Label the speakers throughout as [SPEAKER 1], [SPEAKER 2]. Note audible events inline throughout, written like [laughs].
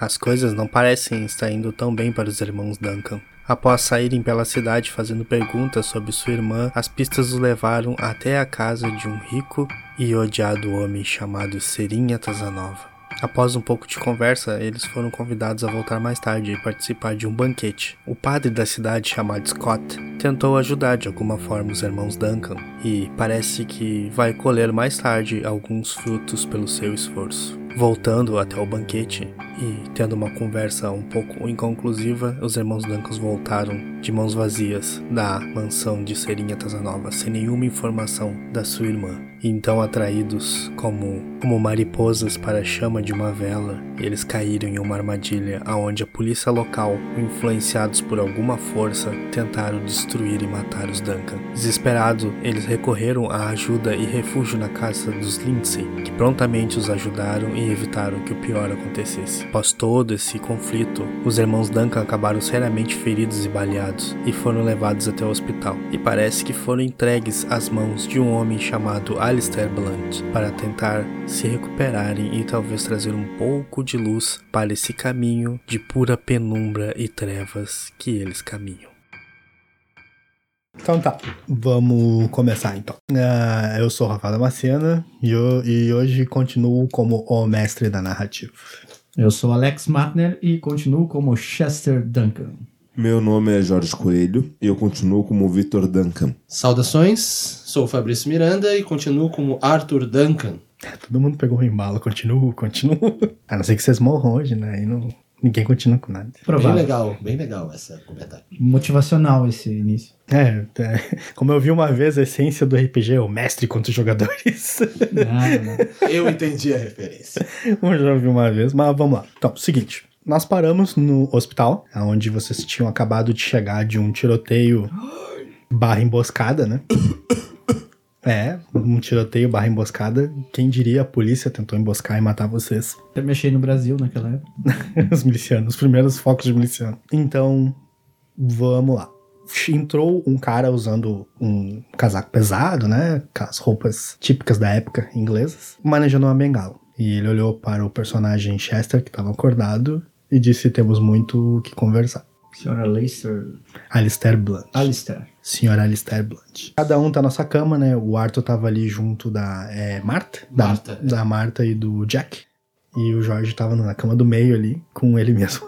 [SPEAKER 1] As coisas não parecem estar indo tão bem para os irmãos Duncan. Após saírem pela cidade fazendo perguntas sobre sua irmã, as pistas os levaram até a casa de um rico e odiado homem chamado Serinha Tazanova. Após um pouco de conversa, eles foram convidados a voltar mais tarde e participar de um banquete. O padre da cidade, chamado Scott, tentou ajudar de alguma forma os irmãos Duncan e parece que vai colher mais tarde alguns frutos pelo seu esforço. Voltando até o banquete e tendo uma conversa um pouco inconclusiva, os irmãos Duncan voltaram de mãos vazias da mansão de Serinha Tazanova, sem nenhuma informação da sua irmã. Então, atraídos como, como mariposas para a chama de uma vela, eles caíram em uma armadilha aonde a polícia local, influenciados por alguma força, tentaram destruir e matar os Duncan. Desesperado, eles recorreram à ajuda e refúgio na casa dos Lindsay, que prontamente os ajudaram e evitaram que o pior acontecesse. Após todo esse conflito, os irmãos Duncan acabaram seriamente feridos e baleados e foram levados até o hospital. E parece que foram entregues às mãos de um homem chamado Alistair Blunt para tentar se recuperarem e talvez trazer um pouco de luz para esse caminho de pura penumbra e trevas que eles caminham.
[SPEAKER 2] Então tá, vamos começar então. Ah, eu sou o Rafael Damascena e, eu- e hoje continuo como o mestre da narrativa.
[SPEAKER 3] Eu sou Alex Martner e continuo como Chester Duncan.
[SPEAKER 4] Meu nome é Jorge Coelho e eu continuo como Victor Duncan.
[SPEAKER 5] Saudações, sou o Fabrício Miranda e continuo como Arthur Duncan.
[SPEAKER 2] Tá Todo mundo pegou o embalo, continuo, continuo. [laughs] A não ser que vocês morram hoje, né? E não, ninguém continua com nada.
[SPEAKER 5] Bem
[SPEAKER 3] Provável.
[SPEAKER 5] legal, bem legal essa comentário.
[SPEAKER 3] Motivacional esse início. [laughs]
[SPEAKER 2] É, é, como eu vi uma vez, a essência do RPG é o mestre contra os jogadores. [laughs]
[SPEAKER 3] Nada, nada.
[SPEAKER 5] Eu entendi a referência.
[SPEAKER 2] Eu já ouvi uma vez, mas vamos lá. Então, seguinte. Nós paramos no hospital, onde vocês tinham acabado de chegar de um tiroteio barra emboscada, né? [coughs] É, um tiroteio barra emboscada. Quem diria a polícia tentou emboscar e matar vocês.
[SPEAKER 3] Até mexei no Brasil naquela época.
[SPEAKER 2] os milicianos, os primeiros focos de miliciano. Então, vamos lá. Entrou um cara usando um casaco pesado, né? Aquelas roupas típicas da época inglesas, manejando uma bengala. E ele olhou para o personagem Chester, que estava acordado, e disse: Temos muito o que conversar.
[SPEAKER 3] Senhora Leicester.
[SPEAKER 2] Alistair Blunt.
[SPEAKER 3] Alistair.
[SPEAKER 2] Senhora Alistair Blunt. Cada um tá na sua cama, né? O Arthur tava ali junto da é, Marta? Da-
[SPEAKER 5] Marta, é.
[SPEAKER 2] Da, Marta e do Jack. E o Jorge tava na cama do meio ali, com ele mesmo.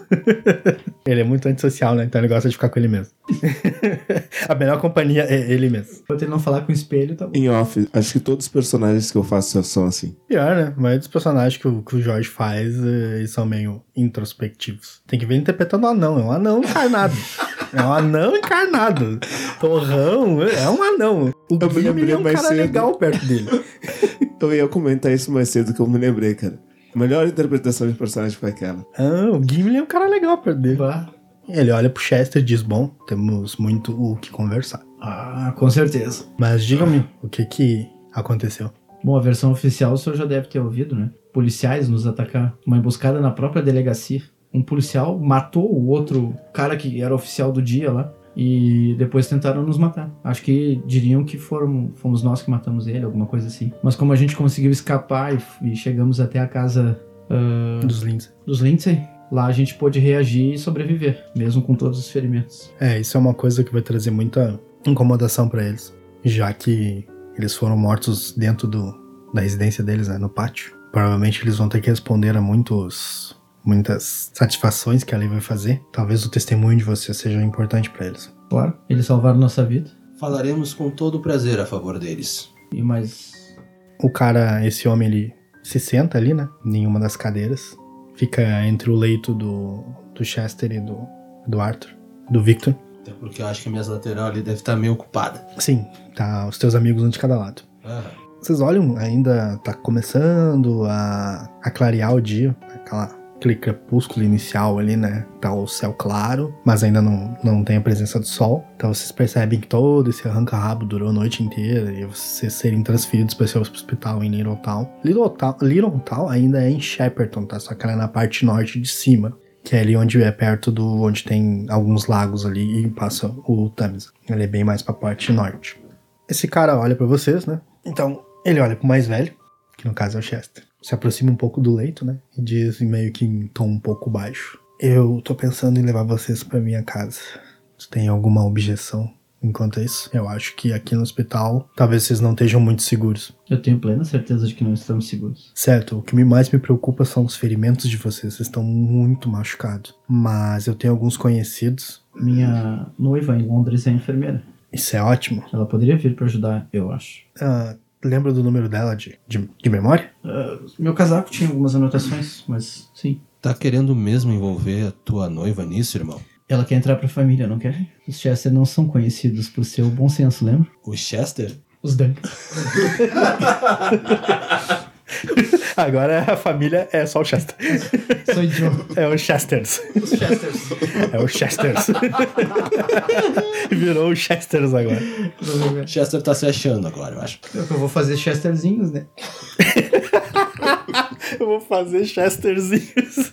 [SPEAKER 2] [laughs] ele é muito antissocial, né? Então ele gosta de ficar com ele mesmo. [laughs] A melhor companhia é ele mesmo.
[SPEAKER 3] Enquanto ele não falar com o espelho, tá bom.
[SPEAKER 4] Em off, acho que todos os personagens que eu faço são assim.
[SPEAKER 2] Pior, né? A maioria dos personagens que o, que o Jorge faz, eh, eles são meio introspectivos. Tem que ver ele interpretando um anão. É um anão
[SPEAKER 4] [laughs]
[SPEAKER 2] encarnado. é um anão encarnado. Torrão é um anão. O
[SPEAKER 4] Eu
[SPEAKER 2] Jimmy
[SPEAKER 4] me lembrei
[SPEAKER 2] é um
[SPEAKER 4] mais
[SPEAKER 2] cara
[SPEAKER 4] cedo.
[SPEAKER 2] legal perto dele.
[SPEAKER 4] Então Eu ia comentar isso mais cedo que eu me lembrei, cara. A melhor interpretação de personagem foi aquela.
[SPEAKER 2] Ah, o Gimli é um cara legal perto dele.
[SPEAKER 3] Bah.
[SPEAKER 2] Ele olha pro Chester e diz: Bom, temos muito o que conversar.
[SPEAKER 3] Ah, com certeza.
[SPEAKER 2] Mas diga-me, o que que aconteceu?
[SPEAKER 3] Bom, a versão oficial o senhor já deve ter ouvido, né? Policiais nos atacar. Uma emboscada na própria delegacia. Um policial matou o outro cara que era oficial do dia lá. E depois tentaram nos matar. Acho que diriam que foram, fomos nós que matamos ele, alguma coisa assim. Mas como a gente conseguiu escapar e, e chegamos até a casa
[SPEAKER 2] Um Dos lindos.
[SPEAKER 3] dos Lindsay, lá a gente pôde reagir e sobreviver, mesmo com todos os ferimentos.
[SPEAKER 2] É, isso é uma coisa que vai trazer muita incomodação pra eles, já que eles foram mortos dentro do, da residência deles, né, no pátio. Provavelmente eles vão ter que responder a muitos, muitas satisfações que a lei vai fazer. Talvez o testemunho de vocês seja importante pra eles.
[SPEAKER 3] Claro. Eles salvaram nossa vida.
[SPEAKER 5] Falaremos com todo prazer a favor deles.
[SPEAKER 3] E mais.
[SPEAKER 2] O cara, esse homem, ele se senta ali, né? Em uma das cadeiras. Fica entre o leito do, do Chester e do, do Arthur, do Victor.
[SPEAKER 5] Até porque eu acho que a minha lateral ali deve estar meio ocupada.
[SPEAKER 2] Sim, tá os teus amigos um de cada lado.
[SPEAKER 5] Aham.
[SPEAKER 2] Vocês olham, ainda tá começando a, a clarear o dia, aquela, aquele crepúsculo inicial ali, né? Tá o céu claro, mas ainda não, não tem a presença do sol. Então vocês percebem que todo esse arranca-rabo durou a noite inteira e vocês serem transferidos para esse hospital em Little Town. Little Town, Little Town ainda é em Shepperton, tá? Só que ela é na parte norte de cima. Que é ali onde é perto do. onde tem alguns lagos ali e passa o Thames. Ele é bem mais pra parte norte. Esse cara olha pra vocês, né? Então, ele olha pro mais velho, que no caso é o Chester. se aproxima um pouco do leito, né? E diz meio que em tom um pouco baixo. Eu tô pensando em levar vocês pra minha casa. Você tem alguma objeção enquanto isso? Eu acho que aqui no hospital talvez vocês não estejam muito seguros.
[SPEAKER 3] Eu tenho plena certeza de que não estamos seguros.
[SPEAKER 2] Certo, o que me- mais me preocupa são os ferimentos de vocês. Vocês estão muito machucados. Mas eu tenho alguns conhecidos.
[SPEAKER 3] Minha noiva em Londres é enfermeira.
[SPEAKER 2] Isso é ótimo.
[SPEAKER 3] Ela poderia vir pra ajudar, eu acho.
[SPEAKER 2] Ah, lembra do número dela de, de, de memória?
[SPEAKER 3] Ah, meu casaco tinha algumas anotações, mas sim.
[SPEAKER 5] Tá querendo mesmo envolver a tua noiva nisso, irmão?
[SPEAKER 3] Ela quer entrar pra família, não quer? Os Chester não são conhecidos por seu bom senso, lembra?
[SPEAKER 5] O Chester?
[SPEAKER 3] Os Duncan.
[SPEAKER 2] Agora a família é só o Chester.
[SPEAKER 3] Sou idiota.
[SPEAKER 2] É o Chesters.
[SPEAKER 3] Os Chesters.
[SPEAKER 2] É o
[SPEAKER 3] [laughs]
[SPEAKER 2] Chesters. Virou o Chesters agora.
[SPEAKER 5] Chester tá se achando agora, eu acho.
[SPEAKER 3] É Eu vou fazer Chesterzinhos, né?
[SPEAKER 2] Eu vou fazer Chesterzinhos.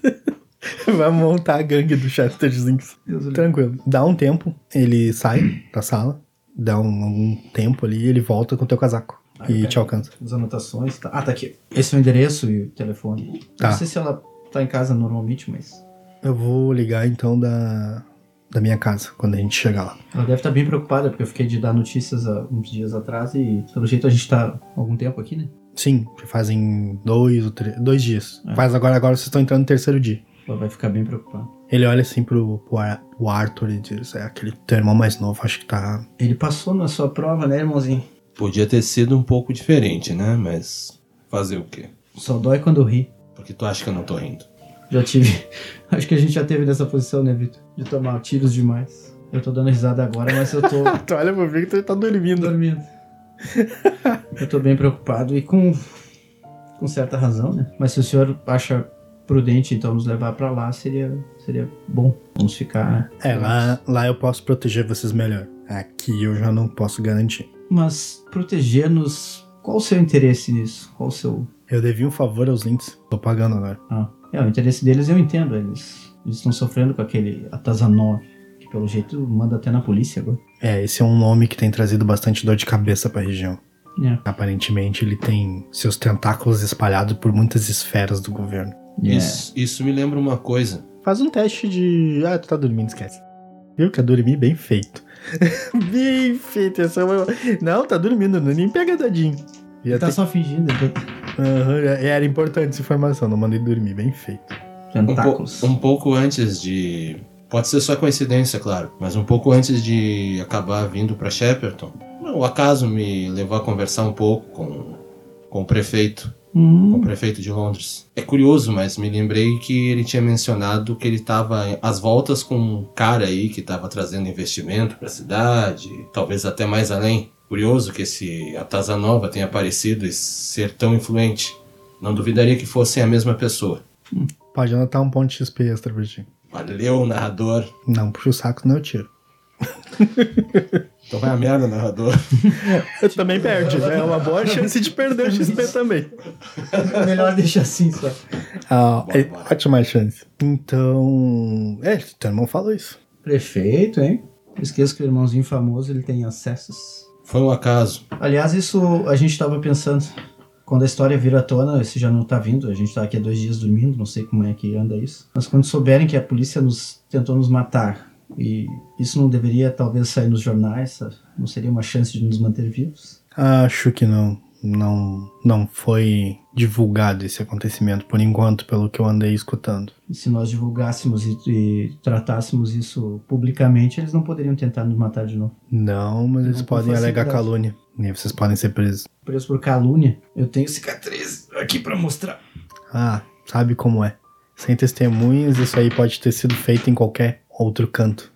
[SPEAKER 2] Vai montar a gangue do Chesterzinhos.
[SPEAKER 3] Deus do
[SPEAKER 2] Tranquilo. Dá um tempo, ele sai da sala, dá um, algum tempo ali, ele volta com o teu casaco.
[SPEAKER 3] Ah, eu
[SPEAKER 2] E
[SPEAKER 3] pego.
[SPEAKER 2] te alcança.
[SPEAKER 3] As anotações. Tá. Ah, tá aqui. Esse é o endereço e o telefone.
[SPEAKER 2] Tá.
[SPEAKER 3] Não sei se ela tá em casa normalmente, mas.
[SPEAKER 2] Eu vou ligar então da, da minha casa quando a gente chegar lá.
[SPEAKER 3] Ela deve estar bem preocupada, porque eu fiquei de dar notícias há uns dias atrás e, pelo jeito, a gente tá há algum tempo aqui, né?
[SPEAKER 2] Sim, fazem dois ou três. Dois dias.
[SPEAKER 3] É.
[SPEAKER 2] Faz agora, agora vocês estão entrando no terceiro dia.
[SPEAKER 3] Ela vai ficar bem preocupada.
[SPEAKER 2] Ele olha assim pro, pro, Ar- pro Arthur e diz: É aquele teu irmão mais novo, acho que tá.
[SPEAKER 3] Ele passou na sua prova, né, irmãozinho?
[SPEAKER 5] Podia ter sido um pouco diferente, né? Mas fazer o quê?
[SPEAKER 3] Só dói quando eu ri.
[SPEAKER 5] Porque tu acha que eu não tô rindo.
[SPEAKER 3] Já tive. [laughs] Acho que a gente já teve nessa posição, né, Vitor? De tomar tiros demais. Eu tô dando risada agora, mas eu tô
[SPEAKER 2] [laughs] Tu olha pro Victor e tá dormindo. [laughs]
[SPEAKER 3] dormindo. Eu tô bem preocupado e com, com certa razão, né? Mas se o senhor acha prudente, então, nos levar pra lá, seria, seria bom. Vamos ficar. né?
[SPEAKER 2] É, lá, lá eu posso proteger vocês melhor. Aqui eu já não posso garantir.
[SPEAKER 3] Mas proteger-nos. Qual o seu interesse nisso? Qual o seu.
[SPEAKER 2] Eu devi um favor aos links. Tô pagando agora.
[SPEAKER 3] Ah, é, o interesse deles eu entendo. Eles eles estão sofrendo com aquele Atazanov, que pelo jeito manda até na polícia agora.
[SPEAKER 2] É, esse é um nome que tem trazido bastante dor de cabeça pra região.
[SPEAKER 3] É.
[SPEAKER 2] Aparentemente ele tem seus tentáculos espalhados por muitas esferas do governo.
[SPEAKER 3] É.
[SPEAKER 5] Isso, isso me lembra uma coisa.
[SPEAKER 2] Faz um teste de. Ah, tu tá dormindo, esquece. Viu que eu dormi bem feito. [laughs] bem feito, essa é uma... Não, tá dormindo, não é nem pegadadinho.
[SPEAKER 3] Ele
[SPEAKER 2] Já
[SPEAKER 3] tá
[SPEAKER 2] tem-
[SPEAKER 3] só fingindo, ele tem
[SPEAKER 2] Aham, já- era importante essa informação, não mandei dormir, bem feito.
[SPEAKER 5] Um, pou-
[SPEAKER 3] tentáculos.
[SPEAKER 5] um pouco antes de. Pode ser só coincidência, claro. Mas um pouco antes de acabar vindo pra Shepperton, o acaso me levou a conversar um pouco com, com o prefeito. com o
[SPEAKER 3] Hum,
[SPEAKER 5] prefeito de Londres. É curioso, mas me lembrei que ele tinha mencionado que ele estava às voltas com um cara aí que estava trazendo investimento para a cidade, talvez até mais além. Curioso que esse Atazanova tenha aparecido e ser tão influente. Não duvidaria que fossem a mesma pessoa.
[SPEAKER 2] Pode anotar um ponto de XP extra pra ti.
[SPEAKER 5] Valeu, narrador.
[SPEAKER 2] Não, puxa o saco, não eu tiro.
[SPEAKER 5] Então vai a merda, narrador.
[SPEAKER 2] Eu também perde, né? É uma boa chance de perder o XP também.
[SPEAKER 3] melhor deixar assim só.
[SPEAKER 2] Ah,
[SPEAKER 5] Bora,
[SPEAKER 2] é,
[SPEAKER 5] bora.
[SPEAKER 2] ótima chance. Então. É, teu irmão falou isso.
[SPEAKER 3] Prefeito, hein? Não esqueça que o irmãozinho famoso ele tem acessos.
[SPEAKER 5] Foi um acaso.
[SPEAKER 3] Aliás, isso a gente tava pensando. Quando a história vir à tona, esse já não tá vindo, a gente tá aqui há dois dias dormindo, não sei como é que anda isso. Mas quando souberem que a polícia nos tentou nos matar, e isso não deveria talvez sair nos jornais, sabe? não seria uma chance de nos manter vivos?
[SPEAKER 2] Acho que não. Não, não foi divulgado esse acontecimento por enquanto, pelo que eu andei escutando.
[SPEAKER 3] E se nós divulgássemos e, e tratássemos isso publicamente, eles não poderiam tentar nos matar de novo.
[SPEAKER 2] Não, mas eles
[SPEAKER 3] Não, com
[SPEAKER 2] podem alegar
[SPEAKER 3] facilidade.
[SPEAKER 2] calúnia. E aí vocês podem ser presos.
[SPEAKER 3] preso por calúnia. Eu tenho cicatriz aqui pra mostrar.
[SPEAKER 2] Ah, sabe como é. Sem testemunhas, isso aí pode ter sido feito em qualquer outro canto.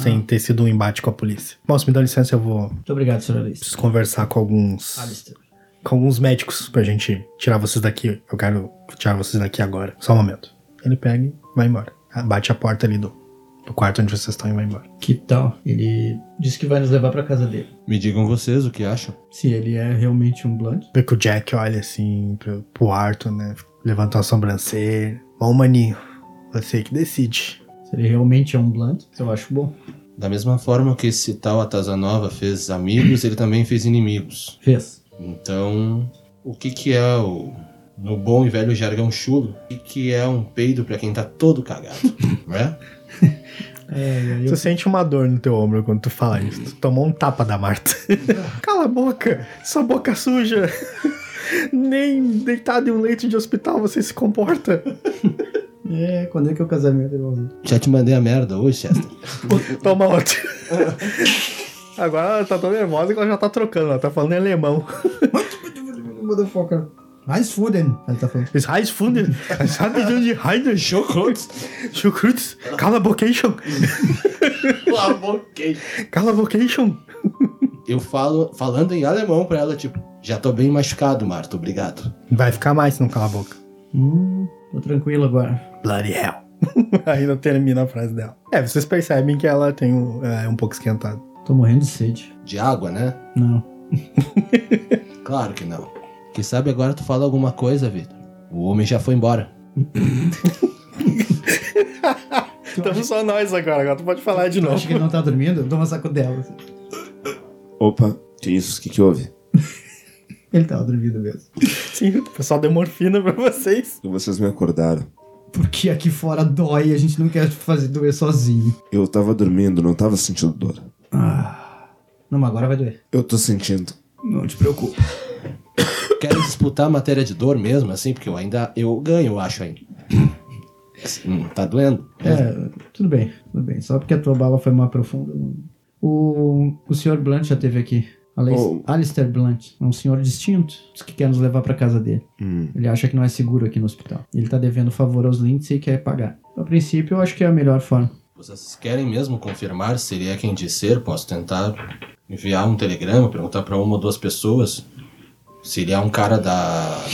[SPEAKER 2] Sem ter sido um embate com a polícia. Bom, se me dá licença, eu vou.
[SPEAKER 3] Muito obrigado, senhor Alistair.
[SPEAKER 2] Preciso conversar com alguns.
[SPEAKER 3] Alistair.
[SPEAKER 2] com alguns médicos pra gente tirar vocês daqui. Eu quero tirar vocês daqui agora. Só um momento. Ele pega e vai embora. Ah, Bate a porta ali do, do quarto onde vocês estão e vai embora.
[SPEAKER 3] Que tal? Ele disse que vai nos levar pra casa dele.
[SPEAKER 5] Me digam vocês o que acham.
[SPEAKER 3] Se ele é realmente um blunt.
[SPEAKER 2] Vê que o Jack olha assim pro, pro Arthur, né? Levanta uma sobrancelha. Bom, maninho, você que decide.
[SPEAKER 3] Se ele realmente é um blunt, eu acho bom.
[SPEAKER 5] Da mesma forma que esse tal Atazanova fez amigos, ele também fez inimigos.
[SPEAKER 3] Fez.
[SPEAKER 5] Então, o que que é o, no bom e velho jargão chulo, e que é um peido pra quem tá todo [laughs] cagado, né?
[SPEAKER 3] É, e aí
[SPEAKER 2] Tu sente uma dor no teu ombro quando tu fala isso. Tu tomou um tapa da Marta. [laughs] Cala a boca, sua boca suja. [laughs] Nem deitado em um leito de hospital você se comporta.
[SPEAKER 3] eu- É, quando é que é o casamento, irmãozinho?
[SPEAKER 5] Já te mandei a merda hoje, [laughs] Chester.
[SPEAKER 2] Toma outro. [laughs] Agora ela tá tão nervosa que ela já tá trocando, ela tá falando em alemão.
[SPEAKER 3] Motherfucker. Mais Fuden. Ele tá falando.
[SPEAKER 2] Reis Funder, sabe de Heiden,
[SPEAKER 5] Chocrotes!
[SPEAKER 2] Schukrutz, Cala Vocation, Cala Vocation.
[SPEAKER 5] Eu falo, falando em alemão pra ela, tipo, já tô bem machucado, Marta, obrigado.
[SPEAKER 2] Vai ficar mais se não cala a boca.
[SPEAKER 3] Hum, tô tranquilo agora.
[SPEAKER 2] Bloody hell. [laughs] Aí não termina a frase dela. É, vocês percebem que ela tem um, é, um pouco esquentada.
[SPEAKER 3] Tô morrendo de sede.
[SPEAKER 5] De água, né?
[SPEAKER 3] Não.
[SPEAKER 5] Claro que não. Quem sabe agora tu fala alguma coisa, Vitor. O homem já foi embora.
[SPEAKER 2] Estamos Então só nós agora, agora tu pode falar de
[SPEAKER 3] Acho que ele não tá dormindo, eu dou uma assim. saco dela.
[SPEAKER 4] Opa, que isso? O que, que houve?
[SPEAKER 3] Ele tava dormindo mesmo.
[SPEAKER 2] Sim, o pessoal deu morfina pra vocês.
[SPEAKER 4] Vocês me acordaram.
[SPEAKER 3] Porque aqui fora dói e a gente não quer fazer doer sozinho.
[SPEAKER 4] Eu tava dormindo, não tava sentindo dor.
[SPEAKER 3] Ah. Não, mas agora vai doer.
[SPEAKER 4] Eu tô sentindo.
[SPEAKER 3] Não te preocupa.
[SPEAKER 5] Quero disputar a matéria de dor mesmo, assim, porque eu ainda. Eu ganho, eu acho ainda. Hum, tá doendo?
[SPEAKER 3] É, tudo bem, tudo bem. Só porque a tua bala foi mais profunda. não- O, o senhor Blunt já teve aqui. Alex,
[SPEAKER 4] Oh.
[SPEAKER 3] Alistair Blunt, é um senhor distinto, diz que quer nos levar pra casa dele.
[SPEAKER 4] Hum.
[SPEAKER 3] Ele acha que não é seguro aqui no hospital. Ele tá devendo favor aos Lindsay e quer pagar. A princípio, eu acho que é a melhor forma.
[SPEAKER 5] Vocês querem mesmo confirmar se ele é quem disser? Posso tentar enviar um telegrama, perguntar pra uma ou duas pessoas. Se ele é um cara da,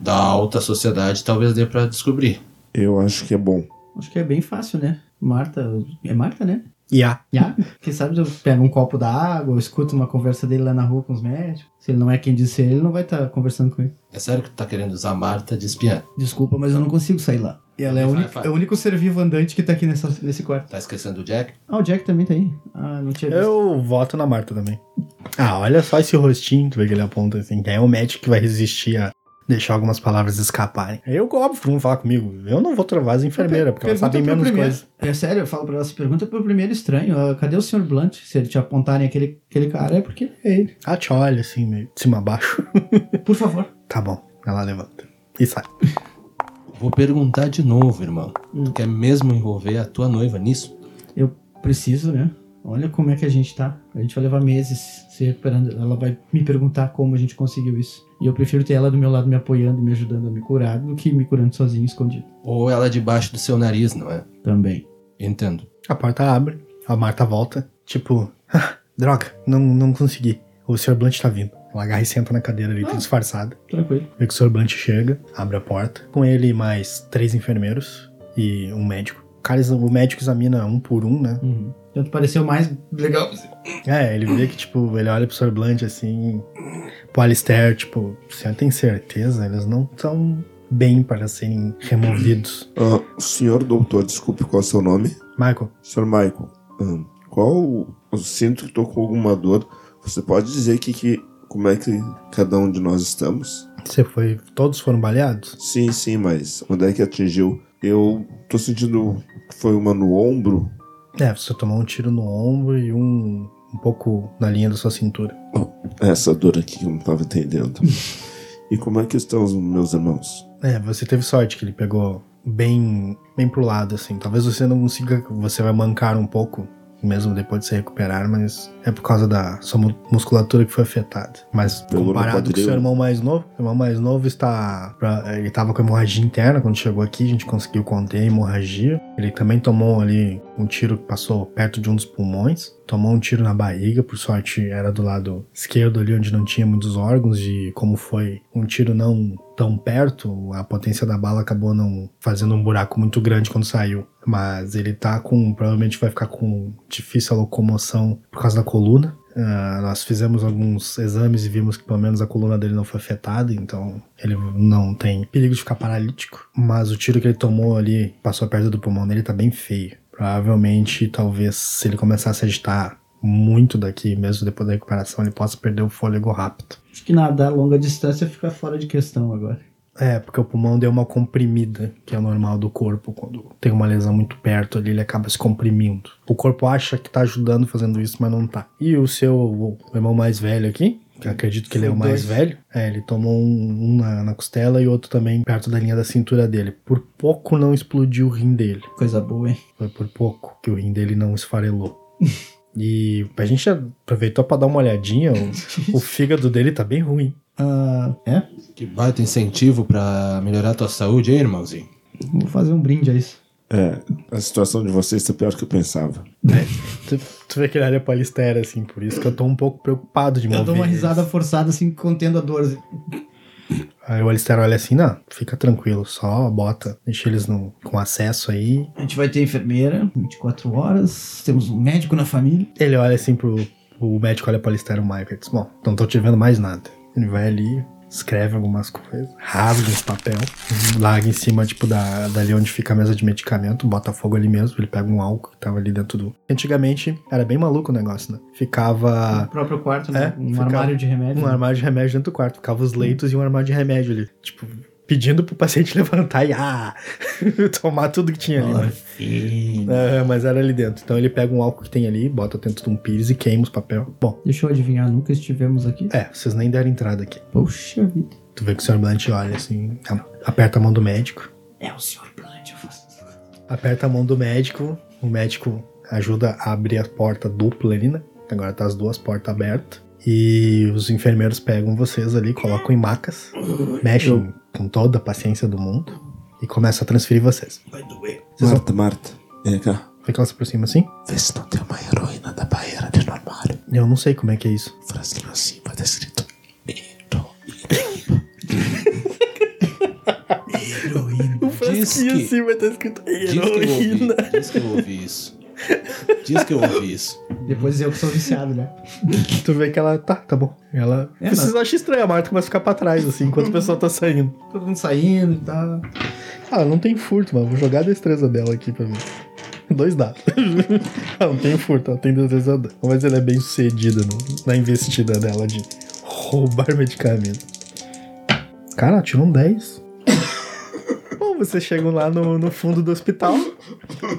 [SPEAKER 5] da alta sociedade, talvez dê pra descobrir.
[SPEAKER 4] Eu acho que é bom.
[SPEAKER 3] Acho que é bem fácil, né? Marta, é Marta, né?
[SPEAKER 2] E a
[SPEAKER 3] Já?
[SPEAKER 4] [laughs]
[SPEAKER 3] Quem sabe eu pego um copo da água, eu escuto uma conversa dele lá na rua com os médicos. Se ele não é quem disse ele, não vai estar conversando com ele.
[SPEAKER 5] É sério que tu tá querendo usar Marta de espiã?
[SPEAKER 3] Desculpa, mas eu não consigo sair lá. E ela é, a
[SPEAKER 5] Vai,
[SPEAKER 3] única-
[SPEAKER 5] vai.
[SPEAKER 3] é o único ser vivo andante que tá aqui nessa, nesse quarto.
[SPEAKER 5] Tá esquecendo do Jack?
[SPEAKER 3] Ah, o Jack também tá aí. Ah, não tinha visto.
[SPEAKER 2] Eu voto na Marta também. Ah, olha só esse rostinho, tu vê que ele aponta assim. Quem é o médico que vai resistir a deixar algumas palavras escaparem? Eu, É óbvio, que não falar comigo. Eu não vou travar as enfermeiras, porque elas
[SPEAKER 3] Pergunta
[SPEAKER 2] sabem
[SPEAKER 3] pro
[SPEAKER 2] menos
[SPEAKER 3] primeiro.
[SPEAKER 2] coisas.
[SPEAKER 3] É sério, eu falo pra ela, se pergunta pro primeiro estranho, ah, cadê o Sr. Blunt? Se ele te apontarem aquele, aquele cara, é porque é ele.
[SPEAKER 2] Ela te olha assim, meio de cima a baixo.
[SPEAKER 3] Por favor.
[SPEAKER 2] Tá bom. Ela levanta. E sai.
[SPEAKER 5] Vou perguntar de novo, irmão. Tu quer mesmo envolver a tua noiva nisso?
[SPEAKER 3] Eu preciso, né? Olha como é que a gente tá. A gente vai levar meses se recuperando. Ela vai me perguntar como a gente conseguiu isso. E eu prefiro ter ela do meu lado me apoiando e me ajudando a me curar do que me curando sozinho, escondido.
[SPEAKER 5] Ou ela é debaixo do seu nariz, não é?
[SPEAKER 3] Também.
[SPEAKER 5] Entendo.
[SPEAKER 2] A porta abre, a Marta volta, tipo, "Ah, droga, não, não consegui. O Sr. Blunt tá vindo. Ela agarra e senta na cadeira ali, tá disfarçada.
[SPEAKER 3] Tranquilo.
[SPEAKER 2] Vê É que o Sr. Blunt chega, abre a porta. Com ele mais três enfermeiros e um médico. O, cara, exa- o médico examina um por um, né?
[SPEAKER 3] Uhum. Tanto pareceu mais legal.
[SPEAKER 2] É, ele vê que, tipo, ele olha pro Sr. Blunt assim, pro Alistair, tipo, você tem certeza? Eles não estão bem para serem removidos.
[SPEAKER 4] Ah, senhor doutor, desculpe qual é o seu nome?
[SPEAKER 2] Michael,
[SPEAKER 4] Senhor Michael, ahn, qual. o- Eu sinto que tô com alguma dor. Você pode dizer que, que como é que cada um de nós estamos?
[SPEAKER 2] você foi. Todos foram baleados?
[SPEAKER 4] Sim, sim, mas onde é que atingiu? Eu tô sentindo que foi uma no ombro.
[SPEAKER 2] É, você tomou um tiro no ombro e um. um pouco na linha da sua cintura.
[SPEAKER 4] Essa dor aqui que eu não
[SPEAKER 2] [laughs]
[SPEAKER 4] tava entendendo. e como é que estão os meus irmãos?
[SPEAKER 2] É, você teve sorte que ele pegou bem, bem pro lado, assim. Talvez você não consiga, você vai mancar um pouco, mesmo depois de se recuperar, mas é por causa da sua mu- musculatura que foi afetada. Mas
[SPEAKER 4] Pegou no
[SPEAKER 2] comparado com
[SPEAKER 4] quadril.
[SPEAKER 2] seu irmão mais novo, seu irmão mais novo está, pra- ele tava com hemorragia interna quando chegou aqui, a gente conseguiu conter a hemorragia. Ele também tomou ali um tiro que passou perto de um dos pulmões, tomou um tiro na barriga, por sorte era do lado esquerdo ali onde não tinha muitos órgãos e como foi um tiro não tão perto, a potência da bala acabou não fazendo um buraco muito grande quando saiu. Mas ele tá com. Provavelmente vai ficar com difícil a locomoção por causa da coluna. Ah, nós fizemos alguns exames e vimos que pelo menos a coluna dele não foi afetada, então ele não tem perigo de ficar paralítico. Mas o tiro que ele tomou ali, passou perto do pulmão dele, tá bem feio. Provavelmente, talvez, se ele começar a se agitar muito daqui, mesmo depois da recuperação, ele possa perder o fôlego rápido.
[SPEAKER 3] Acho que nadar a longa distância fica fora de questão agora.
[SPEAKER 2] É, porque o pulmão deu uma comprimida, que é normal do corpo. Quando tem uma lesão muito perto ali, ele acaba se comprimindo. O corpo acha que tá ajudando fazendo isso, mas não tá. E o seu o irmão mais velho aqui, que eu acredito que ele é o
[SPEAKER 3] São
[SPEAKER 2] mais
[SPEAKER 3] dois.
[SPEAKER 2] velho, é, ele tomou um, um na, na costela e outro também perto da linha da cintura dele. Por pouco não explodiu o rim dele.
[SPEAKER 3] Coisa boa, hein?
[SPEAKER 2] Foi por pouco que o rim dele não esfarelou. E a gente aproveitou pra dar uma olhadinha, o, o fígado dele tá bem ruim.
[SPEAKER 3] Ah, é?
[SPEAKER 5] Que baita incentivo pra melhorar tua saúde, hein, irmãozinho?
[SPEAKER 3] Vou fazer um brinde a isso.
[SPEAKER 4] É, a situação de vocês está pior que eu pensava.
[SPEAKER 2] Tu, tu vê que ele olha pra Listera, assim, por isso que eu tô um pouco preocupado de mover.
[SPEAKER 3] Eu dou uma
[SPEAKER 2] ele.
[SPEAKER 3] risada forçada, assim, contendo a dor. assim.
[SPEAKER 2] Aí o Alistair olha assim, não, fica tranquilo, só bota, deixa eles no, com acesso aí.
[SPEAKER 3] A gente vai ter enfermeira, 24 horas. Temos um médico na família.
[SPEAKER 2] Ele olha assim pro. O médico olha pro Alistair e o Michael e diz, bom, não tô te vendo mais nada. Ele vai ali, escreve algumas coisas, rasga esse papel, larga em cima, tipo, da, dali onde fica a mesa de medicamento, bota fogo ali mesmo, ele pega um álcool que tava ali dentro do. Antigamente era bem maluco o negócio, né? Ficava.
[SPEAKER 3] No próprio quarto,
[SPEAKER 2] É,
[SPEAKER 3] né? um
[SPEAKER 2] fica-
[SPEAKER 3] armário de remédio.
[SPEAKER 2] um
[SPEAKER 3] né?
[SPEAKER 2] armário de remédio dentro do quarto. Ficava os leitos e um armário de remédio ali. Tipo, pedindo pro paciente [laughs] levantar e ah, tomar tudo que tinha ali. né? É, mas era ali dentro. Então ele pega um álcool que tem ali, bota dentro de um pires e queima os papel. Bom,
[SPEAKER 3] Deixa eu adivinhar, nunca estivemos aqui.
[SPEAKER 2] é, vocês nem deram entrada aqui.
[SPEAKER 3] Poxa vida.
[SPEAKER 2] Tu vê que o Sr. Blunt olha assim, a- aperta a mão do médico.
[SPEAKER 3] É o senhor Blunt, eu faço isso.
[SPEAKER 2] Aperta a mão do médico. O médico ajuda a abrir a porta dupla ali, né? Agora tá as duas portas abertas. E os enfermeiros pegam vocês ali, colocam em macas, mexem com toda a paciência do mundo e começam a transferir vocês.
[SPEAKER 5] Vai doer.
[SPEAKER 2] Vocês
[SPEAKER 4] Marta, Marta, vem cá.
[SPEAKER 2] Foi que ela se aproxima assim?
[SPEAKER 4] Vê se não tem uma heroína da barreira de armário.
[SPEAKER 2] Eu não sei como é que é isso.
[SPEAKER 4] Frasquinho assim, vai estar escrito.
[SPEAKER 5] Heroína. Diz que, diz,
[SPEAKER 2] assim vai estar escrito
[SPEAKER 5] que eu ouvi, diz que eu ouvi isso. Diz que eu ouvi isso.
[SPEAKER 3] Depois eu que sou viciado, né?
[SPEAKER 2] Tu vê que ela, tá, tá bom. Ela.
[SPEAKER 3] É,
[SPEAKER 2] vocês acham estranho, a Marta começa a ficar pra trás, assim, enquanto o pessoal tá saindo.
[SPEAKER 3] Todo mundo saindo e tal.
[SPEAKER 2] Ah, não tem furto, mano. Vou jogar a destreza dela aqui pra mim. Dois dados. [laughs] ela não tem furto, ela tem destreza. dela. Mas ela é bem sucedida no- na investida dela de roubar medicamento. Cara, tirou um 10. [coughs] Bom, vocês chegam lá no, no fundo do hospital.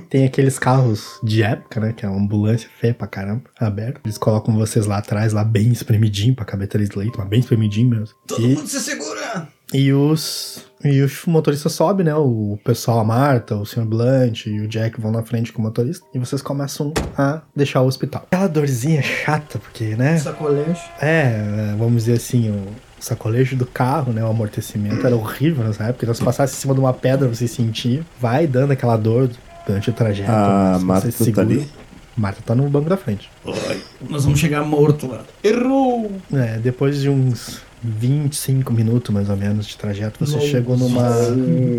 [SPEAKER 2] Tem aqueles carros de época, né? Que é uma ambulância feia pra caramba, aberta. Eles colocam vocês lá atrás, lá bem espremidinho, pra caber três leitos, mas bem espremidinho mesmo. E-
[SPEAKER 5] se segura!
[SPEAKER 2] e os. E o motorista sobe, né? O pessoal, a Marta, o Sr. Blunt e o Jack vão na frente com o motorista. E vocês começam a deixar o hospital. Aquela dorzinha chata, porque, né?
[SPEAKER 3] Sacolete.
[SPEAKER 2] É, vamos dizer assim, o sacolejo do carro, né? O amortecimento era horrível nessa época. Então, se passasse em cima de uma pedra, você sentia. Vai dando aquela dor durante o trajeto.
[SPEAKER 4] Ah,
[SPEAKER 2] mas
[SPEAKER 4] Marta
[SPEAKER 2] você
[SPEAKER 4] tá
[SPEAKER 2] segura.
[SPEAKER 4] ali?
[SPEAKER 2] Marta tá no banco da frente.
[SPEAKER 3] Nós vamos chegar morto lá.
[SPEAKER 5] Errou!
[SPEAKER 2] É, depois de uns 25 minutos, mais ou menos, de trajeto, você
[SPEAKER 3] Nossa.
[SPEAKER 2] chegou numa.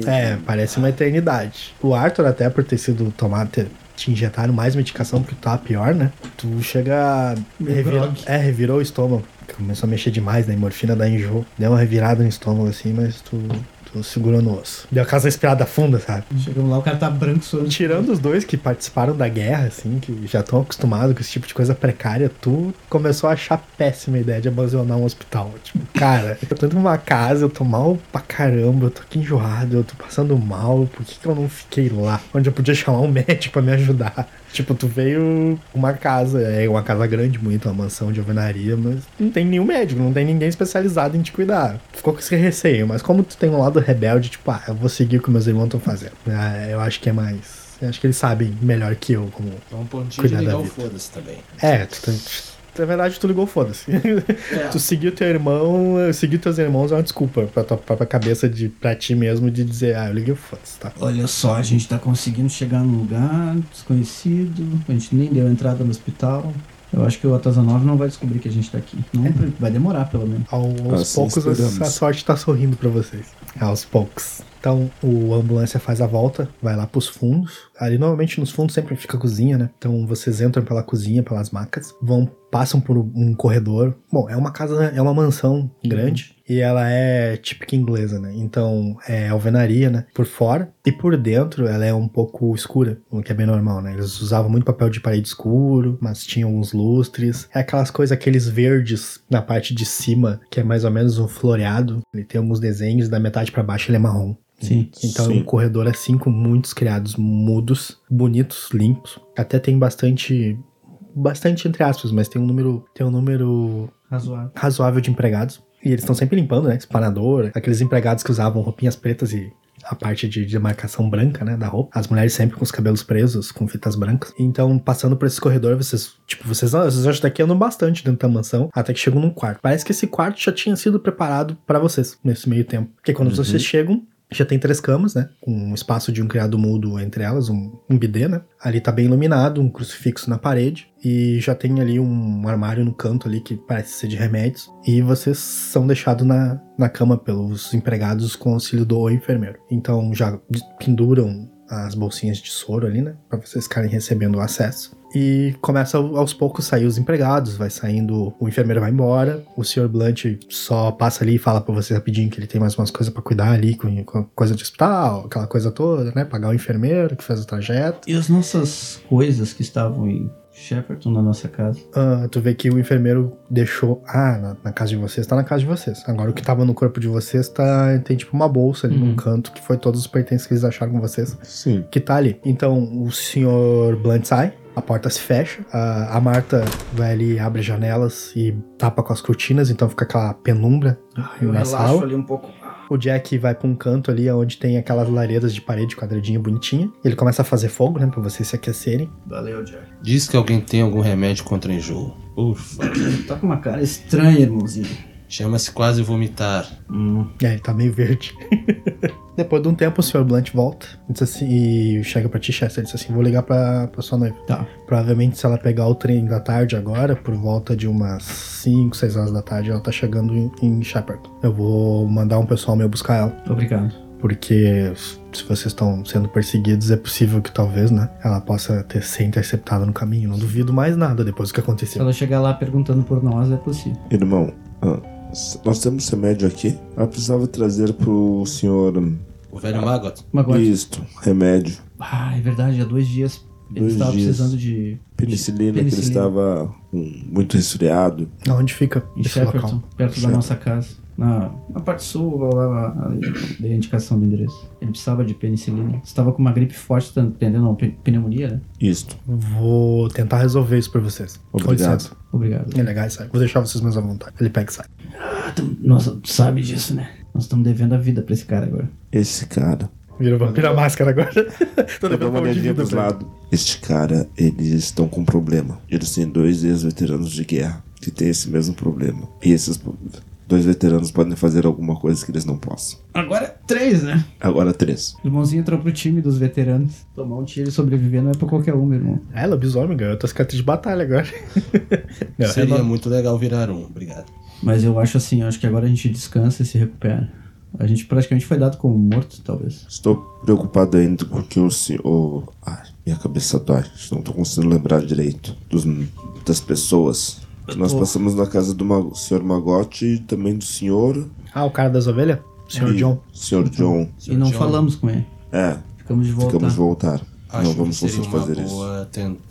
[SPEAKER 2] É, parece uma eternidade. O Arthur, até por ter sido tomado. Ter, te injetaram mais medicação porque tu tá pior, né? Tu chega.
[SPEAKER 3] Meio
[SPEAKER 2] revira-
[SPEAKER 3] grogue.
[SPEAKER 2] é, revirou o estômago. Começou a mexer demais, né? Morfina dá enjoo. Deu uma revirada no estômago assim, mas tu, tu segurou no osso. Deu aquela respirada funda, sabe?
[SPEAKER 3] Chegamos lá, o cara tá branco suando.
[SPEAKER 2] Tirando os dois que participaram da guerra, assim, que já estão acostumados com esse tipo de coisa precária, tu começou a achar péssima a ideia de abandonar um hospital. Tipo, cara, eu tô indo numa casa, eu tô mal pra caramba, eu tô aqui enjoado, eu tô passando mal, por que, que eu não fiquei lá? Onde eu podia chamar um [laughs] médico pra me ajudar. Tipo, tu veio uma casa, é uma casa grande, muito, uma mansão de alvenaria, mas não tem nenhum médico, não tem ninguém especializado em te cuidar. Tu Ficou com esse receio, mas como tu tem um lado rebelde, tipo, ah, eu vou seguir o que meus irmãos estão fazendo. Ah, eu acho que é mais. Eu acho que eles sabem melhor que eu como.
[SPEAKER 5] É um pontinho
[SPEAKER 2] Cuidado
[SPEAKER 5] de
[SPEAKER 2] da
[SPEAKER 5] ligar o
[SPEAKER 2] vida.
[SPEAKER 5] foda-se também.
[SPEAKER 2] É, tu, tu- na verdade tu ligou, foda-se.
[SPEAKER 5] É.
[SPEAKER 2] [laughs] tu seguiu teu irmão, seguir teus irmãos é uma desculpa pra tua própria cabeça, de, pra ti mesmo, de dizer, ah, eu liguei, foda-se, tá?
[SPEAKER 3] Olha só, a gente tá conseguindo chegar num lugar desconhecido. A gente nem deu entrada no hospital. Eu acho que o Atazanov não vai descobrir que a gente tá aqui. Não, vai demorar, pelo menos.
[SPEAKER 2] Ao- Aos
[SPEAKER 4] Assim
[SPEAKER 2] poucos a-
[SPEAKER 4] esperamos.
[SPEAKER 2] a sorte tá sorrindo pra vocês. Aos poucos. Então o ambulância faz a volta, vai lá pros fundos. Ali normalmente nos fundos sempre fica a cozinha, né? Então vocês entram pela cozinha, um pelas macas, vão passam por um corredor. Bom, é uma casa, é uma mansão grande. E ela é típica inglesa, né? Então é alvenaria, né? Por fora e por dentro ela é um pouco escura, o que é bem normal, né? Eles usavam muito papel de parede escuro, mas tinham uns lustres. É aquelas coisas, aqueles verdes na parte de cima, que é mais ou menos um floreado. Ele tem alguns desenhos, da metade pra baixo ele é marrom.
[SPEAKER 3] Sim.
[SPEAKER 2] Então é
[SPEAKER 4] Sim.
[SPEAKER 2] um corredor assim com muitos criados mudos, bonitos, limpos. Até tem bastante bastante entre aspas, mas tem um número tem um número
[SPEAKER 3] Razoável.
[SPEAKER 2] razoável de empregados. E eles estão sempre limpando, né? Espanador, aqueles empregados que usavam roupinhas pretas e a parte de demarcação branca, né, da roupa. As mulheres sempre com os cabelos presos, com fitas brancas. Então, passando por esse corredor, vocês, tipo, vocês, ah, vocês já daqui andam bastante dentro da mansão, até que chegam num quarto. Parece que esse quarto já tinha sido preparado pra vocês nesse meio tempo. Porque quando
[SPEAKER 4] Uhum.
[SPEAKER 2] vocês chegam, já tem três camas, né? Com um espaço de um criado mudo entre elas, um, um bidê, né? Ali tá bem iluminado, um crucifixo na parede. E já tem ali um armário no canto ali que parece ser de remédios. E vocês são deixados na, na cama pelos empregados com auxílio do enfermeiro. Então já de- penduram as bolsinhas de soro ali, né? Pra vocês ficarem recebendo o acesso. E começa ao- aos poucos sair os empregados, vai saindo, o enfermeiro vai embora, o senhor Blunt só passa ali e fala pra você rapidinho que ele tem mais umas coisas pra cuidar ali, com, com coisa de hospital, aquela coisa toda, né? Pagar o enfermeiro que fez o trajeto.
[SPEAKER 3] E as nossas coisas que estavam em Shepperton na nossa casa?
[SPEAKER 2] Ah, tu vê que o enfermeiro deixou. Ah, na, na casa de vocês, tá na casa de vocês. Agora o que tava no corpo de vocês tá. Tem tipo uma bolsa ali num
[SPEAKER 3] Uhum.
[SPEAKER 2] canto que foi todos os pertences que eles acharam com vocês.
[SPEAKER 4] Sim.
[SPEAKER 2] que tá ali. Então o senhor Blunt sai, a porta se fecha, a, a Marta vai ali, abre as janelas e tapa com as cortinas, então fica aquela penumbra.
[SPEAKER 3] Eu
[SPEAKER 2] Na
[SPEAKER 3] relaxo
[SPEAKER 2] sala?
[SPEAKER 3] ali um pouco.
[SPEAKER 2] O Jack vai pra um canto ali onde tem aquelas lareiras de parede quadradinha bonitinha. Ele começa a fazer fogo, né, pra vocês se aquecerem.
[SPEAKER 3] Valeu, Jack.
[SPEAKER 5] Diz que alguém tem algum remédio contra enjoo. Ufa.
[SPEAKER 3] Tá com uma cara estranha, irmãozinho.
[SPEAKER 5] Chama-se quase vomitar.
[SPEAKER 3] Hum.
[SPEAKER 2] É, ele tá meio verde. [laughs] Depois de um tempo, o senhor Blunt volta e diz assim, e chega pra ti, Chester, e diz assim, vou ligar pra, pra sua noiva.
[SPEAKER 3] Tá.
[SPEAKER 2] Provavelmente se ela pegar o trem da tarde agora, por volta de umas 5, 6 horas da tarde, ela tá chegando em, em Shepperton. Eu vou mandar um pessoal meu buscar ela,
[SPEAKER 3] Obrigado.
[SPEAKER 2] porque se vocês estão sendo perseguidos, é possível que talvez, né, ela possa ter ser interceptada no caminho. Não duvido mais nada depois do que
[SPEAKER 3] Se
[SPEAKER 2] aconteceu.
[SPEAKER 3] ela chegar lá perguntando por nós, é possível.
[SPEAKER 4] Irmão, ah, s- nós temos remédio aqui. Ela precisava trazer pro senhor hum,
[SPEAKER 5] O velho Magot.
[SPEAKER 3] Mas agora.
[SPEAKER 4] isto, remédio.
[SPEAKER 3] Ah, é verdade, há dois dias ele
[SPEAKER 4] Dois
[SPEAKER 3] estava
[SPEAKER 4] dias.
[SPEAKER 3] precisando de.
[SPEAKER 4] Penicilina, que ele
[SPEAKER 3] Penicilina.
[SPEAKER 4] estava hum, muito resfriado.
[SPEAKER 2] Onde fica
[SPEAKER 3] em
[SPEAKER 2] esse
[SPEAKER 3] Shepperton,
[SPEAKER 2] local?
[SPEAKER 3] perto
[SPEAKER 4] Shepperton.
[SPEAKER 3] da nossa casa. Na, na parte sul, lá, lá, lá, ali, dei a indicação do endereço. Ele precisava de penicilina. Estava com uma gripe forte, tá entendendo? Não, pe- pneumonia, né?
[SPEAKER 4] Isto.
[SPEAKER 2] Vou tentar resolver isso pra vocês. Com
[SPEAKER 4] Obrigado.
[SPEAKER 2] licença.
[SPEAKER 3] Obrigado.
[SPEAKER 2] É legal, sai. Vou deixar vocês mais à vontade. Ele pega e sai.
[SPEAKER 3] Ah, tu, nossa, tu sabe disso, né? Nós estamos devendo a vida pra esse cara agora.
[SPEAKER 4] Esse cara.
[SPEAKER 2] Vira, vira a máscara agora. Tô
[SPEAKER 4] Eu dou
[SPEAKER 2] levando
[SPEAKER 4] uma
[SPEAKER 2] pão de
[SPEAKER 4] olhadinha
[SPEAKER 2] vida
[SPEAKER 4] pros
[SPEAKER 2] pra ele.
[SPEAKER 4] lados. Este cara, eles estão com um problema. Eles têm dois ex-veteranos de guerra que têm esse mesmo problema. E esses po- dois veteranos podem fazer alguma coisa que eles não possam.
[SPEAKER 3] Agora três, né?
[SPEAKER 4] Agora três.
[SPEAKER 3] Irmãozinho entrou pro time dos veteranos. Tomar um tiro e sobreviver não é pra qualquer um, meu irmão.
[SPEAKER 2] É, lobisomem ganhou tua cicatriz de batalha agora. Não, é
[SPEAKER 5] Seria
[SPEAKER 2] no-
[SPEAKER 5] muito legal virar um. Obrigado.
[SPEAKER 3] Mas eu acho assim, eu acho que agora a gente descansa e se recupera. A gente praticamente foi dado como morto, talvez.
[SPEAKER 4] Estou preocupado ainda com que o senhor. Ai, minha cabeça dói. Não estou conseguindo lembrar direito dos, das pessoas. Nós
[SPEAKER 3] tô-
[SPEAKER 4] passamos na casa do Ma- senhor Magote e também do senhor.
[SPEAKER 2] Ah, o cara das ovelhas? Senhor
[SPEAKER 4] e-
[SPEAKER 2] John.
[SPEAKER 4] Senhor John.
[SPEAKER 3] e não
[SPEAKER 5] John,
[SPEAKER 3] falamos com ele.
[SPEAKER 4] É,
[SPEAKER 3] Ficamos de volta.
[SPEAKER 4] ficamos voltar.
[SPEAKER 5] Acho
[SPEAKER 4] não vamos
[SPEAKER 5] que seria
[SPEAKER 4] conseguir
[SPEAKER 5] uma
[SPEAKER 4] fazer isso.
[SPEAKER 5] boa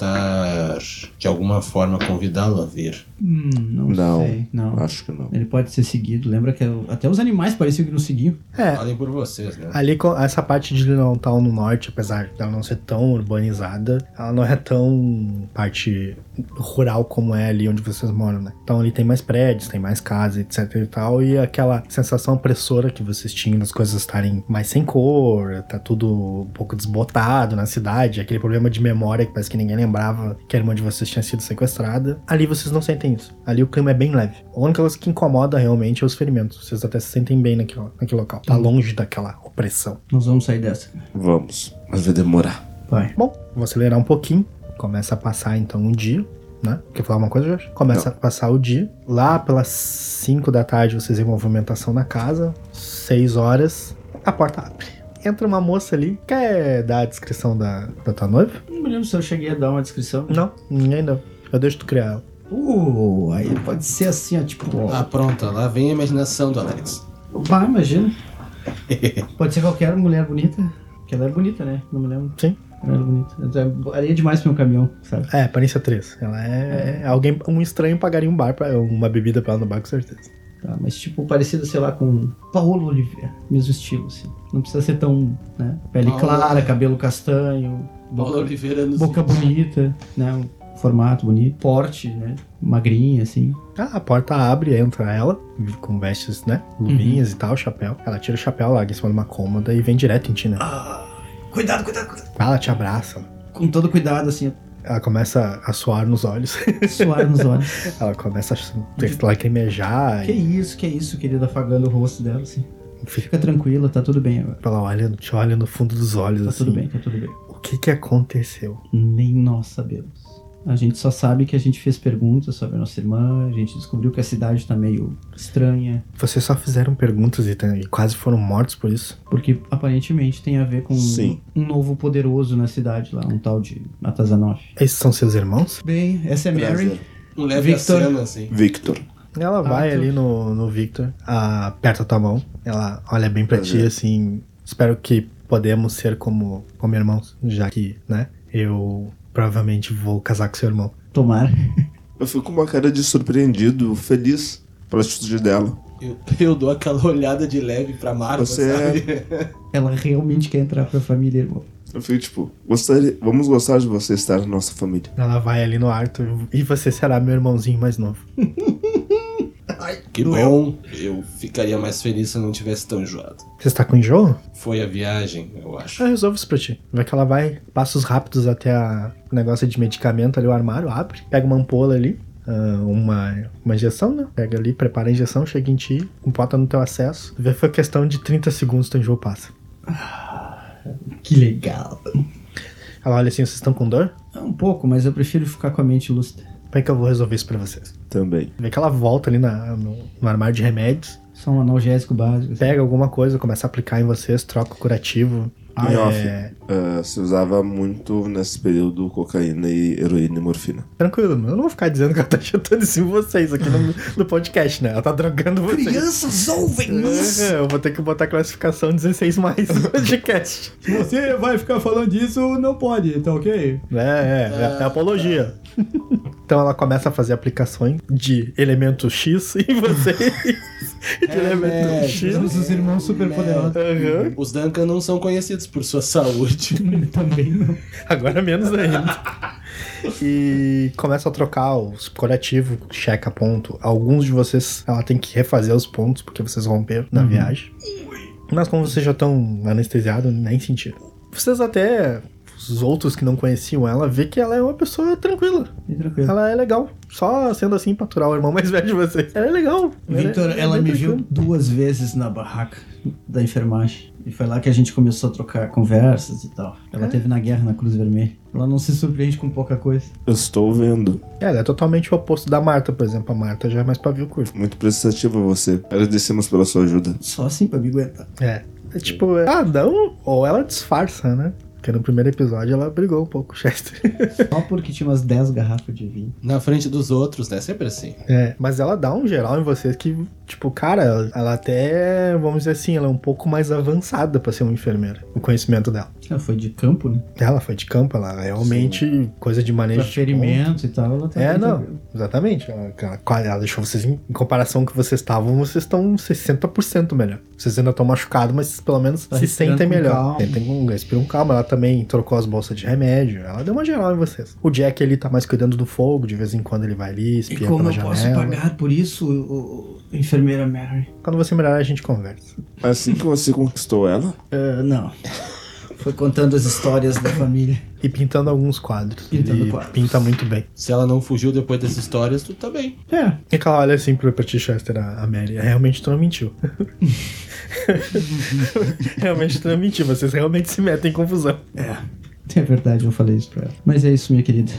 [SPEAKER 5] tentar de alguma forma convidá-lo a vir.
[SPEAKER 3] Hum, não, Ah,
[SPEAKER 4] Não,
[SPEAKER 3] sei. Não.
[SPEAKER 4] Acho que não.
[SPEAKER 3] Ele pode ser seguido. Lembra que é o- até os animais pareciam que nos seguiam.
[SPEAKER 2] É,
[SPEAKER 5] Falem por vocês, né?
[SPEAKER 2] ali com essa parte de Lilontown no norte, apesar dela não ser tão urbanizada, ela não é tão parte rural como é ali onde vocês moram, né? Então ali tem mais prédios, tem mais casas, etc e tal, e aquela sensação opressora que vocês tinham das coisas estarem mais sem cor, tá tudo um pouco desbotado na cidade, aquele problema de memória que parece que ninguém lembrava que a irmã de vocês tinha sido sequestrada. Ali vocês não sentem isso. Ali o clima é bem leve. A única coisa que incomoda realmente é os ferimentos. Vocês até se sentem bem naquele, naquele local. Tá longe daquela opressão.
[SPEAKER 3] Nós vamos sair dessa. cara.
[SPEAKER 4] Vamos, mas vai demorar.
[SPEAKER 3] Vai.
[SPEAKER 2] Bom, vou acelerar um pouquinho. Começa a passar então um dia, né? Quer falar uma coisa, Jorge? Começa a passar o dia. Lá pelas 5 da tarde vocês veem movimentação na casa. 6 horas, a porta abre. Entra uma moça ali. Quer dar a descrição da, da tua noiva?
[SPEAKER 3] Não me lembro se eu cheguei a dar uma descrição.
[SPEAKER 2] Não, ninguém não. Eu deixo tu criar ela.
[SPEAKER 3] Uh, aí pode ser assim, ó, tipo.
[SPEAKER 5] Ah, pronto, lá vem a imaginação do Alex.
[SPEAKER 3] Bah, imagina. Pode ser qualquer mulher bonita. Porque ela é bonita, né? Não me lembro.
[SPEAKER 2] Sim.
[SPEAKER 3] Ela é bonita. Então, é- Areia demais pro meu caminhão, sabe?
[SPEAKER 2] É, aparência 3. Ela é. Alguém, um estranho pagaria um bar pra, uma bebida pra ela no bar, com certeza.
[SPEAKER 3] Tá, mas tipo, parecida, sei lá, com Paulo Oliveira. Mesmo estilo, assim. Não precisa ser tão, né? Pele
[SPEAKER 5] Paulo-
[SPEAKER 3] clara, cabelo castanho,
[SPEAKER 5] Paulo
[SPEAKER 3] boca,
[SPEAKER 5] Oliveira nos
[SPEAKER 3] boca bonita, né? Um formato bonito. Porte, né? Magrinha, assim.
[SPEAKER 2] Ah, a porta abre, entra ela, com vestes, né? Luvinhas e tal, chapéu. Ela tira o chapéu, larga em cima de uma cômoda e vem direto em ti, né?
[SPEAKER 3] Cuidado, cuidado, cuidado.
[SPEAKER 2] Ah, Ela te abraça.
[SPEAKER 3] Com todo cuidado, assim,
[SPEAKER 2] Ela começa a suar nos olhos. [laughs]
[SPEAKER 3] suar nos olhos.
[SPEAKER 2] ela começa a ter que lacrimejar.
[SPEAKER 3] [laughs] Que
[SPEAKER 2] E
[SPEAKER 3] isso, que isso, querida, afagando o rosto dela, assim.
[SPEAKER 2] fica,
[SPEAKER 3] Fica tranquila, tá tudo bem agora.
[SPEAKER 2] ela olha, te olha no fundo dos olhos,
[SPEAKER 3] Tá
[SPEAKER 2] assim.
[SPEAKER 3] tudo bem, tá tudo bem.
[SPEAKER 2] O que que aconteceu?
[SPEAKER 3] Nem nós sabemos. A gente só sabe que a gente fez perguntas sobre a nossa irmã, a gente descobriu que a cidade tá meio estranha,
[SPEAKER 2] Vocês só fizeram perguntas e, tem- e quase foram mortos por isso.
[SPEAKER 3] porque aparentemente tem a ver com
[SPEAKER 4] Sim.
[SPEAKER 3] um novo poderoso na cidade lá, um tal de Atazanov.
[SPEAKER 2] Esses são seus irmãos?
[SPEAKER 3] Bem, essa é Mary.
[SPEAKER 4] Prazer.
[SPEAKER 5] um leve
[SPEAKER 3] Victor.
[SPEAKER 5] aceno, assim.
[SPEAKER 4] Victor.
[SPEAKER 2] Ela vai
[SPEAKER 3] tu-
[SPEAKER 2] ali no, no Victor, ah, aperta tua mão, ela olha bem pra ti,
[SPEAKER 4] Prazer.
[SPEAKER 2] assim. Espero que podemos ser como, como irmãos, já que, né? Eu provavelmente vou casar com seu irmão.
[SPEAKER 3] Tomara.
[SPEAKER 4] Eu fico com uma cara de surpreendido, feliz pela atitude dela.
[SPEAKER 5] Eu, [laughs] eu dou aquela olhada de leve pra Marvel,
[SPEAKER 4] Você é-
[SPEAKER 5] sabe?
[SPEAKER 3] Ela realmente quer entrar pra família, irmão.
[SPEAKER 4] Eu fico tipo, gostaria, vamos gostar de você estar na nossa família.
[SPEAKER 2] Ela vai ali no Arthur e você será meu irmãozinho mais novo.
[SPEAKER 5] [laughs] Que bom. Eu ficaria mais feliz se eu não tivesse tão enjoado.
[SPEAKER 2] Você está com enjoo?
[SPEAKER 5] Foi a viagem,
[SPEAKER 2] [laughs]
[SPEAKER 5] eu acho.
[SPEAKER 2] Eu resolvo isso pra ti. Vai que ela vai, passos rápidos até a- o negócio de medicamento ali, o armário, abre, pega uma ampola ali, ah, uma, uma injeção, né? Pega ali, prepara a injeção, chega em ti, bota no teu acesso. Vê foi questão de 30 segundos teu enjoo passa.
[SPEAKER 3] Que legal.
[SPEAKER 2] Ela olha assim, vocês estão com dor?
[SPEAKER 3] É Um pouco, mas eu prefiro ficar com a mente lúcida.
[SPEAKER 2] Como é que eu vou resolver isso pra vocês?
[SPEAKER 4] Também.
[SPEAKER 2] Vê que ela volta ali na- no, no armário de remédios,
[SPEAKER 3] Só um analgésico básico. assim.
[SPEAKER 2] pega alguma coisa, começa a aplicar em vocês, troca o curativo.
[SPEAKER 4] Em off,
[SPEAKER 2] é.
[SPEAKER 4] eh, se usava muito nesse período cocaína e heroína e morfina.
[SPEAKER 2] Tranquilo, eu não vou ficar dizendo que ela tá chutando em cima de vocês aqui no, no podcast, né? Ela tá drogando vocês.
[SPEAKER 5] Crianças, ouvem
[SPEAKER 2] É, Eu vou ter que botar classificação 16 mais no podcast. [laughs]
[SPEAKER 3] Se você vai ficar falando disso, não pode, tá ok?
[SPEAKER 2] É, é, é, é apologia. [laughs] Então ela começa a fazer aplicações de elemento X em vocês. [laughs] De elemento
[SPEAKER 5] né?
[SPEAKER 2] X.
[SPEAKER 3] os irmãos super poderosos.
[SPEAKER 2] Aham.
[SPEAKER 5] é. Os Duncan não são conhecidos por sua [laughs] saúde.
[SPEAKER 3] [laughs] Também não.
[SPEAKER 2] Agora menos ainda. E começa a trocar os curativos, checa ponto. Alguns de vocês ela tem que refazer os pontos porque vocês romperam na viagem. Mas como vocês já estão anestesiados, nem sentiram. Vocês até. Os outros que não conheciam ela vê que ela é uma pessoa tranquila.
[SPEAKER 3] Bem tranquilo.
[SPEAKER 2] Ela é legal. Só sendo assim pra aturar o irmão mais [laughs] velho de vocês. Ela é legal.
[SPEAKER 3] Victor,
[SPEAKER 2] é-
[SPEAKER 3] ela
[SPEAKER 2] é
[SPEAKER 3] me
[SPEAKER 2] bem
[SPEAKER 3] viu
[SPEAKER 2] tranquila.
[SPEAKER 3] duas vezes na barraca da enfermagem. E foi lá que a gente começou a trocar conversas e tal. Ela teve na guerra na Cruz Vermelha. É? Ela não se surpreende com pouca coisa.
[SPEAKER 4] Eu estou vendo.
[SPEAKER 2] Ela é totalmente o oposto da Marta, por exemplo. A Marta já é mais pavio curto.
[SPEAKER 4] Muito prestativa você. Agradecemos pela sua ajuda.
[SPEAKER 3] Só assim pra me aguentar.
[SPEAKER 2] É. É tipo, é- ah, não. Ou ela disfarça, né? Porque no primeiro episódio ela brigou um pouco,
[SPEAKER 3] [laughs]
[SPEAKER 2] Chester.
[SPEAKER 3] Só porque tinha umas 10 garrafas de vinho.
[SPEAKER 5] Na frente dos outros, né? Sempre assim.
[SPEAKER 2] É, mas ela dá um geral em vocês que, tipo, cara, ela até, vamos dizer assim, ela é um pouco mais avançada pra ser uma enfermeira. O conhecimento dela.
[SPEAKER 3] Ela foi de campo, né?
[SPEAKER 2] Ela foi de campo, ela realmente, coisa de manejo.
[SPEAKER 3] Pra
[SPEAKER 2] de
[SPEAKER 3] ferimento e tal. Ela tá
[SPEAKER 2] É,
[SPEAKER 3] bem
[SPEAKER 2] não.
[SPEAKER 3] tranquila.
[SPEAKER 2] Exatamente. Ela, ela- ela deixou vocês em, em comparação com vocês estavam, vocês estão 60% melhor. Vocês ainda estão machucados, mas pelo menos
[SPEAKER 3] Tá
[SPEAKER 2] se
[SPEAKER 3] respirando
[SPEAKER 2] sentem
[SPEAKER 3] com
[SPEAKER 2] melhor.
[SPEAKER 3] calma.
[SPEAKER 2] Sentem com respiram um calma. Ela também trocou as bolsas de remédio. Ela deu uma geral em vocês. O Jack ele tá mais cuidando do fogo, de vez em quando ele vai ali,
[SPEAKER 3] E
[SPEAKER 2] espia
[SPEAKER 3] como
[SPEAKER 2] pela
[SPEAKER 3] eu
[SPEAKER 2] janela.
[SPEAKER 3] posso pagar por isso, o- o- enfermeira Mary?
[SPEAKER 2] Quando você melhorar, a gente conversa.
[SPEAKER 4] Assim que você conquistou ela,
[SPEAKER 3] Ah, não. [laughs] Foi contando as histórias da [laughs] família.
[SPEAKER 2] E pintando alguns quadros.
[SPEAKER 3] Pintando
[SPEAKER 2] Ele
[SPEAKER 3] quadros.
[SPEAKER 2] Pinta muito bem.
[SPEAKER 5] Se ela não fugiu depois dessas histórias, tu tá bem.
[SPEAKER 3] É.
[SPEAKER 2] E que ela olha assim pro Petit Chester, a a Mary. Realmente tu não
[SPEAKER 3] [laughs]
[SPEAKER 2] mentiu. realmente tu não mentiu. Vocês realmente se metem em confusão.
[SPEAKER 3] É verdade, eu falei isso pra ela. Mas é isso, minha querida.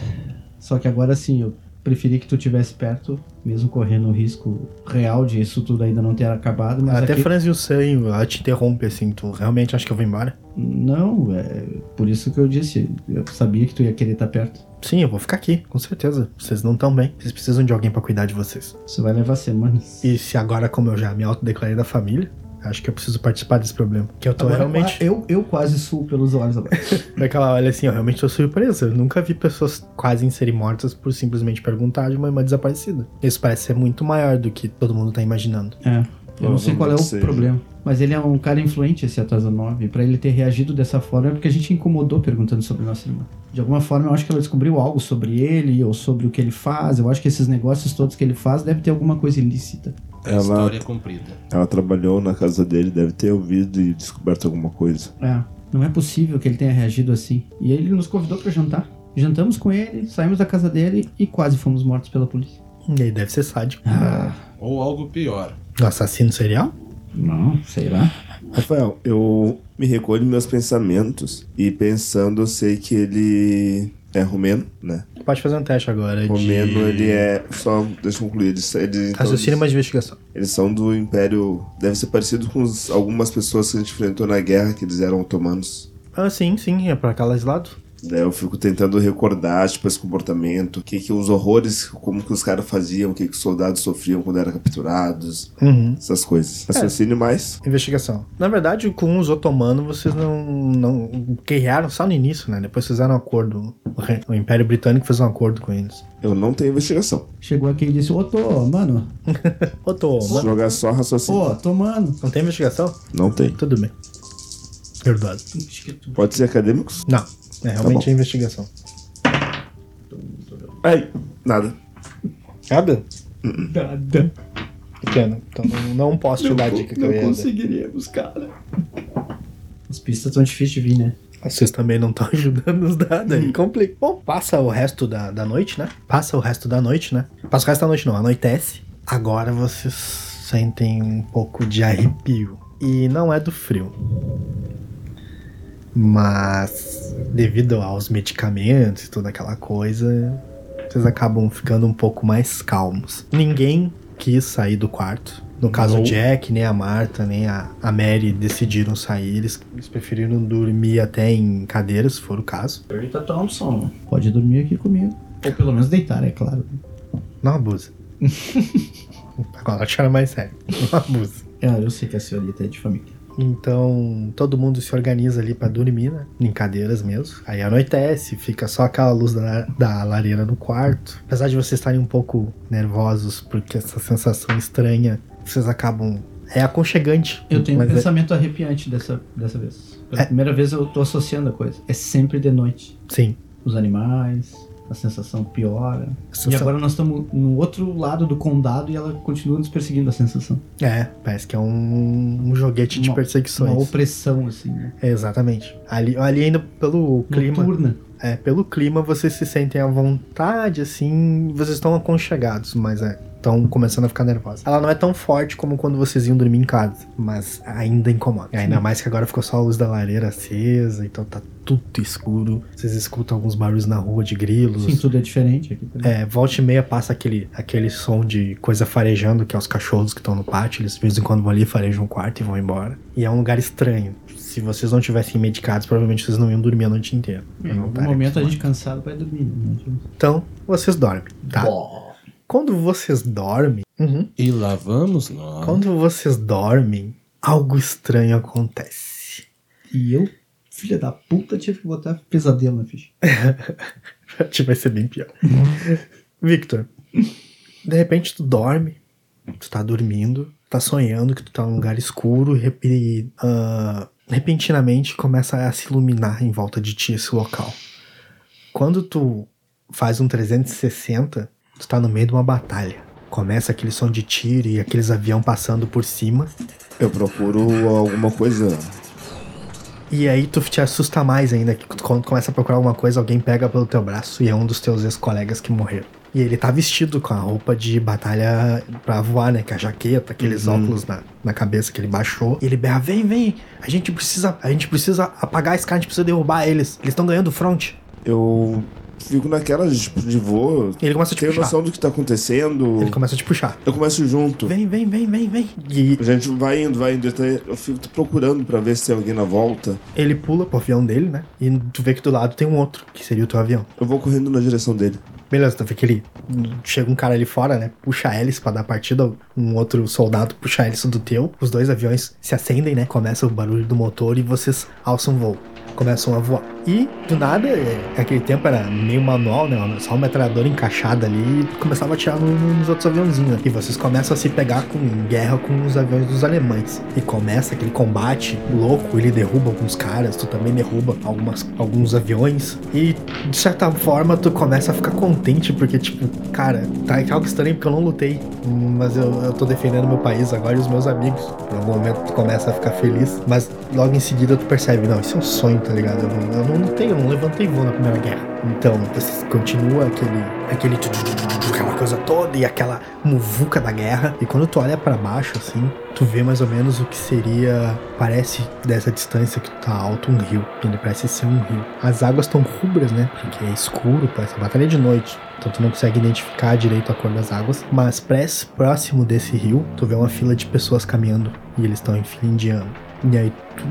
[SPEAKER 3] Só que agora sim, eu preferi que tu tivesse perto, mesmo correndo o risco real de isso tudo ainda não ter acabado. Mas
[SPEAKER 2] Até
[SPEAKER 3] aqui-
[SPEAKER 2] Franz e o Sam, ela te interrompe assim, tu realmente acha que eu vou embora?
[SPEAKER 3] Não, é por isso que eu disse. Eu sabia que tu ia querer estar perto.
[SPEAKER 2] Sim, eu vou ficar aqui, com certeza. Vocês não estão bem. Vocês precisam de alguém pra cuidar de vocês.
[SPEAKER 3] Isso vai levar semanas.
[SPEAKER 2] E se agora, como eu já me autodeclarei da família, acho que eu preciso participar desse problema. Que eu tô é realmente.
[SPEAKER 3] eu, eu quase suo pelos olhos agora.
[SPEAKER 2] Daquela olha assim, eu realmente tô surpresa. Eu nunca vi pessoas quase em serem mortas por simplesmente perguntar de uma irmã desaparecida. Isso parece ser muito maior do que todo mundo tá imaginando.
[SPEAKER 3] É. Eu não sei qual é o
[SPEAKER 4] Provavelmente seja.
[SPEAKER 3] problema. Mas ele é um cara influente, esse Atasa 9. Pra ele ter reagido dessa forma é porque a gente incomodou perguntando sobre nossa irmã. De alguma forma, eu acho que ela descobriu algo sobre ele ou sobre o que ele faz. Eu acho que esses negócios todos que ele faz deve ter alguma coisa ilícita.
[SPEAKER 5] A
[SPEAKER 4] Ela-
[SPEAKER 5] história é comprida.
[SPEAKER 4] Ela trabalhou na casa dele, deve ter ouvido e descoberto alguma coisa.
[SPEAKER 3] É. Não é possível que ele tenha reagido assim. E ele nos convidou pra jantar. Jantamos com ele, saímos da casa dele e quase fomos mortos pela polícia.
[SPEAKER 2] E aí deve ser sádico.
[SPEAKER 3] Ah,
[SPEAKER 5] Ou algo pior.
[SPEAKER 2] O assassino serial?
[SPEAKER 3] Não, sei lá.
[SPEAKER 4] Rafael, eu me recolho meus pensamentos e pensando, eu sei que ele é romeno, né?
[SPEAKER 2] Tu pode fazer um teste agora.
[SPEAKER 4] Romeno,
[SPEAKER 2] de...
[SPEAKER 4] ele é. Só deixa eu concluir. Eles, eles, então,
[SPEAKER 2] Raciocínio,
[SPEAKER 4] eles,
[SPEAKER 2] mas investigação.
[SPEAKER 4] eles são do Império. Deve ser parecido com os- algumas pessoas que a gente enfrentou na guerra, que eles eram otomanos.
[SPEAKER 2] Ah, sim, sim, é pra aquelas lado.
[SPEAKER 4] Daí eu fico tentando recordar, tipo, esse comportamento, o que, que os horrores, como que os caras faziam, o que, que os soldados sofriam quando eram capturados,
[SPEAKER 2] Uhum.
[SPEAKER 4] essas coisas. Raciocínio mais.
[SPEAKER 2] Investigação. Na verdade, com os otomanos, vocês não, não guerrearam só no início, né? Depois fizeram um acordo. O re- O Império Britânico fez um acordo com eles.
[SPEAKER 4] Eu não tenho investigação.
[SPEAKER 3] Chegou aqui e disse: Ô, Tô, mano,
[SPEAKER 4] Vou
[SPEAKER 2] Otomano.
[SPEAKER 4] jogar só raciocínio.
[SPEAKER 3] ô, Tô, mano.
[SPEAKER 2] Não tem investigação?
[SPEAKER 4] Não tem.
[SPEAKER 2] Tudo bem. Perdoado.
[SPEAKER 3] é
[SPEAKER 4] Pode ser acadêmicos?
[SPEAKER 2] Não. É realmente
[SPEAKER 4] bom.
[SPEAKER 2] é investigação.
[SPEAKER 4] Ai, nada.
[SPEAKER 2] Nada?
[SPEAKER 3] Nada.
[SPEAKER 2] Pena. Então não, não posso te dar a dica que eu ia dar.
[SPEAKER 3] conseguiríamos, cara. As pistas estão difíceis de vir, né?
[SPEAKER 2] Vocês também não estão [laughs] ajudando os dados aí. Complica. Bom, passa o resto da, da noite, né? Passa o resto da noite, né? Passa o resto da noite, não. Anoitece. Agora vocês sentem um pouco de arrepio. E não é do frio. Mas, devido aos medicamentos e toda aquela coisa, vocês acabam ficando um pouco mais calmos. Ninguém quis sair do quarto. No caso,
[SPEAKER 5] Não.
[SPEAKER 2] o Jack, nem a Marta, nem a, a Mary decidiram sair. Eles, eles preferiram dormir até em cadeiras, se for o caso.
[SPEAKER 3] Pergunta Thompson. Pode dormir aqui comigo. Ou pelo menos deitar, é claro.
[SPEAKER 2] Não
[SPEAKER 3] [laughs]
[SPEAKER 2] abusa. Agora chora mais sério. Não abusa.
[SPEAKER 3] É, eu sei que a senhorita é de família.
[SPEAKER 2] Então, todo mundo se organiza ali pra dormir, né? Em cadeiras mesmo. Aí anoitece, fica só aquela luz da, da lareira no quarto. Apesar de vocês estarem um pouco nervosos, porque essa sensação estranha, vocês acabam. É aconchegante.
[SPEAKER 3] Eu tenho
[SPEAKER 2] mas
[SPEAKER 3] um
[SPEAKER 2] é-
[SPEAKER 3] pensamento arrepiante dessa, dessa vez. Pela
[SPEAKER 2] É.
[SPEAKER 3] primeira vez eu tô associando a coisa. É sempre de noite.
[SPEAKER 2] Sim.
[SPEAKER 3] Os animais, a sensação piora.
[SPEAKER 2] A
[SPEAKER 3] E
[SPEAKER 2] sensação-
[SPEAKER 3] agora nós estamos no outro lado do condado e ela continua nos perseguindo a sensação.
[SPEAKER 2] É, parece que é um, um joguete de
[SPEAKER 3] Uma-
[SPEAKER 2] perseguições.
[SPEAKER 3] Uma opressão, assim, né?
[SPEAKER 2] É, exatamente. Ali, ali ainda pelo clima.
[SPEAKER 3] Noturna.
[SPEAKER 2] É, pelo clima vocês se sentem à vontade, assim, vocês estão aconchegados, mas é, estão começando a ficar nervosos. Ela não é tão forte como quando vocês iam dormir em casa, mas ainda incomoda. Ainda mais que agora ficou só a luz da lareira acesa, então tá tudo escuro. Vocês escutam alguns barulhos na rua de grilos.
[SPEAKER 3] Sim, tudo é diferente aqui. também.
[SPEAKER 2] É, volta e meia passa aquele, aquele som de coisa farejando, que é os cachorros que estão no pátio. Eles de vez em quando vão ali, farejam o quarto e vão embora. E é um lugar estranho. Se vocês não tivessem medicados, provavelmente vocês não iam dormir a noite inteira.
[SPEAKER 3] É, Em algum momento a gente cansado vai dormir. Né?
[SPEAKER 2] Então, vocês dormem, tá?
[SPEAKER 3] Bom.
[SPEAKER 2] Quando vocês dormem. Uhum.
[SPEAKER 5] E lá vamos nós.
[SPEAKER 2] Quando vocês dormem, algo estranho acontece. [laughs]
[SPEAKER 3] E eu, filha da puta, tive que botar pesadelo na ficha.
[SPEAKER 2] Te vai ser bem pior. Victor, de repente tu dorme, tu tá dormindo, tá sonhando que tu tá num lugar escuro e, rep- e, ah, repentinamente começa a se iluminar em volta de ti esse local. Quando tu faz um 360, tu tá no meio de uma batalha. Começa aquele som de tiro e aqueles avião passando por cima.
[SPEAKER 4] Eu procuro alguma coisa.
[SPEAKER 2] E aí tu te assusta mais ainda, que tu- quando tu começa a procurar alguma coisa, alguém pega pelo teu braço e é um dos teus ex-colegas que morreram. E ele tá vestido com a roupa de batalha pra voar, né? Com a jaqueta, aqueles
[SPEAKER 4] Uhum.
[SPEAKER 2] óculos na, na cabeça que ele baixou. E ele berra, vem, vem, a gente precisa, a gente precisa apagar esse cara, a gente precisa derrubar eles. Eles estão ganhando front.
[SPEAKER 4] Eu fico naquela, tipo, de voo.
[SPEAKER 2] Ele começa a te
[SPEAKER 4] Tenho
[SPEAKER 2] puxar.
[SPEAKER 4] noção do que tá acontecendo.
[SPEAKER 2] Ele começa a te puxar.
[SPEAKER 4] Eu começo junto.
[SPEAKER 2] Vem, vem, vem, vem, vem. E
[SPEAKER 4] A gente vai indo, vai indo. até- Eu fico procurando pra ver se tem alguém na volta.
[SPEAKER 2] ele pula pro avião dele, né? E tu vê que do lado tem um outro, que seria o teu avião.
[SPEAKER 4] Eu vou correndo na direção dele.
[SPEAKER 2] Beleza, tu vê que ele. Chega um cara ali fora, né? Puxa a hélice pra dar partida. Um outro soldado puxa a hélice do teu. Os dois aviões se acendem, né? Começa o barulho do motor e vocês alçam voo. Começam a voar. E, do nada, é, naquele tempo era meio manual, né? Só uma metralhadora encaixada ali e começava a atirar no- no- nos outros aviãozinhos. né? E vocês começam a se pegar com guerra com os aviões dos alemães. E começa aquele combate louco. Ele derruba alguns caras, tu também derruba algumas, alguns aviões. E de certa forma, tu começa a ficar contente, porque, tipo, cara, tá algo estranho porque eu não lutei, mas eu, eu tô defendendo meu país agora e os meus amigos. Em algum momento tu começa a ficar feliz, mas logo em seguida tu percebe, não, isso é um sonho, tá ligado? Eu não, eu não lutei, eu não levantei voo na Primeira Guerra. Então, você continua aquele, aquele, tu- tu- tu- tu- tu- aquela coisa toda e aquela muvuca da guerra. E quando tu olha pra baixo, assim, tu vê mais ou menos o que seria, parece dessa distância que tu tá alto, um rio. Ele parece ser um rio. As águas estão rubras, né? Porque é escuro, parece uma batalha de noite. Então tu não consegue identificar direito a cor das águas. Mas press, próximo desse rio, tu vê uma fila de pessoas caminhando. E eles estão em fila indiana. E aí tu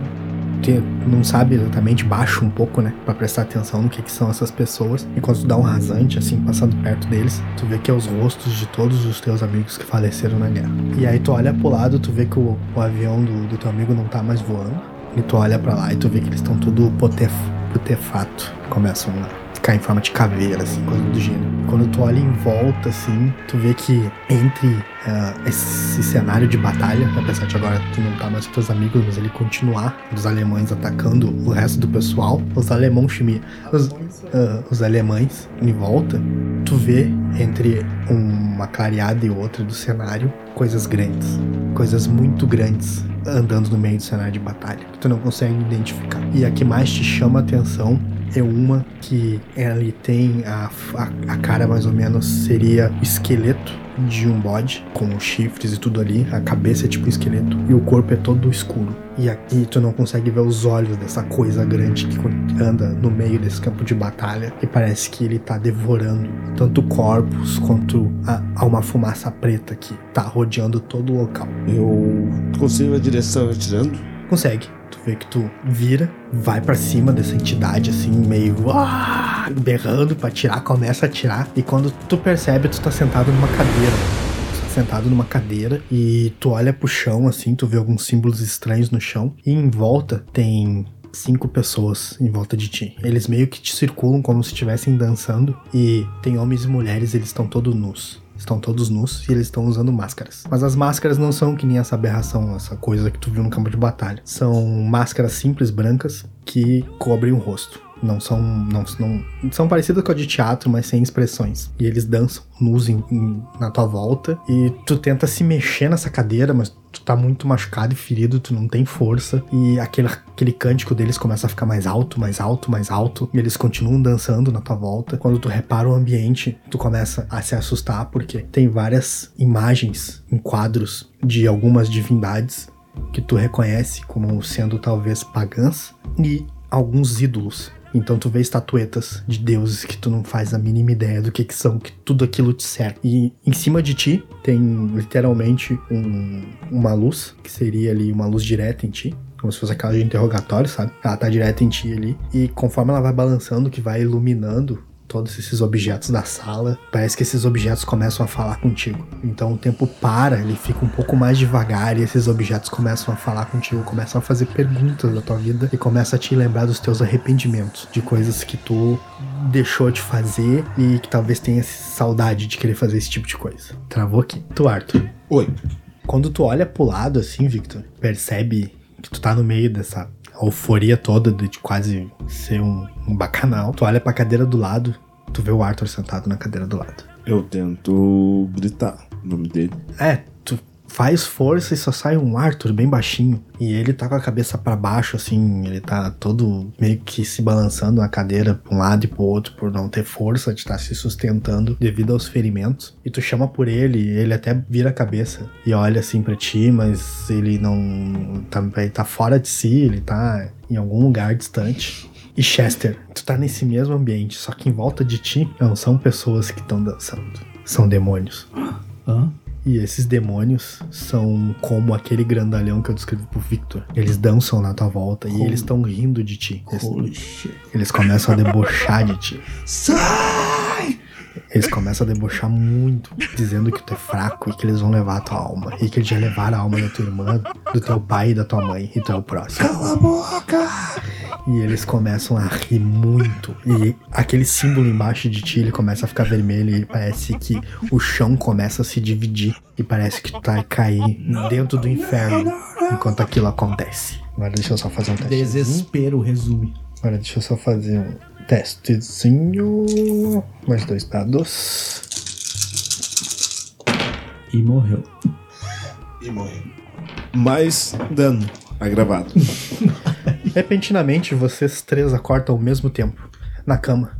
[SPEAKER 2] te- não sabe exatamente, baixa um pouco, né? Pra prestar atenção no que, que são essas pessoas. E quando tu dá um rasante, assim, passando perto deles, tu vê que é os rostos de todos os teus amigos que faleceram na guerra. E aí tu olha pro lado, tu vê que o, o avião do, do teu amigo não tá mais voando. E tu olha pra lá e tu vê que eles estão tudo potef, putefato. Começam é a ficar em forma de caveira, assim, coisa do gênero. Quando tu olha em volta, assim, tu vê que entre ah, esse cenário de batalha, apesar de agora tu não tá mais com teus amigos, mas ele continuar, os alemães atacando o resto do pessoal, os alemãos chimi, os, ah, os alemães em volta, tu vê entre uma clareada e outra do cenário coisas grandes, coisas muito grandes andando no meio do cenário de batalha, que tu não consegue identificar. E a que mais te chama a atenção é uma que ele tem a, a, a cara mais ou menos seria o esqueleto de um bode com os chifres e tudo ali, a cabeça é tipo um esqueleto e o corpo é todo escuro. E aqui tu não consegue ver os olhos dessa coisa grande que anda no meio desse campo de batalha e parece que ele tá devorando tanto corpos quanto a, a uma fumaça preta que tá rodeando todo o local.
[SPEAKER 4] Eu consigo a direção atirando.
[SPEAKER 2] Consegue. Tu vê que tu vira, vai pra cima dessa entidade, assim, meio "Ah!", berrando pra tirar, começa a tirar. E quando tu percebe, tu tá sentado numa cadeira. Tu tá Sentado numa cadeira e tu olha pro chão, assim, tu vê alguns símbolos estranhos no chão. E em volta tem cinco pessoas em volta de ti. Eles meio que te circulam como se estivessem dançando. E tem homens e mulheres, eles estão todos nus. Estão todos nus e eles estão usando máscaras. Mas as máscaras não são que nem essa aberração, essa coisa que tu viu no campo de batalha. São máscaras simples, brancas, que cobrem o rosto. Não são. Não, não, são parecidas com a de teatro, mas sem expressões. E eles dançam nus em- em- na tua volta. E tu tenta se mexer nessa cadeira, mas tu tá muito machucado e ferido, tu não tem força. E aquele, aquele cântico deles começa a ficar mais alto, mais alto, mais alto. E eles continuam dançando na tua volta. Quando tu repara o ambiente, tu começa a se assustar, porque tem várias imagens em quadros de algumas divindades que tu reconhece como sendo talvez pagãs e alguns ídolos. Então tu vê estatuetas de deuses que tu não faz a mínima ideia do que que são, que tudo aquilo te serve. E em cima de ti tem literalmente um- uma luz, que seria ali uma luz direta em ti. Como se fosse aquela de interrogatório, sabe? Ela tá direta em ti ali. E conforme ela vai balançando, que vai iluminando todos esses objetos da sala, parece que esses objetos começam a falar contigo. Então o tempo para, ele fica um pouco mais devagar e esses objetos começam a falar contigo, começam a fazer perguntas da tua vida e começa a te lembrar dos teus arrependimentos, de coisas que tu deixou de fazer e que talvez tenha saudade de querer fazer esse tipo de coisa. Travou aqui. Tu, Arthur.
[SPEAKER 5] Oi.
[SPEAKER 2] Quando tu olha pro lado assim, Victor, percebe que tu tá no meio dessa euforia toda de de quase ser um, um bacanal. Tu olha pra cadeira do lado, tu vê o Arthur sentado na cadeira do lado.
[SPEAKER 4] Eu tento gritar o nome dele.
[SPEAKER 2] É, tu faz força e só sai um Arthur bem baixinho. E ele tá com a cabeça pra baixo, assim, ele tá todo meio que se balançando na cadeira pra um lado e pro outro por não ter força de estar se sustentando devido aos ferimentos. E tu chama por ele, e ele até vira a cabeça e olha assim pra ti, mas ele não. Tá, ele tá fora de si, ele tá em algum lugar distante. e Chester. Tu tá nesse mesmo ambiente, só que em volta de ti não são pessoas que estão dançando. São demônios.
[SPEAKER 3] Hã?
[SPEAKER 2] E esses demônios são como aquele grandalhão que eu descrevi pro Victor. Eles dançam na tua volta e eles estão rindo de ti. Eles,
[SPEAKER 3] Holy shit.
[SPEAKER 2] eles começam a debochar de ti.
[SPEAKER 5] Sai!
[SPEAKER 2] Eles começam a debochar muito, dizendo que tu é fraco e que eles vão levar a tua alma. E que eles já levaram a alma da tua irmã, do teu pai e da tua mãe. E tu é o próximo.
[SPEAKER 4] Cala a boca!
[SPEAKER 2] E eles começam a rir muito. E aquele símbolo embaixo de ti, ele começa a ficar vermelho e parece que o chão começa a se dividir. E parece que tu tá a cair dentro do inferno enquanto aquilo acontece. Agora deixa eu só fazer um teste.
[SPEAKER 3] Desespero resume.
[SPEAKER 2] Agora deixa eu só fazer um testezinho. Mais dois dados.
[SPEAKER 3] E morreu.
[SPEAKER 5] E morreu.
[SPEAKER 4] Mais dano agravado.
[SPEAKER 2] Repentinamente, vocês três acordam ao mesmo tempo, na cama,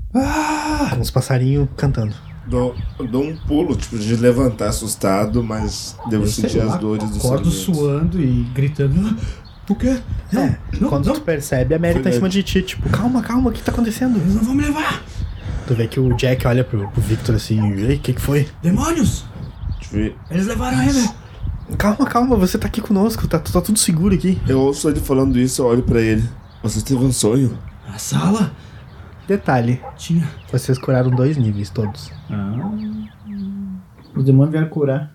[SPEAKER 2] com os passarinhos cantando.
[SPEAKER 4] Dou, dou um pulo, tipo, de levantar assustado, mas devo
[SPEAKER 3] Eu sei
[SPEAKER 4] sentir
[SPEAKER 3] lá,
[SPEAKER 4] as dores do
[SPEAKER 3] é um Acordo suando e gritando. "Ah, O quê? Não, não,
[SPEAKER 2] Quando
[SPEAKER 3] não,
[SPEAKER 2] tu percebe, a Mary tá em cima de ti, tipo, calma, calma, o que tá acontecendo?
[SPEAKER 3] eles não vão me levar!
[SPEAKER 2] Tu vê que o Jack olha pro, pro Victor assim, ei, o que que foi?
[SPEAKER 3] Demônios!
[SPEAKER 4] Tipo,
[SPEAKER 3] Eles levaram a Heather!
[SPEAKER 2] Calma, calma, você tá aqui conosco, tá, tá tudo seguro aqui.
[SPEAKER 4] eu ouço ele falando isso, eu olho pra ele. Você teve um sonho?
[SPEAKER 3] A sala
[SPEAKER 2] Detalhe,
[SPEAKER 3] tinha.
[SPEAKER 2] vocês curaram dois níveis todos.
[SPEAKER 3] Os demônios Ah. vieram curar.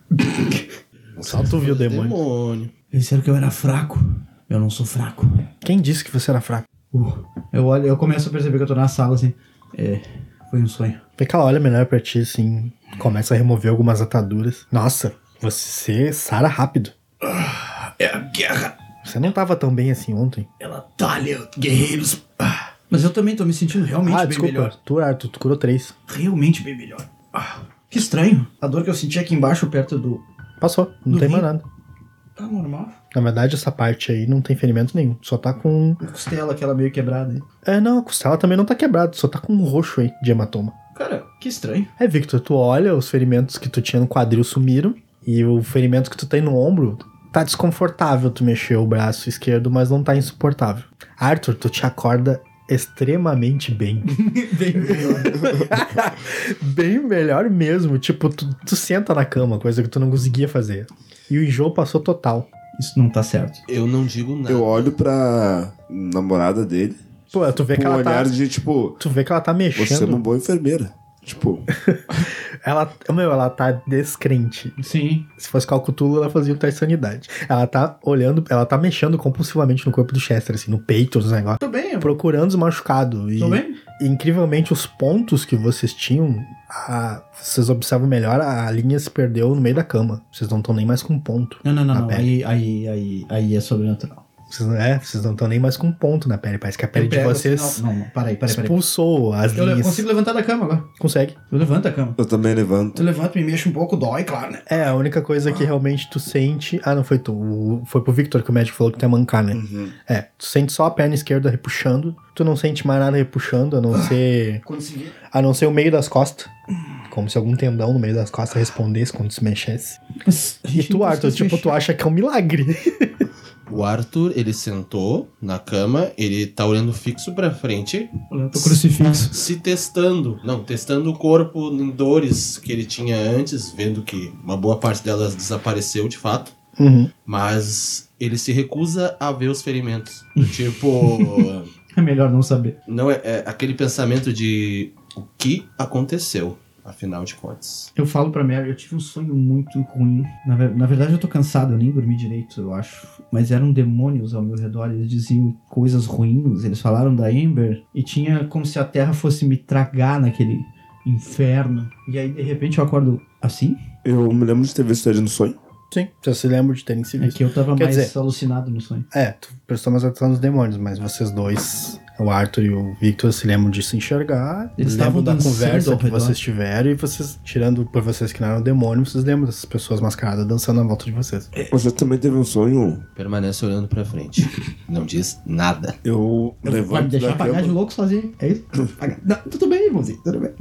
[SPEAKER 2] Só tu viu o demônio.
[SPEAKER 5] Demônio.
[SPEAKER 3] Eles disseram que eu era fraco. Eu não sou fraco.
[SPEAKER 2] Quem disse que você era fraco?
[SPEAKER 3] Uh, eu olho, eu começo a perceber que eu tô na sala assim. É, foi um sonho.
[SPEAKER 2] Vê que ela olha melhor pra ti, assim, começa a remover algumas ataduras. Nossa, você sara rápido.
[SPEAKER 5] É a guerra.
[SPEAKER 2] Você não tava tão bem assim ontem.
[SPEAKER 5] Ela
[SPEAKER 3] tá
[SPEAKER 5] talha guerreiros. Ah,
[SPEAKER 3] Mas eu também tô me sentindo realmente
[SPEAKER 2] Ah,
[SPEAKER 3] bem
[SPEAKER 2] desculpa,
[SPEAKER 3] melhor.
[SPEAKER 2] tu, Arthur, tu curou três.
[SPEAKER 3] Realmente bem melhor. Ah, que estranho. A dor que eu senti aqui embaixo, perto do.
[SPEAKER 2] Passou, não
[SPEAKER 3] No
[SPEAKER 2] tem
[SPEAKER 3] rim?
[SPEAKER 2] mais nada.
[SPEAKER 3] Tá normal.
[SPEAKER 2] Na verdade, essa parte aí não tem ferimento nenhum. Só tá com.
[SPEAKER 3] A costela, aquela meio quebrada. hein?
[SPEAKER 2] É, não, a costela também não tá quebrada, só tá com um roxo aí de hematoma.
[SPEAKER 3] Cara, que estranho.
[SPEAKER 2] É, Victor, tu olha, os ferimentos que tu tinha no quadril sumiram. E o ferimento que tu tem no ombro tá desconfortável tu mexer o braço esquerdo, mas não tá insuportável. Arthur, tu te acorda extremamente bem.
[SPEAKER 3] [laughs] bem melhor.
[SPEAKER 2] bem melhor mesmo. Tipo, tu, tu senta na cama, coisa que tu não conseguia fazer. E o enjoo passou total.
[SPEAKER 3] Isso não tá certo.
[SPEAKER 5] Eu não digo nada.
[SPEAKER 4] Eu olho pra namorada dele
[SPEAKER 2] Pô, tu vê que
[SPEAKER 4] com um
[SPEAKER 2] ela tá.
[SPEAKER 4] olhar de tipo,
[SPEAKER 2] Tu vê que ela tá
[SPEAKER 4] você é uma
[SPEAKER 2] mexendo.
[SPEAKER 4] boa enfermeira. Tipo,
[SPEAKER 2] Ela, meu, ela tá descrente.
[SPEAKER 3] Sim.
[SPEAKER 2] Se fosse Calcutulo, ela fazia o teste de sanidade. Ela tá olhando, ela tá mexendo compulsivamente no corpo do Chester, assim, no peito, nos negócios.
[SPEAKER 3] Tô bem, eu
[SPEAKER 2] Procurando os machucados. E,
[SPEAKER 3] tô bem.
[SPEAKER 2] e, incrivelmente, os pontos que vocês tinham, a- vocês observam melhor, a linha se perdeu no meio da cama. Vocês não estão nem mais com um ponto.
[SPEAKER 3] Não, não, não,
[SPEAKER 2] Na
[SPEAKER 3] não. Aí,
[SPEAKER 2] pele.
[SPEAKER 3] aí, aí, aí é sobrenatural.
[SPEAKER 2] Vocês, não- é, vocês não estão nem mais com ponto na pele. Parece que a pele
[SPEAKER 3] Eu
[SPEAKER 2] de
[SPEAKER 3] pego
[SPEAKER 2] vocês
[SPEAKER 3] assim, Não, não, peraí, peraí, peraí.
[SPEAKER 2] expulsou as
[SPEAKER 3] Eu le-
[SPEAKER 2] linhas.
[SPEAKER 3] consigo levantar da cama agora.
[SPEAKER 2] Consegue.
[SPEAKER 3] Eu levanto da cama.
[SPEAKER 4] eu também levanto.
[SPEAKER 3] Eu levanto, me mexo um pouco, dói, claro, né?
[SPEAKER 2] É, a única coisa que realmente tu sente. Ah, não foi tu. o- Foi pro Victor que o médico falou que tu ia mancar, né?
[SPEAKER 3] Uhum.
[SPEAKER 2] É, tu sente só a perna esquerda repuxando, tu não sente mais nada repuxando, a
[SPEAKER 3] Ah,
[SPEAKER 2] não ser.
[SPEAKER 3] Consegui.
[SPEAKER 2] a não ser o meio das costas. Como se algum tendão no meio das costas respondesse quando se mexesse.
[SPEAKER 3] Mas a
[SPEAKER 2] E
[SPEAKER 3] gente
[SPEAKER 2] tu,
[SPEAKER 3] não
[SPEAKER 2] Arthur,
[SPEAKER 3] consegue
[SPEAKER 2] tipo,
[SPEAKER 3] mexer.
[SPEAKER 2] tu acha que é um milagre.
[SPEAKER 5] O Arthur, ele sentou na cama, ele tá olhando fixo pra frente,
[SPEAKER 3] Olha, eu tô crucifixo.
[SPEAKER 5] se testando. Não, testando o corpo em dores que ele tinha antes, vendo que uma boa parte delas desapareceu de fato. Mas ele se recusa a ver os ferimentos. Tipo,
[SPEAKER 3] É melhor não saber.
[SPEAKER 5] não é, é aquele pensamento de o que aconteceu, afinal de contas.
[SPEAKER 3] Eu falo pra Mary, eu tive um sonho muito ruim. Na, ver- na verdade, eu tô cansado, eu nem dormi direito, eu acho. Mas eram demônios ao meu redor, eles diziam coisas ruins, eles falaram da Amber. E tinha como se a terra fosse me tragar naquele inferno. E aí, de repente, eu acordo assim?
[SPEAKER 4] Eu me lembro de ter visto ele no sonho.
[SPEAKER 2] Sim, você se lembra de terem se
[SPEAKER 3] É
[SPEAKER 2] visto.
[SPEAKER 3] que eu tava
[SPEAKER 2] Quer
[SPEAKER 3] mais
[SPEAKER 2] dizer-
[SPEAKER 3] alucinado no sonho.
[SPEAKER 2] É, tu prestou mais atenção nos demônios, mas vocês dois, o Arthur e o Victor, se lembram de se enxergar.
[SPEAKER 3] Eles
[SPEAKER 2] lembram
[SPEAKER 3] estavam
[SPEAKER 2] da
[SPEAKER 3] dançando
[SPEAKER 2] conversa
[SPEAKER 3] ao
[SPEAKER 2] que
[SPEAKER 3] redor.
[SPEAKER 2] vocês tiveram e vocês, tirando por vocês que não eram demônios, vocês lembram dessas pessoas mascaradas dançando à volta de vocês.
[SPEAKER 4] Você também teve um sonho.
[SPEAKER 5] Permanece olhando pra frente. Não diz nada.
[SPEAKER 4] Eu
[SPEAKER 3] Vai me
[SPEAKER 4] levanto
[SPEAKER 3] deixar
[SPEAKER 4] da
[SPEAKER 3] pagar de
[SPEAKER 4] cama.
[SPEAKER 3] louco sozinho, é isso? Pagar- Não, tudo bem, irmãozinho, tudo bem.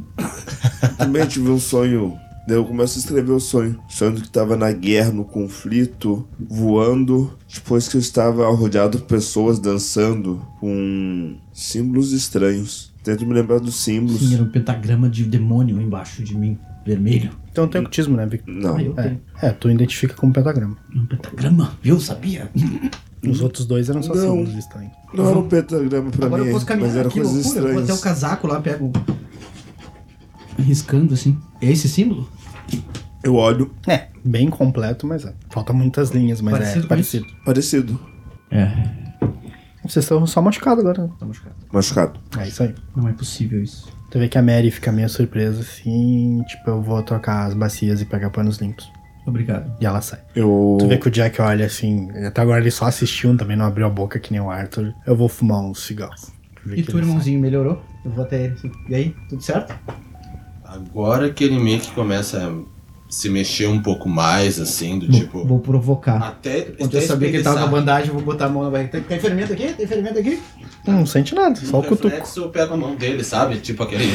[SPEAKER 4] Também tive um sonho Daí eu começo a escrever o sonho. Sonho que tava na guerra, no conflito, voando. Depois que eu estava rodeado por pessoas dançando com símbolos estranhos. Tento me lembrar dos símbolos.
[SPEAKER 3] Sim, era um pentagrama de demônio embaixo de mim, vermelho.
[SPEAKER 2] Então tem ocultismo, né, Vic?
[SPEAKER 4] Não.
[SPEAKER 3] Ah, eu tenho.
[SPEAKER 2] É, tu identifica como pentagrama.
[SPEAKER 3] Um pentagrama, viu? Sabia?
[SPEAKER 2] Os
[SPEAKER 3] Uhum.
[SPEAKER 2] outros dois eram só
[SPEAKER 4] Não.
[SPEAKER 2] símbolos estranhos.
[SPEAKER 4] Não era um pentagrama pra
[SPEAKER 3] Agora eu
[SPEAKER 4] mim,
[SPEAKER 3] posso
[SPEAKER 4] mas
[SPEAKER 3] caminhar
[SPEAKER 4] era
[SPEAKER 3] aqui,
[SPEAKER 4] coisas
[SPEAKER 3] loucura. Eu vou
[SPEAKER 4] estranhas.
[SPEAKER 3] até o casaco lá, pego. Riscando assim. É esse símbolo?
[SPEAKER 4] Eu olho
[SPEAKER 2] É, bem completo, mas é. Faltam muitas linhas, mas
[SPEAKER 3] Parecido
[SPEAKER 2] é
[SPEAKER 3] com
[SPEAKER 2] parecido.
[SPEAKER 4] parecido,
[SPEAKER 3] É.
[SPEAKER 2] Vocês estão só machucados agora. né?
[SPEAKER 3] Tá machucado.
[SPEAKER 4] machucado.
[SPEAKER 2] É isso aí.
[SPEAKER 3] Não é possível isso.
[SPEAKER 2] Tu vê que a Mary fica meio surpresa assim, tipo, eu vou trocar as bacias e pegar panos limpos.
[SPEAKER 3] Obrigado.
[SPEAKER 2] E ela sai.
[SPEAKER 4] Eu.
[SPEAKER 2] Tu vê que o Jack olha assim, até agora ele só assistiu, também não abriu a boca que nem o Arthur. Eu vou fumar um cigarro. Tu vê
[SPEAKER 3] E
[SPEAKER 2] que
[SPEAKER 3] tu,
[SPEAKER 2] ele sai.
[SPEAKER 3] irmãozinho, melhorou? Eu vou até ele. assim. E aí, tudo certo?
[SPEAKER 5] Agora que ele meio que começa a se mexer um pouco mais, assim, do tipo.
[SPEAKER 3] Vou provocar.
[SPEAKER 4] Ah,
[SPEAKER 5] Até.
[SPEAKER 4] então
[SPEAKER 3] Quando eu saber que ele tava com a bandagem, eu vou botar a mão na barriga. Tem, tem ferimento aqui? Tem ferimento aqui?
[SPEAKER 2] Não sente nada, só o
[SPEAKER 5] o
[SPEAKER 2] cutuco.
[SPEAKER 5] reflexo, eu pego a mão dele, sabe? Tipo aquele.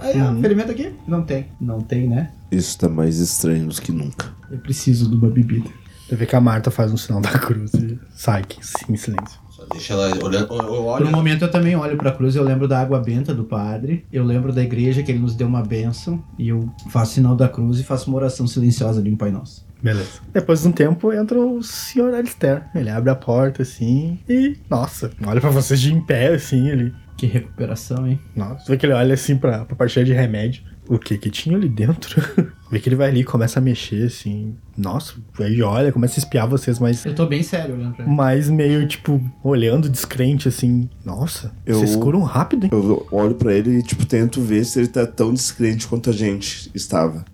[SPEAKER 3] Aí, ó, ferimento aqui? Não tem. Uhum. Não tem, né?
[SPEAKER 4] Isso tá mais estranho do que nunca.
[SPEAKER 3] Eu preciso de uma bebida.
[SPEAKER 2] Tu vê que a Marta faz um sinal da [laughs] cruz e sai aqui, assim, em silêncio.
[SPEAKER 5] Só deixa ela olhando. Eu eu
[SPEAKER 3] Por
[SPEAKER 5] olho.
[SPEAKER 3] um momento eu também olho pra cruz, eu lembro da água benta do padre, eu lembro da igreja que ele nos deu uma bênção, e eu faço sinal da cruz e faço uma oração silenciosa ali no Pai Nosso.
[SPEAKER 2] Beleza. Depois de um tempo entra o senhor Alistair. Ele abre a porta assim e. Nossa, olha pra vocês de em pé assim ele.
[SPEAKER 3] Que recuperação, hein?
[SPEAKER 2] Nossa, vê que ele olha assim pra, pra parte cheia de remédio. O que que tinha ali dentro? [laughs] vê que ele vai ali, começa a mexer assim. Nossa, aí olha, começa a espiar vocês, mas.
[SPEAKER 3] Eu tô bem sério olhando pra ele.
[SPEAKER 2] Mas meio tipo, olhando descrente assim. Nossa,
[SPEAKER 4] Eu-
[SPEAKER 2] vocês curam rápido, hein?
[SPEAKER 4] Eu olho pra ele e, tipo, tento ver se ele tá tão descrente quanto a gente estava.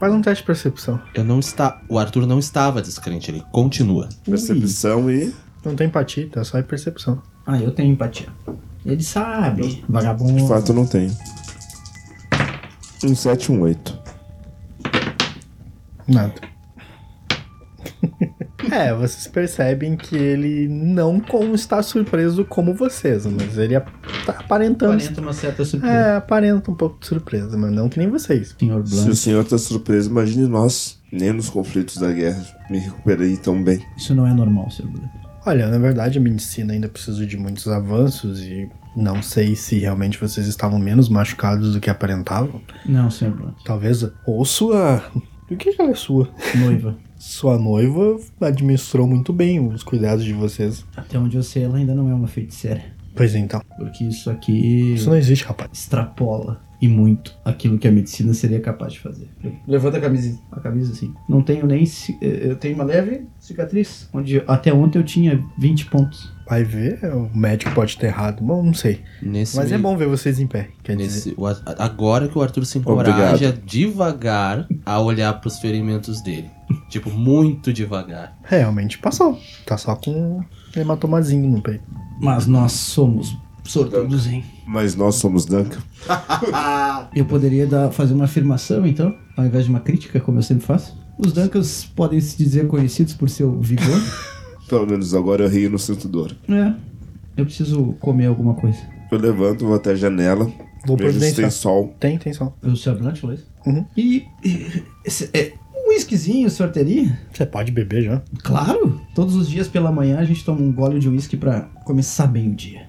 [SPEAKER 2] Faz um teste de percepção.
[SPEAKER 5] Eu não está. O Arthur não estava descrente, ele continua.
[SPEAKER 4] Percepção e.
[SPEAKER 2] Não tem empatia, tá só é percepção.
[SPEAKER 3] Ah, eu tenho empatia. Ele sabe, vagabundo.
[SPEAKER 4] De fato, eu não tenho. Um 7, um 8.
[SPEAKER 2] Nada. [laughs] é, vocês percebem que ele não com- está surpreso como vocês, mas ele ap- tá aparentando.
[SPEAKER 3] Aparenta uma certa surpresa.
[SPEAKER 2] É, aparenta um pouco de surpresa, mas não que nem vocês.
[SPEAKER 3] É. Senhor
[SPEAKER 4] Se o
[SPEAKER 3] Blanco,
[SPEAKER 4] senhor tá surpreso, imagine nós. Nem nos conflitos da guerra me recuperei tão bem.
[SPEAKER 3] isso não é normal, senhor Blanco.
[SPEAKER 2] Olha, na verdade a medicina ainda precisa de muitos avanços e não sei se realmente vocês estavam menos machucados do que aparentavam.
[SPEAKER 3] Não, senhor Blanco.
[SPEAKER 2] Talvez. Ou sua. O que que ela é sua?
[SPEAKER 3] Noiva.
[SPEAKER 2] Sua noiva administrou muito bem os cuidados de vocês.
[SPEAKER 3] Até onde eu sei, ela ainda não é uma feiticeira.
[SPEAKER 2] Pois então.
[SPEAKER 3] Porque isso aqui.
[SPEAKER 2] Isso não existe, rapaz.
[SPEAKER 3] extrapola e muito aquilo que a medicina seria capaz de fazer. Levanta a camisa. A camisa, sim. Não tenho nem. ci- eh, Eu tenho uma leve cicatriz. Onde até ontem eu tinha 20 pontos.
[SPEAKER 2] Vai ver, o médico pode ter errado. Bom, não sei.
[SPEAKER 5] Nesse
[SPEAKER 2] Mas é bom ver vocês em pé, quer dizer.
[SPEAKER 5] Nesse, o Ar- agora que o Arthur se encoraja devagar a olhar pros ferimentos dele. Tipo, muito devagar.
[SPEAKER 2] Realmente passou. Tá só com um hematomazinho no peito.
[SPEAKER 3] Mas nós somos sortudos, hein?
[SPEAKER 4] Mas nós somos Duncan.
[SPEAKER 3] Eu poderia dar, fazer uma afirmação, então, ao invés de uma crítica, como eu sempre faço. Os Duncans podem se dizer conhecidos por seu [laughs] vigor.
[SPEAKER 4] Pelo menos agora eu rio no sinto dor.
[SPEAKER 3] é. Eu preciso comer alguma coisa.
[SPEAKER 4] Eu levanto, vou até a janela.
[SPEAKER 2] Vou
[SPEAKER 4] vejo se tem
[SPEAKER 3] tá?
[SPEAKER 2] providenciar.
[SPEAKER 4] sol.
[SPEAKER 2] Tem, tem só.
[SPEAKER 3] O Sr. Blunt falou isso?
[SPEAKER 2] Uhum.
[SPEAKER 3] E. e- esse- é, um whiskyzinho, o senhor teria?
[SPEAKER 2] Você pode beber já.
[SPEAKER 3] Claro! Todos os dias pela manhã a gente toma um gole de uísque pra começar bem o dia.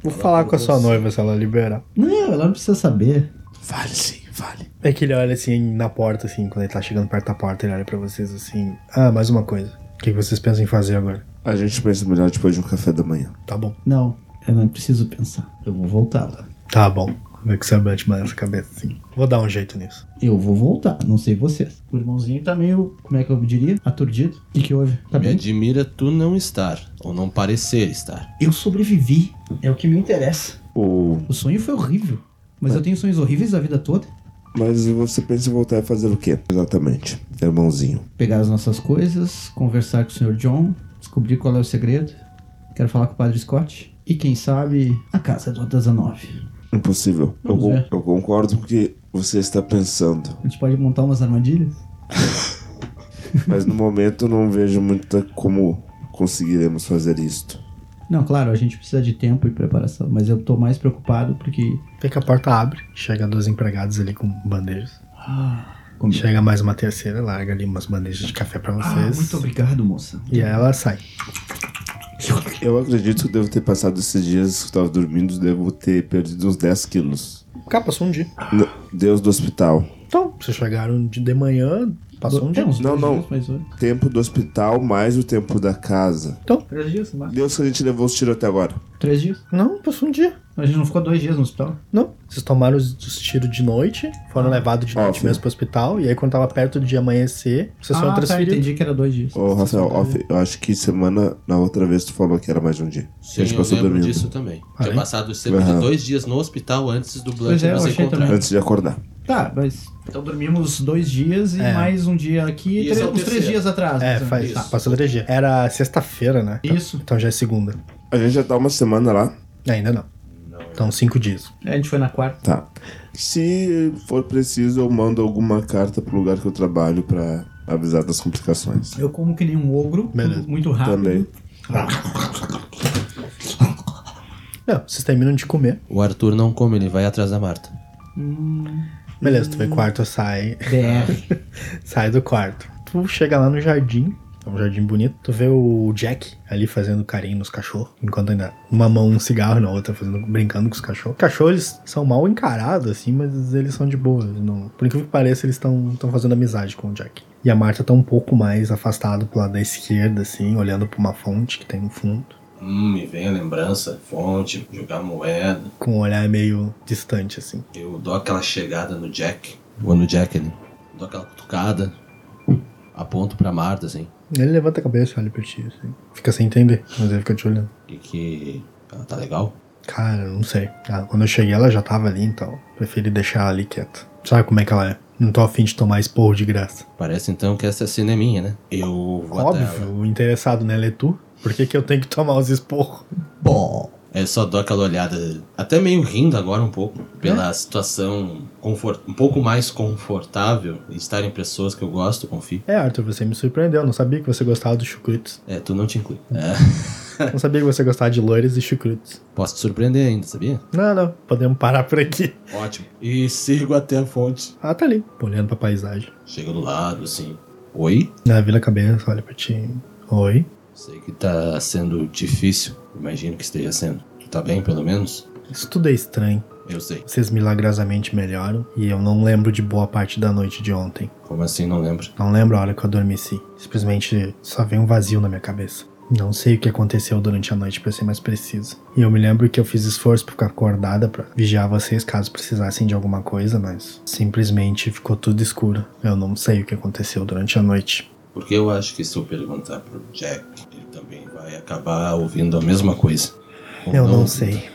[SPEAKER 2] Vou falar com a sua noiva se ela liberar.
[SPEAKER 3] Não, ela não precisa saber.
[SPEAKER 4] Vale sim, vale.
[SPEAKER 2] É que ele olha assim na porta, assim, quando ele tá chegando perto da porta, ele olha pra vocês assim. Ah, mais uma coisa. O que vocês pensam em fazer agora?
[SPEAKER 4] A gente pensa melhor depois de um café da manhã.
[SPEAKER 2] Tá bom.
[SPEAKER 3] Não, eu não preciso pensar. Eu vou voltar lá.
[SPEAKER 2] Tá bom. Vê que o seu Blunt manda essa cabeça assim. Vou dar um jeito nisso.
[SPEAKER 3] Eu vou voltar, não sei vocês. O irmãozinho tá meio, como é que eu diria? Aturdido. O que, que houve? Tá
[SPEAKER 5] Me
[SPEAKER 3] bem?
[SPEAKER 5] admira tu não estar, ou não parecer estar.
[SPEAKER 3] Eu sobrevivi. É o que me interessa. É.
[SPEAKER 4] Ou.
[SPEAKER 3] O sonho foi horrível. Mas eu tenho sonhos horríveis a vida toda.
[SPEAKER 4] Mas você pensa em voltar a fazer o quê? É Exatamente. Irmãozinho.
[SPEAKER 3] pegar as nossas coisas, conversar com o Sr. John, descobrir qual é o segredo. Quero falar com o Padre Scott. E quem sabe a casa do 19.
[SPEAKER 4] Impossível. Eu,
[SPEAKER 3] Vamos
[SPEAKER 4] con-
[SPEAKER 3] ver.
[SPEAKER 4] eu concordo com o que você está [laughs] pensando.
[SPEAKER 3] A gente pode montar umas armadilhas?
[SPEAKER 4] Mas no momento eu não vejo muita como conseguiremos fazer isto.
[SPEAKER 3] Não, claro, a gente precisa de tempo e preparação, mas eu tô mais preocupado porque.
[SPEAKER 2] Vê que a porta abre, chega dois empregados ali com bandejas.
[SPEAKER 3] Ah, comigo.
[SPEAKER 2] Chega mais uma terceira, larga ali umas bandejas de café pra
[SPEAKER 3] Ah,
[SPEAKER 2] vocês.
[SPEAKER 3] muito obrigado, moça.
[SPEAKER 2] E aí ela sai.
[SPEAKER 4] Eu acredito que eu devo ter passado esses dias que eu tava dormindo, devo ter perdido uns 10 quilos.
[SPEAKER 2] Cá, passou um dia.
[SPEAKER 4] N- Deus do hospital.
[SPEAKER 2] Então, vocês chegaram de, de manhã, passou um
[SPEAKER 3] É,
[SPEAKER 2] dia.
[SPEAKER 3] uns
[SPEAKER 4] Não,
[SPEAKER 3] dois
[SPEAKER 4] não.
[SPEAKER 3] dias, mais oito.
[SPEAKER 4] Tempo do hospital mais o tempo da casa.
[SPEAKER 3] Três dias, sei lá.
[SPEAKER 4] Deus que a gente levou os tiros até agora.
[SPEAKER 3] Três dias.
[SPEAKER 2] Não, passou um dia.
[SPEAKER 3] A gente não ficou dois dias no hospital.
[SPEAKER 2] Não. Vocês tomaram os, os tiros de noite,
[SPEAKER 3] Ah.
[SPEAKER 2] foram levados de noite
[SPEAKER 4] Óbvio.
[SPEAKER 2] mesmo pro hospital, e aí quando tava perto de amanhecer, vocês foram
[SPEAKER 3] ah, tá,
[SPEAKER 2] transferidos.
[SPEAKER 3] entendi que era dois dias.
[SPEAKER 4] Ô, Rafael, off, eu acho que semana, na outra vez, tu falou que era mais de um dia.
[SPEAKER 5] Sim,
[SPEAKER 4] a gente
[SPEAKER 5] eu
[SPEAKER 4] passou
[SPEAKER 5] lembro
[SPEAKER 4] dormindo
[SPEAKER 5] disso também.
[SPEAKER 2] Ah,
[SPEAKER 5] Tinha
[SPEAKER 2] é?
[SPEAKER 5] passado cerca
[SPEAKER 4] Aham.
[SPEAKER 5] de dois dias no hospital antes do Blunt
[SPEAKER 3] Pois é, eu
[SPEAKER 5] nos
[SPEAKER 3] achei
[SPEAKER 5] encontrar.
[SPEAKER 3] também.
[SPEAKER 4] antes de acordar.
[SPEAKER 3] Tá, mas então dormimos dois dias e
[SPEAKER 2] É.
[SPEAKER 3] mais um dia aqui,
[SPEAKER 5] E
[SPEAKER 3] três,
[SPEAKER 5] esse é o
[SPEAKER 3] uns três
[SPEAKER 5] terceiro.
[SPEAKER 3] dias atrás.
[SPEAKER 2] É,
[SPEAKER 3] Tá.
[SPEAKER 2] faz,
[SPEAKER 5] Isso.
[SPEAKER 2] passou três dias. Era sexta-feira, né?
[SPEAKER 3] Isso.
[SPEAKER 2] Então já é segunda.
[SPEAKER 4] A gente já tá uma semana lá.
[SPEAKER 2] Ainda não. Então, cinco dias.
[SPEAKER 3] É, A gente foi na quarta.
[SPEAKER 4] Tá. Se for preciso, eu mando alguma carta pro lugar que eu trabalho pra avisar das complicações.
[SPEAKER 3] Eu como que nem um ogro,
[SPEAKER 2] Beleza.
[SPEAKER 3] muito rápido.
[SPEAKER 4] Também.
[SPEAKER 2] Não, vocês terminam de comer.
[SPEAKER 5] O Arthur não come, ele vai atrás da Marta.
[SPEAKER 2] Beleza, tu vê quarto, sai, [laughs]
[SPEAKER 3] BR.
[SPEAKER 2] sai do quarto. Tu chega lá no jardim, é um jardim bonito. Tu vê o Jack ali fazendo carinho nos cachorros, enquanto ainda uma mão um cigarro na outra, fazendo, brincando com os cachorros. Cachorros eles são mal encarados, assim, mas eles são de boa. eles não- por incrível que pareça, eles estão fazendo amizade com o Jack. E a Marta tá um pouco mais afastada pro lado da esquerda, assim, olhando pra uma fonte que tem no fundo.
[SPEAKER 5] Hum, me vem a lembrança, fonte, jogar moeda.
[SPEAKER 2] Com um olhar meio distante, assim.
[SPEAKER 5] Eu dou aquela chegada no Jack. Vou no Jack ali. Dou aquela cutucada. Aponto pra Marta, assim.
[SPEAKER 2] Ele levanta a cabeça e olha pra ti, assim. Fica sem entender, mas ele fica te olhando.
[SPEAKER 5] E que. Ela tá legal?
[SPEAKER 2] Cara, eu não sei. Ah, Quando eu cheguei, ela já tava ali, então preferi deixar ela ali quieta. Sabe como é que ela é? Não tô afim de tomar esporro de graça.
[SPEAKER 5] Parece então que essa cena é minha, né? Eu vou até ela.
[SPEAKER 2] Óbvio, o interessado nela é tu. Por que, que eu tenho que tomar os esporros?
[SPEAKER 5] Bom. Eu É, só dou aquela olhada, até meio rindo agora um pouco, pela situação confort- um pouco mais confortável de estar em pessoas que eu gosto, confio.
[SPEAKER 2] É, Arthur, você me surpreendeu. Não sabia que você gostava dos
[SPEAKER 5] [laughs]
[SPEAKER 2] chucrutes.
[SPEAKER 5] É, tu não te inclui. É,
[SPEAKER 2] Não sabia que você gostava de loiras e chucrutes.
[SPEAKER 5] posso te surpreender ainda, sabia?
[SPEAKER 2] Não, não, podemos parar por aqui.
[SPEAKER 5] Ótimo. E sigo até a fonte.
[SPEAKER 2] Ah, tá ali, olhando pra paisagem.
[SPEAKER 5] Chego do lado, assim. Oi?
[SPEAKER 2] Na vira a cabeça, olha pra ti. Oi.
[SPEAKER 5] Sei que tá sendo difícil. Imagino que esteja sendo. Tu tá bem, pelo menos?
[SPEAKER 2] Isso tudo é estranho.
[SPEAKER 5] Eu sei.
[SPEAKER 2] Vocês milagrosamente melhoram e eu não lembro de boa parte da noite de ontem.
[SPEAKER 5] Como assim, não lembro?
[SPEAKER 2] Não lembro a hora que eu adormeci. Simplesmente só veio um vazio na minha cabeça. Não sei o que aconteceu durante a noite, pra ser mais preciso. E eu me lembro que eu fiz esforço por ficar acordada pra vigiar vocês caso precisassem de alguma coisa, mas simplesmente ficou tudo escuro. Eu não sei o que aconteceu durante a noite.
[SPEAKER 5] Porque eu acho que se eu perguntar pro Jack, ele também vai acabar ouvindo a mesma coisa. Ou
[SPEAKER 2] Eu não sei.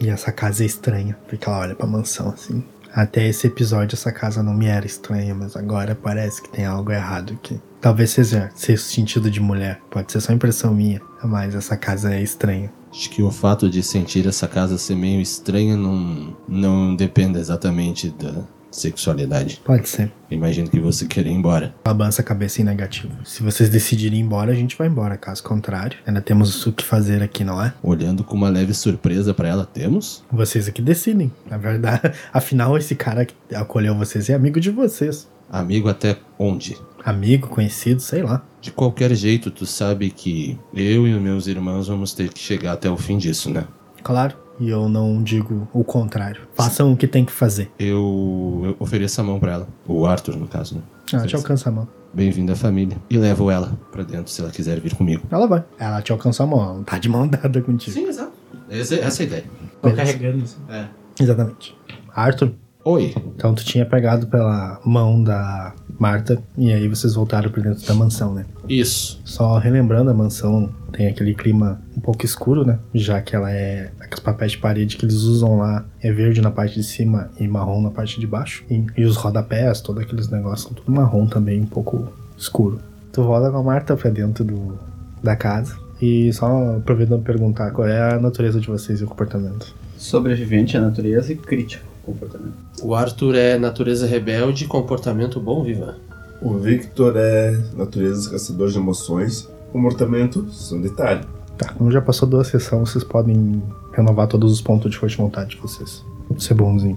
[SPEAKER 2] E essa casa é estranha, porque ela olha pra mansão assim. Até esse episódio essa casa não me era estranha, mas agora parece que tem algo errado aqui. Talvez seja seu sentido de mulher, pode ser só impressão minha, mas essa casa é estranha.
[SPEAKER 5] Acho que o fato de sentir essa casa ser meio estranha não, não depende exatamente da sexualidade.
[SPEAKER 2] Pode ser.
[SPEAKER 5] Imagino que você queira ir embora.
[SPEAKER 2] Balança a cabeça em negativo. Se vocês decidirem ir embora, a gente vai embora. Caso contrário, ainda temos o que fazer aqui, não é?
[SPEAKER 5] Olhando com uma leve surpresa pra ela, temos?
[SPEAKER 2] Vocês é que decidem, na verdade. [laughs] Afinal, esse cara que acolheu vocês é amigo de vocês.
[SPEAKER 5] Amigo até onde?
[SPEAKER 2] Amigo, conhecido, sei lá.
[SPEAKER 5] De qualquer jeito, tu sabe que eu e os meus irmãos vamos ter que chegar até o fim disso, né?
[SPEAKER 2] Claro, e eu não digo o contrário. Façam o que tem que fazer.
[SPEAKER 5] Eu, eu ofereço a mão pra ela. O Arthur, no caso, né?
[SPEAKER 2] Ela te
[SPEAKER 5] Sim.
[SPEAKER 2] alcança a mão.
[SPEAKER 5] Bem-vindo à família. E levo ela pra dentro se ela quiser vir comigo.
[SPEAKER 2] Ela vai. Ela te alcança a mão. Ela não tá de mão [laughs] dada contigo.
[SPEAKER 5] exato. Essa, essa é a ideia.
[SPEAKER 3] Tô
[SPEAKER 2] Beleza.
[SPEAKER 3] carregando. assim.
[SPEAKER 5] É,
[SPEAKER 2] Exatamente. Arthur,
[SPEAKER 5] Oi.
[SPEAKER 2] então tu tinha pegado pela mão da Marta e aí vocês voltaram pra dentro da mansão, né?
[SPEAKER 5] Isso.
[SPEAKER 2] Só relembrando, a mansão tem aquele clima um pouco escuro, né? Já que ela é. Aqueles papéis de parede que eles usam lá é verde na parte de cima e marrom na parte de baixo. E, e os rodapés, todos aqueles negócios, são tudo marrom também, um pouco escuro. Tu roda com a Marta pra dentro do, da casa. E só aproveitando pra perguntar qual é a natureza de vocês e o comportamento.
[SPEAKER 6] Sobrevivente à natureza e crítico ao comportamento.
[SPEAKER 5] O Arthur é natureza rebelde e comportamento bom, Viva.
[SPEAKER 4] O Victor é natureza caçador de emoções. Comportamento solitário.
[SPEAKER 2] Tá, como já passou duas sessões, vocês podem renovar todos os pontos de forte vontade de vocês. Ser bonzinho.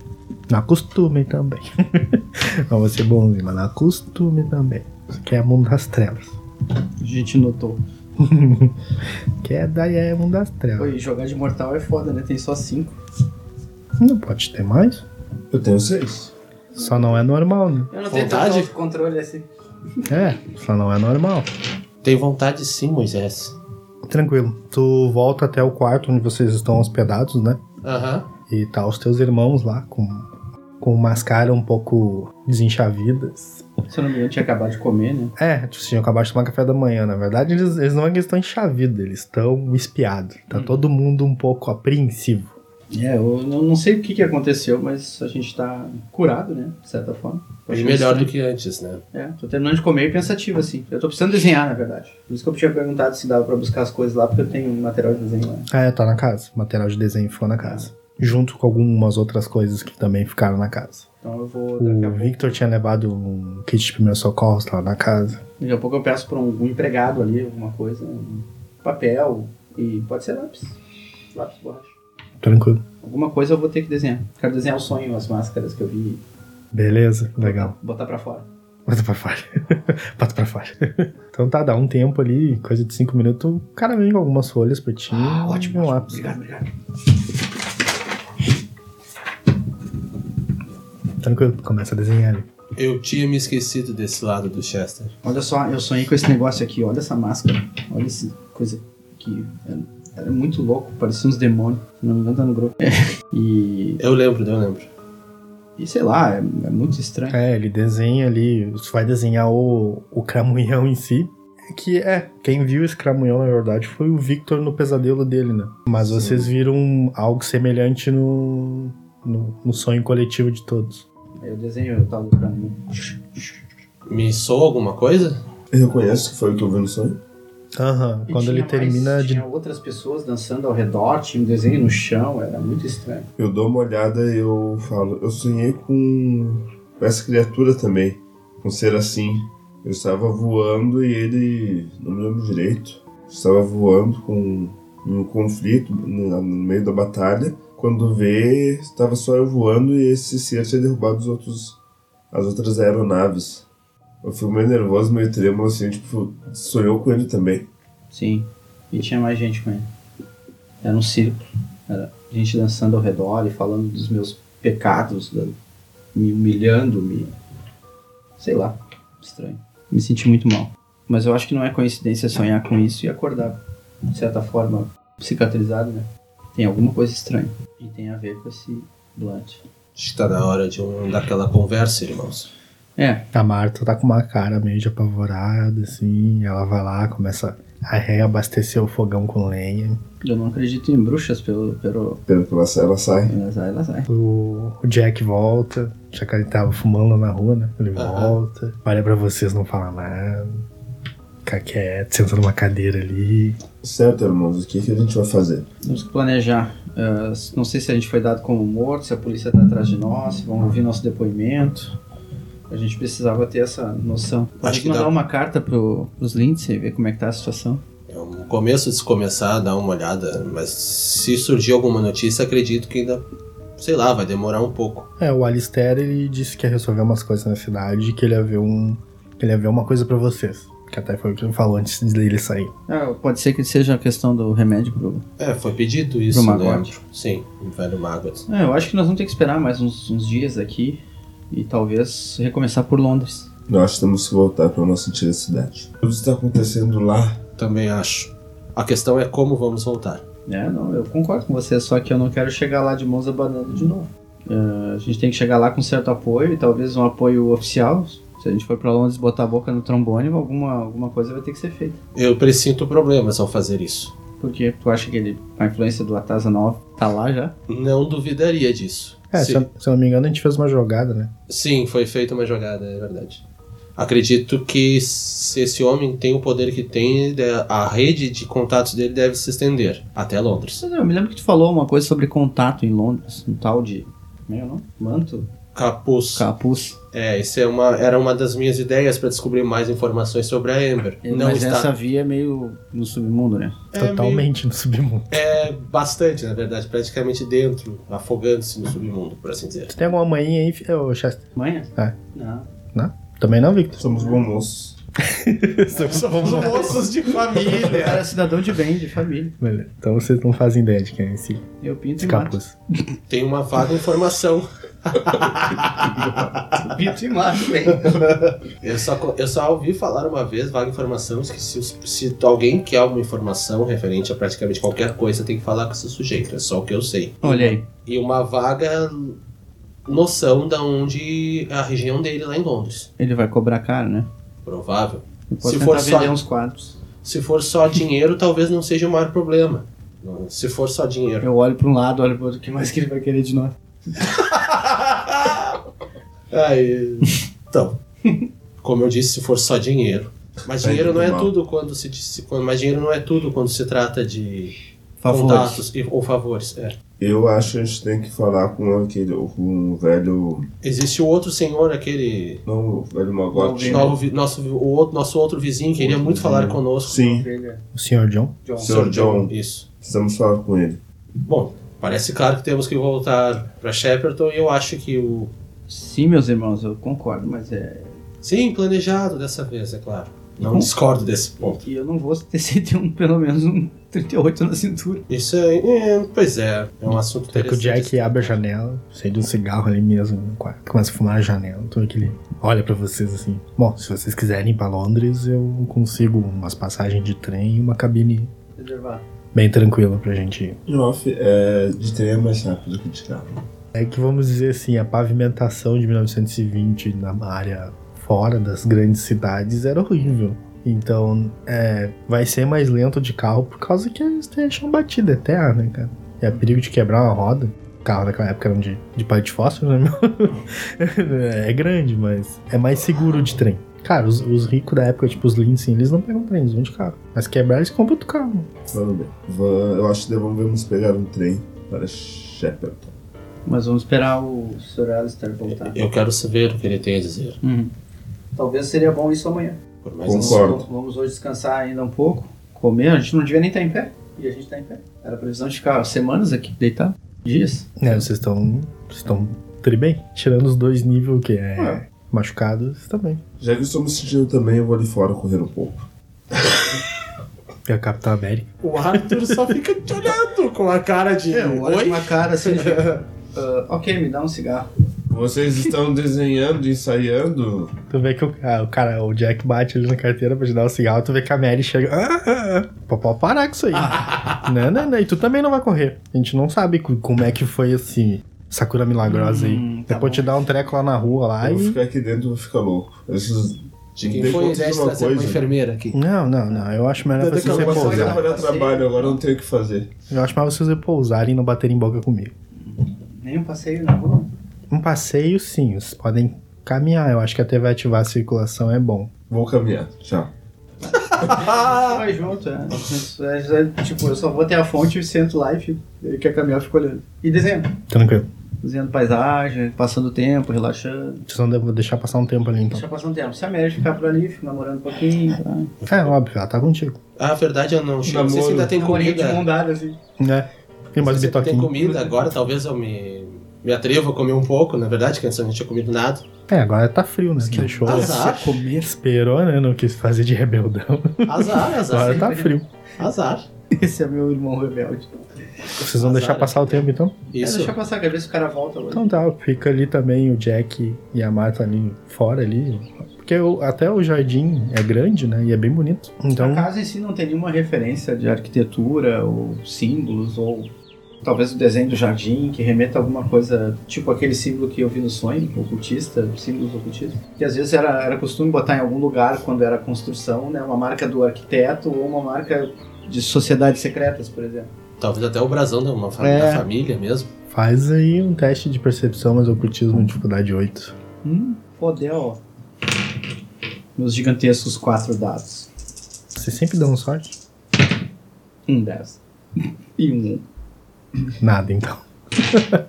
[SPEAKER 2] Não acostumem também. [laughs] Mas vou ser bonzinho, mas não acostume também. Isso aqui é mundo das trevas.
[SPEAKER 3] A gente notou.
[SPEAKER 2] Que é daí é mundo das trevas.
[SPEAKER 3] Oi, jogar de mortal é foda, né? Tem só cinco.
[SPEAKER 2] Não pode ter mais.
[SPEAKER 4] Eu tenho seis.
[SPEAKER 2] Só não é normal, né?
[SPEAKER 3] Eu
[SPEAKER 5] tenho Vontade? tanto
[SPEAKER 3] controle assim.
[SPEAKER 2] É, só não é normal.
[SPEAKER 5] Tem vontade sim, Moisés.
[SPEAKER 2] Tranquilo. Tu volta até o quarto onde vocês estão hospedados, né?
[SPEAKER 5] Aham.
[SPEAKER 2] E tá os teus irmãos lá com, com máscara um pouco desenchavidas.
[SPEAKER 3] Se eu não me engano, tinha acabado de comer, né?
[SPEAKER 2] É, tipo, vocês tinham acabado de tomar café da manhã. Na verdade, eles, eles não é que eles estão enchavidos, eles estão espiados. Tá
[SPEAKER 3] Uhum.
[SPEAKER 2] todo mundo um pouco apreensivo.
[SPEAKER 3] É, eu não não sei o que, que aconteceu, mas a gente tá curado, né? De certa forma. Eu achei
[SPEAKER 5] Bem melhor do
[SPEAKER 3] estranho.
[SPEAKER 5] que antes, né?
[SPEAKER 3] É, tô terminando de comer e pensativo, assim. Eu tô precisando desenhar, na verdade. Por isso que eu tinha perguntado se dava pra buscar as coisas lá, porque eu tenho um material de desenho lá.
[SPEAKER 2] É, tá na casa. Material de desenho ficou na casa. Junto com algumas outras coisas que também ficaram na casa.
[SPEAKER 3] Então eu vou daqui a
[SPEAKER 2] O
[SPEAKER 3] pouco.
[SPEAKER 2] Victor tinha levado um kit de primeiros socorros lá na casa.
[SPEAKER 3] Daqui a pouco eu peço pra um, um empregado ali, alguma coisa, um papel e pode ser lápis. Lápis, borracha.
[SPEAKER 2] Tranquilo.
[SPEAKER 3] Alguma coisa eu vou ter que desenhar. Quero desenhar o sonho, as máscaras que eu vi.
[SPEAKER 2] Beleza, legal.
[SPEAKER 3] Botar pra fora.
[SPEAKER 2] Bota pra fora. [laughs] Bota pra fora. então tá, dá um tempo ali, coisa de cinco minutos. O cara vem com algumas folhas pra ti.
[SPEAKER 3] Ah, ótimo,
[SPEAKER 2] e um
[SPEAKER 3] ótimo.
[SPEAKER 2] lápis.
[SPEAKER 3] Obrigado, obrigado.
[SPEAKER 2] Tranquilo, começa a desenhar ali.
[SPEAKER 5] Eu tinha me esquecido desse lado do Chester.
[SPEAKER 3] Olha só, eu sonhei com esse negócio aqui. Olha essa máscara. Olha essa coisa que era, era muito louco. Parecia uns demônios. Se não me engano, tá no grupo. [laughs] e,
[SPEAKER 5] Eu lembro, eu lembro.
[SPEAKER 3] e sei lá, é, é muito estranho.
[SPEAKER 2] É, ele desenha ali, vai desenhar o, o cramunhão em si. É Que é, quem viu esse cramunhão na verdade foi o Victor no pesadelo dele, né? Mas vocês viram algo semelhante no, no, no sonho coletivo de todos.
[SPEAKER 3] Aí Eu desenho o tal do caminho.
[SPEAKER 5] Me soa alguma coisa?
[SPEAKER 4] Ele reconhece que foi o que eu vi no sonho?
[SPEAKER 2] Aham,
[SPEAKER 3] E
[SPEAKER 2] quando
[SPEAKER 3] tinha
[SPEAKER 2] ele
[SPEAKER 3] mais-
[SPEAKER 2] termina de.
[SPEAKER 3] Tinha outras pessoas dançando ao redor, tinha um desenho no chão, era muito estranho.
[SPEAKER 4] Eu dou uma olhada e eu falo, eu sonhei com essa criatura também, um ser assim. Eu estava voando e ele, não me lembro direito, estava voando com um conflito no no meio da batalha. Quando vê, estava só eu voando e esse ser tinha derrubado os outros, as outras aeronaves. Eu fico meio nervoso, meio trêmulo assim, tipo, sonhou com ele também.
[SPEAKER 3] Sim. E tinha mais gente com ele. Era um circo. Era gente dançando ao redor e falando dos meus pecados, da- me humilhando, me. Sei lá. Estranho. Me senti muito mal. Mas eu acho que não é coincidência sonhar com isso e acordar, de certa forma, cicatrizado, né? Tem alguma coisa estranha. E tem a ver com esse blunt.
[SPEAKER 5] Acho que tá na hora de um daquela conversa, irmãos.
[SPEAKER 3] É,
[SPEAKER 2] A Marta tá com uma cara meio de apavorada, assim. Ela vai lá, começa a reabastecer o fogão com lenha.
[SPEAKER 3] eu não acredito em bruxas pelo. pelo...
[SPEAKER 4] Pelo que ela sai, ela sai.
[SPEAKER 3] Elas vai, elas vai.
[SPEAKER 2] Tipo, O, o Jack volta, já que ele tava fumando lá na rua, né? Ele
[SPEAKER 5] Aham.
[SPEAKER 2] volta, olha pra vocês, não fala nada. Fica quieto, senta numa cadeira ali.
[SPEAKER 4] Certo, irmãos, o que, que a gente vai fazer?
[SPEAKER 3] Temos que planejar. Ah, não sei se a gente foi dado como morto, se a polícia tá atrás de nós, se vão ouvir nosso depoimento. A gente precisava ter essa noção. Pode
[SPEAKER 5] que
[SPEAKER 3] mandar
[SPEAKER 5] dá.
[SPEAKER 3] uma carta pro, pros Lindsay e ver como é que tá a situação.
[SPEAKER 5] É um começo de se começar, dar uma olhada, mas se surgir alguma notícia, acredito que ainda, sei lá, vai demorar um pouco.
[SPEAKER 2] É, o Alistair, ele disse que ia resolver umas coisas na cidade e que ele ia ver um. que ele ia ver uma coisa pra vocês. Que até foi o que ele falou antes dele sair.
[SPEAKER 3] Ah, pode ser que seja a questão do remédio pro.
[SPEAKER 5] É, foi pedido isso,
[SPEAKER 3] Pro
[SPEAKER 5] lembro.
[SPEAKER 3] Magot.
[SPEAKER 5] Sim, o velho Magot.
[SPEAKER 3] É, eu acho que nós vamos ter que esperar mais uns, uns dias aqui e talvez recomeçar por Londres.
[SPEAKER 4] Nós temos que voltar para nossa antiga cidade. Tudo está acontecendo lá.
[SPEAKER 5] Também acho. A questão é como vamos voltar.
[SPEAKER 3] É, não, eu concordo com você, só que eu não quero chegar lá de mãos abanando de novo. É, a gente tem que chegar lá com certo apoio, e talvez um apoio oficial. Se a gente for pra Londres botar a boca no trombone, alguma, alguma coisa vai ter que ser feita.
[SPEAKER 5] Eu presinto problemas ao fazer isso.
[SPEAKER 3] Porque tu acha que ele, a influência do Atasa 9 tá lá já?
[SPEAKER 5] Não duvidaria disso.
[SPEAKER 2] É, se,
[SPEAKER 5] Sim.
[SPEAKER 2] eu- se eu não me engano, a gente fez uma jogada, né?
[SPEAKER 5] Sim, foi feita uma jogada, é verdade. Acredito que se esse homem tem o poder que tem, ele deve- a rede de contatos dele deve se estender até Londres.
[SPEAKER 3] Eu me lembro que tu falou uma coisa sobre contato em Londres, um tal de. Como é o nome? Manto?
[SPEAKER 5] Capuz.
[SPEAKER 3] Capuz.
[SPEAKER 5] É, isso é uma, era uma das minhas ideias para descobrir mais informações sobre a Ember. Não
[SPEAKER 3] Mas
[SPEAKER 5] está
[SPEAKER 3] essa via é meio no submundo, né?
[SPEAKER 5] É,
[SPEAKER 2] Totalmente no submundo.
[SPEAKER 5] meio- bastante, na verdade, praticamente dentro, afogando-se no submundo, por assim dizer.
[SPEAKER 2] Tu tem alguma manhinha aí, fi- ô Chester?
[SPEAKER 7] Manha?
[SPEAKER 2] É.
[SPEAKER 7] Não.
[SPEAKER 2] Também não, Victor?
[SPEAKER 4] Somos bons moços.
[SPEAKER 5] Somos moços de
[SPEAKER 7] O
[SPEAKER 5] família.
[SPEAKER 7] cara é cidadão de bem, de família.
[SPEAKER 2] Beleza. Então vocês não fazem ideia de quem é esse,
[SPEAKER 7] Eu pinto
[SPEAKER 2] esse
[SPEAKER 7] e mato.
[SPEAKER 2] capuz.
[SPEAKER 5] Tem uma vaga informação.
[SPEAKER 7] Pinto e mato, bem.
[SPEAKER 5] Eu só, co- eu só ouvi falar uma vez, vaga informação, que se, os- se alguém quer alguma informação referente a praticamente qualquer coisa, tem que falar com esse sujeito. É só o que eu sei.
[SPEAKER 3] Olha aí.
[SPEAKER 5] E uma vaga noção da onde é a região dele lá em Londres.
[SPEAKER 3] Ele vai cobrar caro, né?
[SPEAKER 5] Provável.
[SPEAKER 3] Eu posso
[SPEAKER 5] Se
[SPEAKER 3] tentar um
[SPEAKER 5] for só-
[SPEAKER 3] vender uns quadros.
[SPEAKER 5] Se for só dinheiro, talvez não seja o maior problema. Não, Se for só dinheiro.
[SPEAKER 3] Eu olho pra um lado, olho pro outro. O que mais que ele vai querer de nós? [laughs]
[SPEAKER 5] Aí, Ah, então, como eu disse, se for só dinheiro. Mas
[SPEAKER 4] Vai
[SPEAKER 5] dinheiro não é
[SPEAKER 4] Tá mal.
[SPEAKER 5] tudo quando se diz- se- quando- mas dinheiro não é tudo quando se trata de
[SPEAKER 3] Favores.
[SPEAKER 5] contatos e- ou favores. é.
[SPEAKER 4] Eu acho que a gente tem que falar com aquele. com o velho.
[SPEAKER 5] Existe o outro senhor, aquele
[SPEAKER 4] Não, o velho magote.
[SPEAKER 5] novo vi- nosso o outro, nosso outro vizinho queria
[SPEAKER 4] Outro
[SPEAKER 5] muito falar
[SPEAKER 4] vizinho.
[SPEAKER 5] conosco.
[SPEAKER 4] Sim,
[SPEAKER 2] O senhor John?
[SPEAKER 7] John.
[SPEAKER 4] Senhor John.
[SPEAKER 5] Isso.
[SPEAKER 4] precisamos falar com ele.
[SPEAKER 5] Bom, parece claro que temos que voltar para Shepperton e eu acho que o.
[SPEAKER 3] Sim, meus irmãos, eu concordo, mas é.
[SPEAKER 5] Sim, planejado dessa vez, é claro.
[SPEAKER 3] Uhum.
[SPEAKER 5] Não discordo desse ponto.
[SPEAKER 3] E eu não vou ter [laughs] 101, pelo menos um 38 na cintura.
[SPEAKER 5] Isso é. é, pois é, é um assunto
[SPEAKER 2] É que o
[SPEAKER 5] interessante.
[SPEAKER 2] Jack abre a janela, cheio de um cigarro ali mesmo, no quarto, começa a fumar a janela, tudo aquele. Olha pra vocês assim. Bom, se vocês quiserem ir pra Londres, eu consigo umas passagens de trem e uma cabine
[SPEAKER 7] Reservar.
[SPEAKER 2] bem tranquila pra gente ir.
[SPEAKER 4] Em off, é, de trem é mais rápido que de carro.
[SPEAKER 2] É que vamos dizer assim, a pavimentação de 1920 na área fora das grandes cidades era horrível. Então, é, vai ser mais lento de carro por causa que eles têm chão batida, é terra, né, cara? É perigo de quebrar uma roda. O carro daquela época era de, de palha de fósforo, né? meu? [laughs] é grande, mas é mais seguro de trem. Cara, os, os ricos da época, tipo os Lindsay, eles não pegam trem, eles vão de carro. Mas quebrar, eles compram outro carro.
[SPEAKER 4] Tudo bem. Va- Eu acho que devemos pegar um trem para Shepperton.
[SPEAKER 3] Mas vamos esperar o.
[SPEAKER 7] O Sr. Alistair voltar.
[SPEAKER 5] Eu quero saber o que ele tem a dizer.
[SPEAKER 3] Uhum.
[SPEAKER 7] Talvez seria bom isso amanhã.
[SPEAKER 5] Por mais
[SPEAKER 4] Concordo.
[SPEAKER 7] Vamos, vamos hoje descansar ainda um pouco.
[SPEAKER 3] Comer, a gente não devia nem estar em pé.
[SPEAKER 7] E a gente tá em pé.
[SPEAKER 3] Era previsão de ficar semanas aqui, deitar. Dias.
[SPEAKER 2] É, vocês estão. Vocês estão tri bem. Tirando os dois níveis que é,
[SPEAKER 4] É.
[SPEAKER 2] machucado, vocês também.
[SPEAKER 4] Já que estou me sentindo também, eu vou ali fora correr um pouco.
[SPEAKER 2] E a Capitã América.
[SPEAKER 5] O Arthur só fica te olhando com a cara de.
[SPEAKER 3] Eu olho com uma cara assim de. "Ah, ok, me dá um cigarro.
[SPEAKER 4] Vocês estão desenhando, ensaiando?
[SPEAKER 2] Tu vê que o, ah, o cara, o Jack bate ali na carteira pra te dar o cigarro, tu vê que a Mary chega. Ah, ah, ah. Pô, Pode parar com isso aí. não, não, não. E tu também não vai correr. A gente não sabe co- como é que foi esse Sakura milagrosa
[SPEAKER 3] Hum,
[SPEAKER 2] aí.
[SPEAKER 3] tá
[SPEAKER 2] Depois te dá um treco lá na rua lá
[SPEAKER 4] eu vou
[SPEAKER 2] e.
[SPEAKER 4] ficar aqui dentro, eu vou ficar louco. Esses-
[SPEAKER 5] De quem
[SPEAKER 4] Dei
[SPEAKER 5] foi a
[SPEAKER 4] conta de
[SPEAKER 5] ideia de
[SPEAKER 4] uma
[SPEAKER 5] trazer uma
[SPEAKER 4] coisa.
[SPEAKER 5] enfermeira aqui?
[SPEAKER 2] Não, não, não. Eu acho melhor
[SPEAKER 4] Até que
[SPEAKER 2] vocês
[SPEAKER 4] eu posso
[SPEAKER 2] repousarem.
[SPEAKER 4] trabalhar trabalho, agora eu não tenho o que fazer.
[SPEAKER 2] Eu acho melhor vocês repousarem e não baterem boca comigo.
[SPEAKER 7] Nem um passeio na rua.
[SPEAKER 2] Um passeio, sim. Vocês podem caminhar. Eu acho que até vai ativar a circulação, é bom.
[SPEAKER 4] Vou caminhar, tchau.
[SPEAKER 3] Vai junto, é. Mas, é, é, Tipo, eu só vou até a fonte e sento lá e fico. Ele quer caminhar, eu fico olhando. E desenhando.
[SPEAKER 2] Tranquilo.
[SPEAKER 3] Desenhando paisagem, passando tempo, relaxando.
[SPEAKER 2] Vocês vão de- deixar passar um tempo ali, então.
[SPEAKER 3] Deixa passar um tempo. Se a Mary ficar por ali, fico namorando um pouquinho. Tá?
[SPEAKER 2] É, óbvio. Ela tá contigo.
[SPEAKER 5] Ah, verdade, eu não. cheguei. Não sei se
[SPEAKER 4] Namoro.
[SPEAKER 5] ainda tem
[SPEAKER 3] Namorinho de
[SPEAKER 5] comida.
[SPEAKER 3] mão dada, assim.
[SPEAKER 2] Né? Tem
[SPEAKER 5] Não
[SPEAKER 2] mais
[SPEAKER 5] sei se tem
[SPEAKER 2] bitoquinho.
[SPEAKER 5] comida agora, talvez eu me. Me atrevo a comer um pouco, na verdade, que antes eu não tinha comido nada.
[SPEAKER 2] É, agora tá frio, né? Deixou.
[SPEAKER 5] Azar,
[SPEAKER 2] Esperou, né? Não quis fazer de rebeldão.
[SPEAKER 5] [laughs] azar, azar,
[SPEAKER 2] Agora tá frio.
[SPEAKER 5] azar.
[SPEAKER 3] Esse é meu irmão rebelde.
[SPEAKER 2] Vocês vão
[SPEAKER 5] Azar.
[SPEAKER 2] deixar passar o tempo, então?
[SPEAKER 3] É,
[SPEAKER 5] Isso.
[SPEAKER 3] deixa eu passar, quer ver se o cara volta hoje.
[SPEAKER 2] Então tá, fica ali também o Jack e a Marta ali fora ali. Porque o- até o jardim é grande, né? E é bem bonito. Então,
[SPEAKER 3] A casa em si não tem nenhuma referência de arquitetura ou símbolos ou talvez o desenho do jardim que remeta a alguma coisa, tipo aquele símbolo que eu vi no sonho, ocultista, símbolos ocultistas, que às vezes era, era costume botar em algum lugar quando era construção, né, uma marca do arquiteto ou uma marca de sociedades secretas, por exemplo.
[SPEAKER 5] Talvez até o brasão da, uma fa-
[SPEAKER 3] É.
[SPEAKER 5] da família mesmo.
[SPEAKER 2] faz aí um teste de percepção, mas ocultismo, dificuldade 8.
[SPEAKER 3] Hum, fodeu. Meus gigantescos quatro dados.
[SPEAKER 2] Vocês sempre dão sorte?
[SPEAKER 3] Um dez. [laughs] e um.
[SPEAKER 2] Nada, então.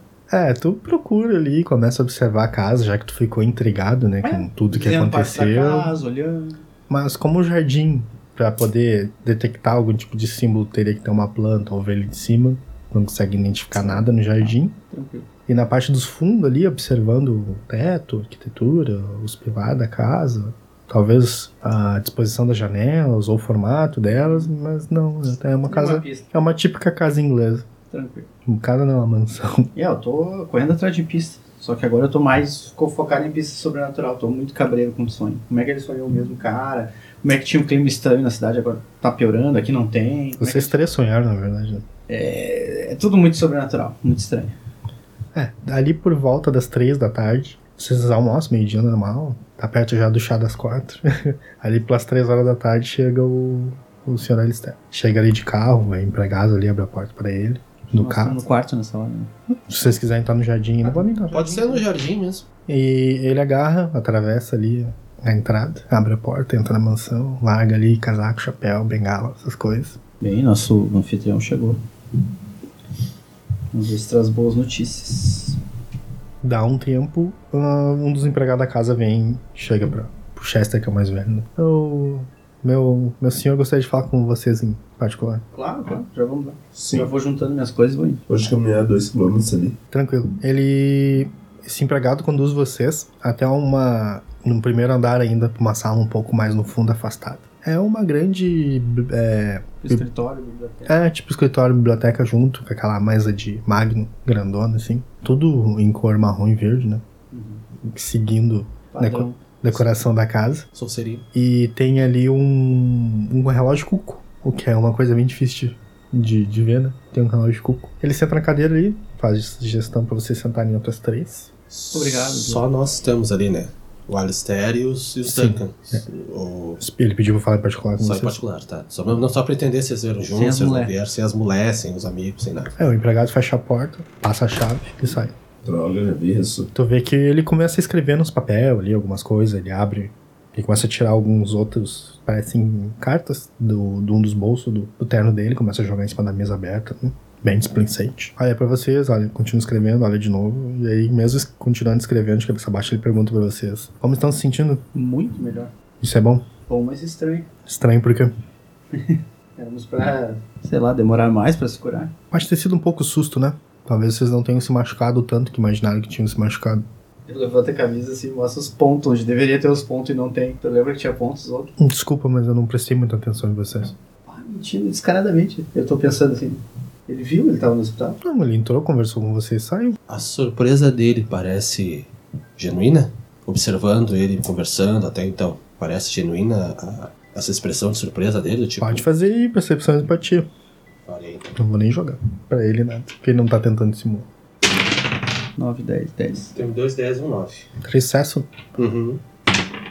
[SPEAKER 2] [laughs] É, tu procura ali, começa a observar a casa, já que tu ficou intrigado, né, com tudo que
[SPEAKER 3] Dentro da parte da
[SPEAKER 2] aconteceu.
[SPEAKER 3] um casa, olhando.
[SPEAKER 2] Mas como o jardim, pra poder detectar algum tipo de símbolo, teria que ter uma planta ou ver ele de cima. Não consegue identificar nada no jardim.
[SPEAKER 3] Tranquilo.
[SPEAKER 2] E na parte dos fundos ali, observando o teto, a arquitetura, os pilares da casa, talvez a disposição das janelas ou o formato delas, mas não, é uma
[SPEAKER 3] Nenhuma
[SPEAKER 2] casa,
[SPEAKER 3] pista,
[SPEAKER 2] é uma típica casa inglesa.
[SPEAKER 3] tranquilo.
[SPEAKER 2] Uma casa não, uma mansão.
[SPEAKER 3] E é, eu tô correndo atrás de pista. Só que agora eu tô mais co- focado em pista sobrenatural. Tô muito cabreiro com o sonho. Como é que ele sonhou o mesmo cara? Como é que tinha um clima estranho na cidade agora? Tá piorando, aqui não tem. Como é que-
[SPEAKER 2] Vocês três sonharam, na verdade. né?
[SPEAKER 3] É tudo muito sobrenatural, muito estranho.
[SPEAKER 2] É, ali por volta das três da tarde, vocês almoçam meio-dia normal, tá perto já do chá das quatro. [laughs] ali pelas três horas da tarde chega o, o senhor Alistair. Chega ali de carro, vai empregado ali, abre a porta pra ele. No
[SPEAKER 3] Nós
[SPEAKER 2] carro.
[SPEAKER 3] estamos no quarto nessa hora. né?
[SPEAKER 2] Se vocês quiserem entrar no jardim, ainda podem entrar.
[SPEAKER 5] Pode ser no jardim mesmo.
[SPEAKER 2] E ele agarra, atravessa ali a entrada, abre a porta, entra na mansão, larga ali casaco, chapéu, bengala, essas coisas.
[SPEAKER 3] Bem, nosso anfitrião chegou. Vamos ver se traz boas notícias.
[SPEAKER 2] Dá um tempo, ah, um dos empregados da casa vem, chega pra, pro Chester, que é o mais velho. Né? Eu, meu, meu senhor gostaria de falar com vocês em particular.
[SPEAKER 3] Claro, claro, Ah, já vamos lá. Já
[SPEAKER 4] Sim.
[SPEAKER 3] vou juntando minhas coisas e vou indo.
[SPEAKER 4] Pode caminhar dois quilômetros ali.
[SPEAKER 2] Tranquilo. Ele. Esse empregado conduz vocês até uma. num primeiro andar ainda, pra uma sala um pouco mais no fundo afastada. É uma grande. É,
[SPEAKER 3] Escritório, biblioteca.
[SPEAKER 2] é tipo escritório, biblioteca junto, com aquela mesa de magno grandona, assim. Tudo em cor marrom e verde, né? Seguindo
[SPEAKER 3] Padrão.
[SPEAKER 2] a decoração da casa.
[SPEAKER 5] Sorceria.
[SPEAKER 2] E tem ali um, um relógio cuco, o que é uma coisa bem difícil de, de, de ver, né? Tem um relógio cuco. Ele senta na cadeira ali, faz sugestão pra vocês sentarem em outras três.
[SPEAKER 3] Obrigado.
[SPEAKER 5] Só nós estamos ali, né? O Alistair e os, e os
[SPEAKER 2] Sim.
[SPEAKER 5] Duncan.
[SPEAKER 4] É.
[SPEAKER 5] O...
[SPEAKER 2] Ele pediu pra falar em particular com
[SPEAKER 5] Só em
[SPEAKER 2] vocês.
[SPEAKER 5] particular, tá? Só, não só pra entender se eles vieram
[SPEAKER 3] Sem
[SPEAKER 5] juntos,
[SPEAKER 3] as
[SPEAKER 5] se eles não
[SPEAKER 3] mulher.
[SPEAKER 5] vieram, sem as mulheres, sem os amigos, sem nada.
[SPEAKER 2] É, o empregado fecha a porta, passa a chave e sai.
[SPEAKER 4] Droga, já vi isso.
[SPEAKER 2] Tu vê que ele começa a escrever nos papéis ali, algumas coisas, ele abre. Ele começa a tirar alguns outros, parecem cartas, do, de um dos bolsos do, do terno dele, começa a jogar em cima da mesa aberta, né? bem displicente. Olha pra vocês, olha, continua escrevendo, olha de novo, e aí mesmo es- continuando escrevendo de cabeça baixa, ele pergunta pra vocês, como estão se sentindo?
[SPEAKER 3] Muito melhor.
[SPEAKER 2] Isso é bom?
[SPEAKER 3] Bom, mas estranho.
[SPEAKER 2] Estranho porque
[SPEAKER 3] Éramos pra, sei lá, demorar mais pra se curar.
[SPEAKER 2] pode ter sido um pouco susto, né? Talvez vocês não tenham se machucado o tanto que imaginaram que tinham se machucado.
[SPEAKER 3] Ele levanta a camisa assim, mostra os pontos onde deveria ter os pontos e não tem. Tu lembra que tinha pontos outros?
[SPEAKER 2] Desculpa, mas eu não prestei muita atenção em vocês.
[SPEAKER 3] Ah, mentindo descaradamente. Eu tô pensando assim. Ele viu, ele tava no hospital.
[SPEAKER 2] Não, ele entrou, conversou com vocês, saiu.
[SPEAKER 5] A surpresa dele parece genuína? Observando ele conversando até então, parece genuína a- essa expressão de surpresa dele? Tipo,
[SPEAKER 2] Pode fazer aí, percepção e empatia.
[SPEAKER 5] Falei, então.
[SPEAKER 2] Não vou nem jogar. Pra ele, né? Porque ele não tá tentando simular.
[SPEAKER 3] 9, 10, 10.
[SPEAKER 5] Tem dois 10 e um 9.
[SPEAKER 2] Recesso
[SPEAKER 5] Uhum.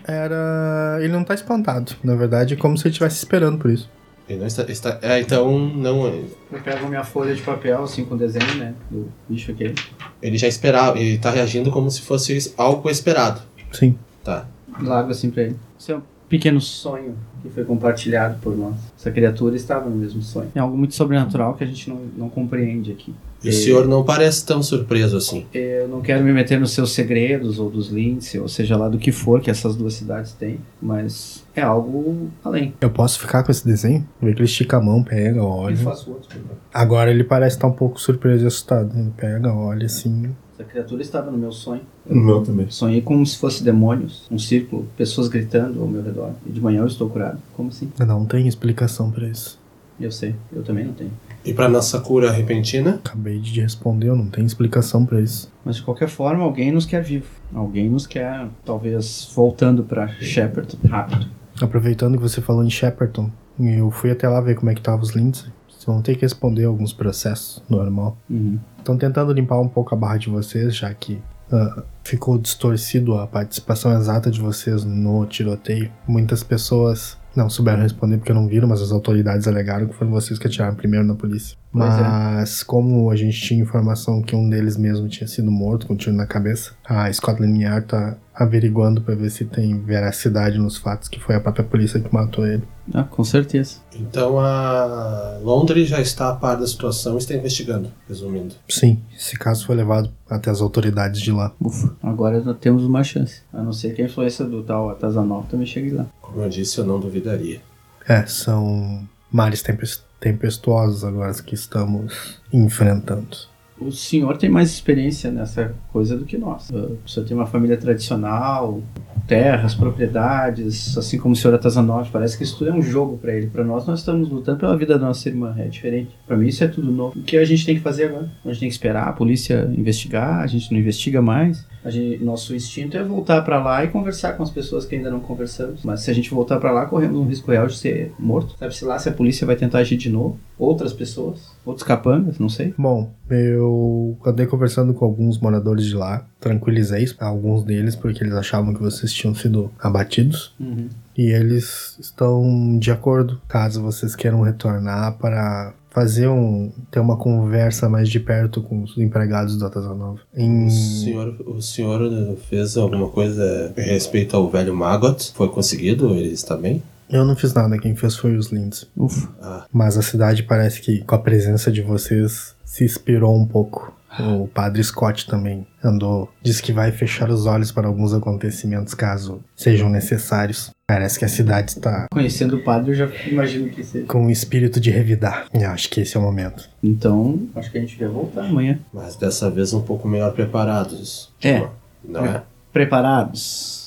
[SPEAKER 2] era. Ele não tá espantado. Na verdade, é como se ele estivesse esperando por isso.
[SPEAKER 5] Ele não está, está- É, então não.
[SPEAKER 3] Eu pego minha folha de papel, assim, com desenho, né? Do bicho aquele.
[SPEAKER 5] Ele já esperava, ele tá reagindo como se fosse algo esperado.
[SPEAKER 2] Sim.
[SPEAKER 5] Tá.
[SPEAKER 3] Largo assim pra ele. Isso é um pequeno sonho que foi compartilhado por nós. Essa criatura estava no mesmo sonho. É algo muito sobrenatural que a gente não, não compreende aqui.
[SPEAKER 5] E o senhor não parece tão surpreso assim.
[SPEAKER 3] Eu não quero me meter nos seus segredos ou dos links, ou seja lá do que for que essas duas cidades têm, mas é algo além.
[SPEAKER 2] Eu posso ficar com esse desenho? Vê que ele estica a mão, pega,
[SPEAKER 3] Ele
[SPEAKER 2] olha.
[SPEAKER 3] faz o outro. por favor.
[SPEAKER 2] Agora ele parece estar um pouco surpreso e assustado. Ele pega, olha assim.
[SPEAKER 3] Essa criatura estava no meu sonho.
[SPEAKER 4] É No meu também.
[SPEAKER 3] Sonhei como se fosse demônios, um círculo, pessoas gritando ao meu redor. E de manhã eu estou curado. Como assim?
[SPEAKER 2] Não tem explicação pra isso.
[SPEAKER 3] Eu sei, eu também não tenho.
[SPEAKER 5] E pra nossa cura repentina,
[SPEAKER 2] Acabei de responder, eu não tenho explicação pra isso.
[SPEAKER 3] Mas de qualquer forma, alguém nos quer vivo. Alguém nos quer, talvez, voltando pra Shepard rápido.
[SPEAKER 2] Aproveitando que você falou em Shepperton, eu fui até lá ver como é que tava os links. Vocês vão ter que responder alguns processos normal.
[SPEAKER 3] Uhum.
[SPEAKER 2] Estão tentando limpar um pouco a barra de vocês, já que ah, ficou distorcido a participação exata de vocês no tiroteio. Muitas pessoas não souberam responder porque não viram, mas as autoridades alegaram que foram vocês que atiraram primeiro na polícia.
[SPEAKER 3] Pois é.
[SPEAKER 1] Mas como a gente tinha informação que um deles mesmo tinha sido morto com um tiro na cabeça, a Scotland Yard tá averiguando pra ver se tem veracidade nos fatos que foi a própria polícia que matou ele.
[SPEAKER 3] Ah, com certeza.
[SPEAKER 5] Então a Londres já está a par da situação e está investigando, resumindo.
[SPEAKER 1] Sim, esse caso foi levado até as autoridades de lá.
[SPEAKER 3] Ufa, agora nós temos uma chance. A não ser que a influência do tal Atazanov também chegue lá.
[SPEAKER 5] Como eu disse, eu não duvidaria.
[SPEAKER 1] É, são mares tempes- tempestuosos agora que estamos enfrentando.
[SPEAKER 3] O senhor tem mais experiência nessa coisa do que nós. Uh, O senhor tem uma família tradicional, terras, propriedades, assim como o senhor Atazanov. Parece que isso tudo é um jogo pra ele. Pra nós, nós estamos lutando pela vida da nossa irmã. É diferente. Pra mim, isso é tudo novo. O que a gente tem que fazer agora? A gente tem que esperar a polícia investigar. A gente não investiga mais. A gente- nosso instinto é voltar pra lá e conversar com as pessoas que ainda não conversamos. Mas se a gente voltar pra lá, corremos um risco real de ser morto. Sabe-se lá se a polícia vai tentar agir de novo. Outras pessoas, outros capangas, não sei.
[SPEAKER 1] Bom, eu andei conversando com alguns moradores de lá, tranquilizei alguns deles porque eles achavam que vocês tinham sido abatidos.
[SPEAKER 3] Uhum.
[SPEAKER 1] E eles estão de acordo, caso vocês queiram retornar para fazer um ter uma conversa mais de perto com os empregados da Tazanova. Em
[SPEAKER 5] O,
[SPEAKER 3] Hum.
[SPEAKER 5] senhor, o senhor fez alguma coisa a respeito ao velho Magot? Foi conseguido? Ele está bem?
[SPEAKER 1] eu não fiz nada, quem fez foi os Linds.
[SPEAKER 3] Ufa.
[SPEAKER 5] Ah,
[SPEAKER 1] Mas a cidade parece que com a presença de vocês se inspirou um pouco. O padre Scott também andou, diz que vai fechar os olhos para alguns acontecimentos caso sejam necessários. Parece que a cidade está
[SPEAKER 3] Conhecendo o padre, eu já imagino que seja.
[SPEAKER 1] com o espírito de revidar. Eu acho que esse é o momento.
[SPEAKER 3] Então, acho que a gente vai voltar amanhã.
[SPEAKER 5] mas dessa vez um pouco melhor preparados.
[SPEAKER 3] É.
[SPEAKER 5] Não é?
[SPEAKER 3] Preparados?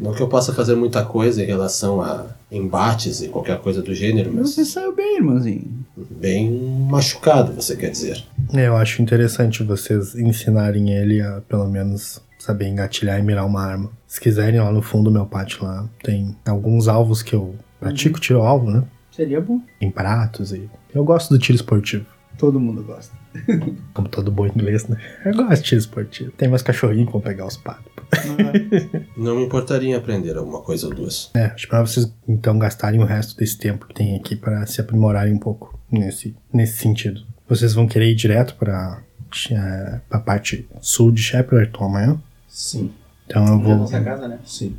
[SPEAKER 5] Não que eu possa fazer muita coisa em relação a embates e qualquer coisa do gênero, mas
[SPEAKER 3] Você saiu bem, irmãozinho.
[SPEAKER 5] bem machucado, você quer dizer.
[SPEAKER 1] Eu acho interessante vocês ensinarem ele a, pelo menos, saber engatilhar e mirar uma arma. Se quiserem, lá no fundo do meu pátio lá tem alguns alvos que eu
[SPEAKER 2] Uhum.
[SPEAKER 1] pratico, tiro alvo, né?
[SPEAKER 3] Seria bom.
[SPEAKER 1] Em pratos e... Eu gosto do tiro esportivo.
[SPEAKER 3] Todo mundo gosta.
[SPEAKER 1] Como todo bom inglês, né? Eu gosto de tiro esportivo. Tem mais cachorrinho pra pegar os patos.
[SPEAKER 5] Não me importaria em aprender alguma coisa ou duas.
[SPEAKER 1] É, acho pra vocês então gastarem o resto desse tempo que tem aqui pra se aprimorarem um pouco nesse, nesse sentido. Vocês vão querer ir direto pra, eh, pra parte sul de Shepperton amanhã?
[SPEAKER 4] Sim.
[SPEAKER 1] Então eu
[SPEAKER 3] Da
[SPEAKER 1] vou,
[SPEAKER 3] nossa casa, né?
[SPEAKER 4] Sim.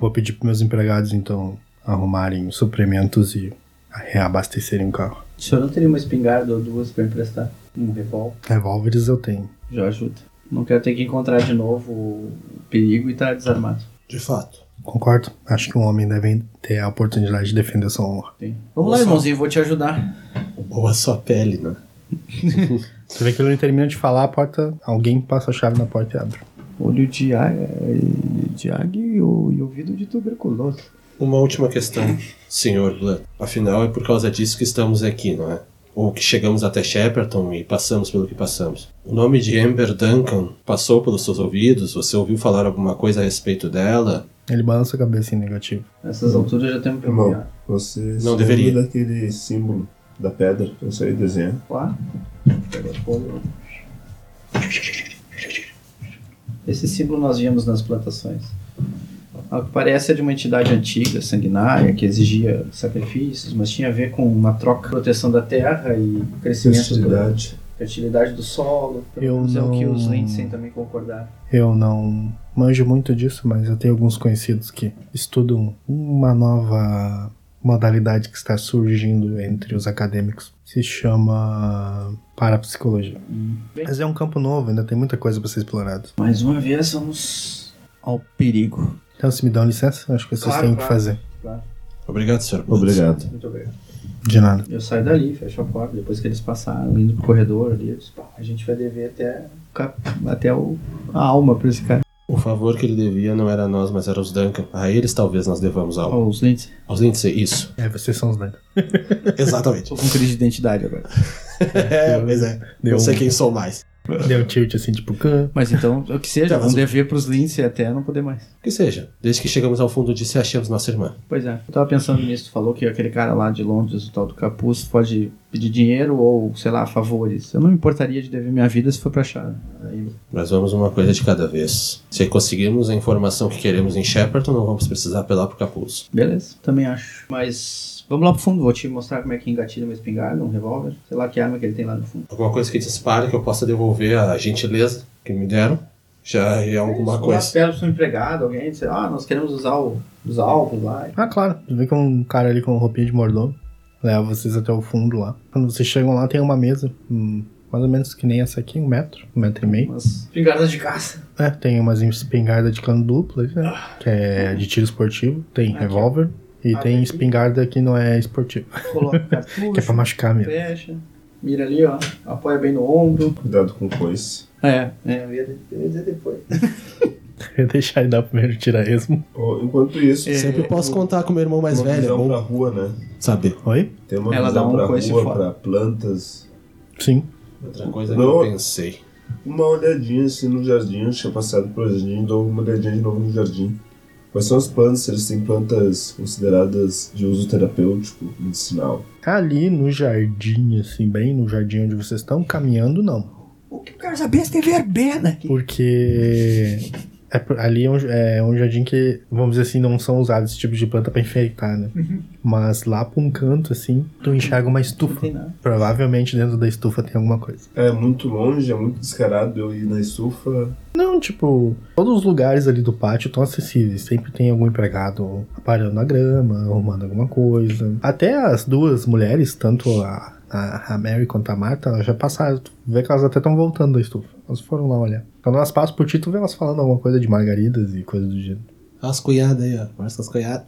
[SPEAKER 1] vou pedir pros meus empregados então arrumarem os suplementos e reabastecerem o carro.
[SPEAKER 3] O senhor não teria uma espingarda ou duas pra emprestar? Um revólver?
[SPEAKER 1] Revólveres eu tenho.
[SPEAKER 3] Já ajuda. Não quero ter que encontrar de novo o perigo e tá desarmado.
[SPEAKER 5] De fato.
[SPEAKER 1] Concordo. Acho que um homem deve ter a oportunidade de defender sua honra.
[SPEAKER 3] Tem. Vamos lá,
[SPEAKER 5] Nossa.
[SPEAKER 3] irmãozinho, vou te ajudar.
[SPEAKER 5] Boa sua pele, né?
[SPEAKER 1] Você vê que ele não termina de falar, a porta. Alguém passa a chave na porta e abre.
[SPEAKER 3] Olho de, a... eh, de águia e o- e ouvido de tuberculoso.
[SPEAKER 5] Uma última questão, senhor Blood. Afinal, é por causa disso que estamos aqui, não é? Ou que chegamos até Shepperton e passamos pelo que passamos. O nome de Amber Duncan passou pelos seus ouvidos? Você ouviu falar alguma coisa a respeito dela?
[SPEAKER 1] Ele balança a cabeça em negativo.
[SPEAKER 3] Nessas alturas já temos que
[SPEAKER 4] Irmão,
[SPEAKER 3] olhar.
[SPEAKER 4] você se
[SPEAKER 5] Não
[SPEAKER 4] lembra
[SPEAKER 5] deveria.
[SPEAKER 4] daquele símbolo da pedra que eu saí desenhando.
[SPEAKER 3] Claro. Pega fogo. Esse símbolo nós vimos nas plantações. Ao que parece é de uma entidade antiga, sanguinária, que exigia sacrifícios, mas tinha a ver com uma troca, proteção da terra e
[SPEAKER 5] é.
[SPEAKER 3] crescimento, da
[SPEAKER 4] Festividade.
[SPEAKER 3] fertilidade do solo. Pelo
[SPEAKER 1] Eu
[SPEAKER 3] menos é o que
[SPEAKER 1] não-
[SPEAKER 3] os Lindsay também concordaram.
[SPEAKER 1] Eu não manjo muito disso, mas eu tenho alguns conhecidos que estudam uma nova modalidade que está surgindo entre os acadêmicos. Se chama parapsicologia. Mas é um campo novo, ainda tem muita coisa para ser explorada.
[SPEAKER 3] Mais uma vez, vamos ao perigo.
[SPEAKER 1] Então, se me dão licença, acho que vocês
[SPEAKER 3] Claro,
[SPEAKER 1] têm
[SPEAKER 3] claro.
[SPEAKER 1] que fazer.
[SPEAKER 5] Obrigado, senhor Blood.
[SPEAKER 4] Obrigado.
[SPEAKER 3] Muito obrigado.
[SPEAKER 1] De nada.
[SPEAKER 3] Eu saio dali, fecho a porta, depois que eles passaram, indo pro corredor ali, eu disse, "Pá, a gente vai dever até, o cap- até o, a alma pra esse cara.
[SPEAKER 5] O favor que ele devia não era a nós, mas era os Duncan. A eles talvez nós devamos algo.
[SPEAKER 3] Ó, os lentes.
[SPEAKER 5] Aos Lindsay,
[SPEAKER 2] [laughs]
[SPEAKER 5] isso.
[SPEAKER 1] É, vocês são os daí.
[SPEAKER 5] Exatamente.
[SPEAKER 3] Tô com crise de identidade agora.
[SPEAKER 5] é, mas é.
[SPEAKER 1] Deu, um
[SPEAKER 5] Não
[SPEAKER 2] um-
[SPEAKER 5] sei quem sou mais.
[SPEAKER 1] deu tilt assim, tipo, "Cã".
[SPEAKER 3] Mas então, o que
[SPEAKER 5] Tá,
[SPEAKER 3] seja,
[SPEAKER 5] mas
[SPEAKER 3] vamos
[SPEAKER 5] o-
[SPEAKER 3] dever pros lince até não poder mais.
[SPEAKER 5] Que seja. Desde que chegamos ao fundo disso e achamos nossa irmã.
[SPEAKER 3] Pois é. Eu tava pensando nisso, tu falou que aquele cara lá de Londres, o tal do Capuz, pode
[SPEAKER 8] pedir dinheiro ou, sei lá, favores. Eu não me importaria de dever minha vida se for pra achar. Aí,
[SPEAKER 5] Mas vamos uma coisa de cada vez. Se conseguirmos a informação que queremos em Shepperton, não vamos precisar apelar pro capuz.
[SPEAKER 8] beleza, também acho. Mas vamos lá pro fundo, vou te mostrar como é que engatilha uma espingarda, um revólver, sei lá que arma que ele tem lá no fundo.
[SPEAKER 5] Alguma coisa que dispare que eu possa devolver a gentileza que me deram já é alguma
[SPEAKER 8] Lá
[SPEAKER 5] coisa.
[SPEAKER 8] pega o seu um empregado, alguém, diz, ah, nós queremos usar o- os alvos lá.
[SPEAKER 2] Ah, claro. Tu vê que é um cara ali com roupinha de mordomo. Leva vocês até o fundo lá. Quando vocês chegam lá, tem uma mesa. hum, mais ou menos que nem essa aqui, um metro, um metro e meio.
[SPEAKER 8] Umas espingardas de caça. [laughs]
[SPEAKER 2] É, tem umas espingarda de cano duplo, né, que é de tiro esportivo. Tem revólver. E
[SPEAKER 8] Ah,
[SPEAKER 2] tem
[SPEAKER 8] aqui.
[SPEAKER 2] espingarda que não é esportiva,
[SPEAKER 8] Coloca o
[SPEAKER 2] que é pra
[SPEAKER 8] cartucho,
[SPEAKER 2] machucar mesmo. [laughs]
[SPEAKER 8] fecha, mira ali, ó, apoia bem no ombro.
[SPEAKER 4] Cuidado com coice.
[SPEAKER 8] É, é eu, ia, de- eu ia dizer depois.
[SPEAKER 2] Eu ia deixar ele dar o primeiro tiraresmo.
[SPEAKER 4] Ó, Enquanto isso,
[SPEAKER 3] é,
[SPEAKER 5] Sempre posso contar com meu irmão É, mais
[SPEAKER 4] uma
[SPEAKER 5] velho, é
[SPEAKER 4] visão pra
[SPEAKER 5] bom
[SPEAKER 4] rua, né?
[SPEAKER 5] saber.
[SPEAKER 2] Oi?
[SPEAKER 4] Tem uma
[SPEAKER 8] Ela dá
[SPEAKER 4] visão
[SPEAKER 8] um
[SPEAKER 4] pra
[SPEAKER 8] coice
[SPEAKER 4] rua,
[SPEAKER 8] fora.
[SPEAKER 4] pra plantas.
[SPEAKER 2] Sim.
[SPEAKER 5] Outra coisa que
[SPEAKER 4] Não.
[SPEAKER 5] eu pensei.
[SPEAKER 4] Uma olhadinha assim no jardim, eu tinha passado pelo jardim, dou uma olhadinha de novo no jardim. Quais são as plantas? Se eles têm plantas consideradas de uso terapêutico, medicinal.
[SPEAKER 2] Ali no jardim, assim, bem no jardim onde vocês estão caminhando, não.
[SPEAKER 6] O que eu quero saber é se tem verbena aqui.
[SPEAKER 2] Porque é por- ali é um, é um jardim que, vamos dizer assim, não são usados esse tipo de planta pra enfeitar, né? Mas lá pra um canto, assim, tu enxerga uma
[SPEAKER 8] Não
[SPEAKER 2] estufa.
[SPEAKER 8] tem nada.
[SPEAKER 2] Provavelmente dentro da estufa tem alguma coisa.
[SPEAKER 4] É muito longe, é muito descarado eu ir na estufa.
[SPEAKER 2] Não, tipo, todos os lugares ali do pátio estão acessíveis. Sempre tem algum Um empregado aparando a grama, arrumando alguma coisa. Até as duas mulheres, tanto a, a, a Mary quanto a Marta, elas já passaram. Tu vê que elas até estão voltando da estufa. Elas foram lá olhar. Quando elas passam por ti, tu vê elas falando alguma coisa de margaridas e coisa do gênero.
[SPEAKER 5] As cunhadas aí, ó. Conversa com as cunhadas.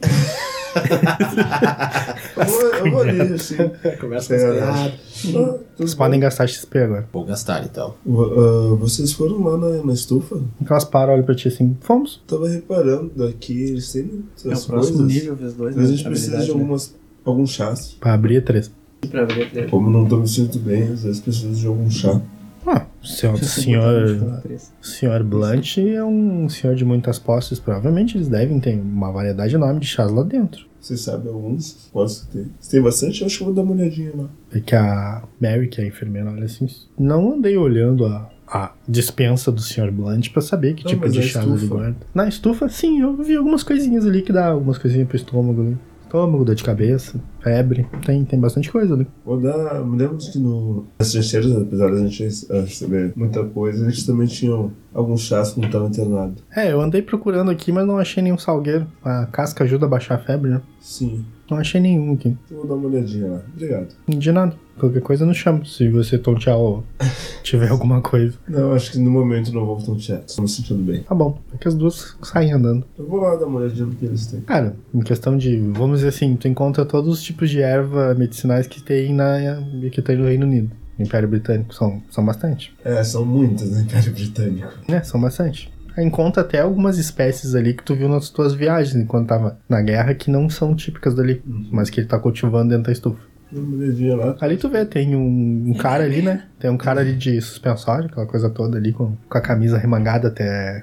[SPEAKER 4] Eu vou, eu vou ali, assim.
[SPEAKER 5] [laughs] Conversa com as cunhadas.
[SPEAKER 4] Ah, tudo
[SPEAKER 2] Vocês podem gastar XP agora.
[SPEAKER 5] Vou gastar então.
[SPEAKER 4] bom. Ah, vocês foram lá na, na estufa?
[SPEAKER 2] Então elas param, olham pra ti assim, fomos.
[SPEAKER 4] Tava reparando daqui, eles têm muitas
[SPEAKER 8] É o
[SPEAKER 4] coisas.
[SPEAKER 8] próximo nível, vezes dois.
[SPEAKER 4] Mas a
[SPEAKER 8] né,
[SPEAKER 4] gente precisa
[SPEAKER 8] habilidade,
[SPEAKER 4] de
[SPEAKER 8] né?
[SPEAKER 4] algumas, algum chá. assim.
[SPEAKER 2] Pra abrir é três.
[SPEAKER 8] Pra abrir a treta.
[SPEAKER 4] Como não tô me sentindo bem, às vezes preciso de algum chá.
[SPEAKER 2] Ah, senhor, senhor, senhor Blunt é um senhor de muitas posses. Provavelmente eles devem ter uma variedade enorme de chás lá dentro.
[SPEAKER 4] Vocês sabem alguns? Quantos que tem? Se tem bastante, eu acho que eu vou dar uma olhadinha lá.
[SPEAKER 2] É que a Mary, que é a enfermeira, olha assim, não andei olhando a, a dispensa do senhor Blunt pra saber que
[SPEAKER 4] Não,
[SPEAKER 2] tipo
[SPEAKER 4] mas
[SPEAKER 2] de
[SPEAKER 4] na
[SPEAKER 2] chás ele
[SPEAKER 4] estufa.
[SPEAKER 2] guarda. Na estufa, sim, eu vi algumas coisinhas ali que dá algumas coisinhas pro estômago ali. Estômago, dor de cabeça, febre, tem, tem bastante coisa ali.
[SPEAKER 4] Vou dar. Me lembro que no. Nas trincheiras, apesar da gente eh, receber muita coisa, a gente também tinha alguns chás que não estavam internados.
[SPEAKER 2] É, eu andei procurando aqui, mas não achei nenhum salgueiro. A casca ajuda a baixar a febre, né?
[SPEAKER 4] Sim. então
[SPEAKER 2] Não achei nenhum aqui.
[SPEAKER 4] Eu vou dar uma olhadinha lá. Obrigado.
[SPEAKER 2] De nada. Qualquer coisa eu não chamo. Se você tontear
[SPEAKER 4] [laughs]
[SPEAKER 2] ou tiver alguma coisa.
[SPEAKER 4] Não, acho que no momento não vou tão chato. Estou me sentindo bem.
[SPEAKER 2] Tá bom. É que as duas saem andando.
[SPEAKER 4] Eu vou lá dar uma olhadinha no que eles têm.
[SPEAKER 2] Cara, em questão de. Vamos dizer assim, tu encontra todos os tipos de erva medicinais que tem na. que tem no Reino Unido. No Império Britânico. São, são bastante.
[SPEAKER 4] É, são muitas, né, Império [laughs] Britânico?
[SPEAKER 2] É, são bastante. Aí Encontra até algumas espécies ali que tu viu nas tuas viagens enquanto tava na guerra que não são típicas dali. Mas que ele tá cultivando dentro da estufa.
[SPEAKER 4] Dá uma olhadinha lá.
[SPEAKER 2] Ali tu vê, tem um, um cara
[SPEAKER 4] tá
[SPEAKER 2] ali, né? Tem um cara ali de suspensório, aquela coisa toda ali, com, com a camisa remangada até,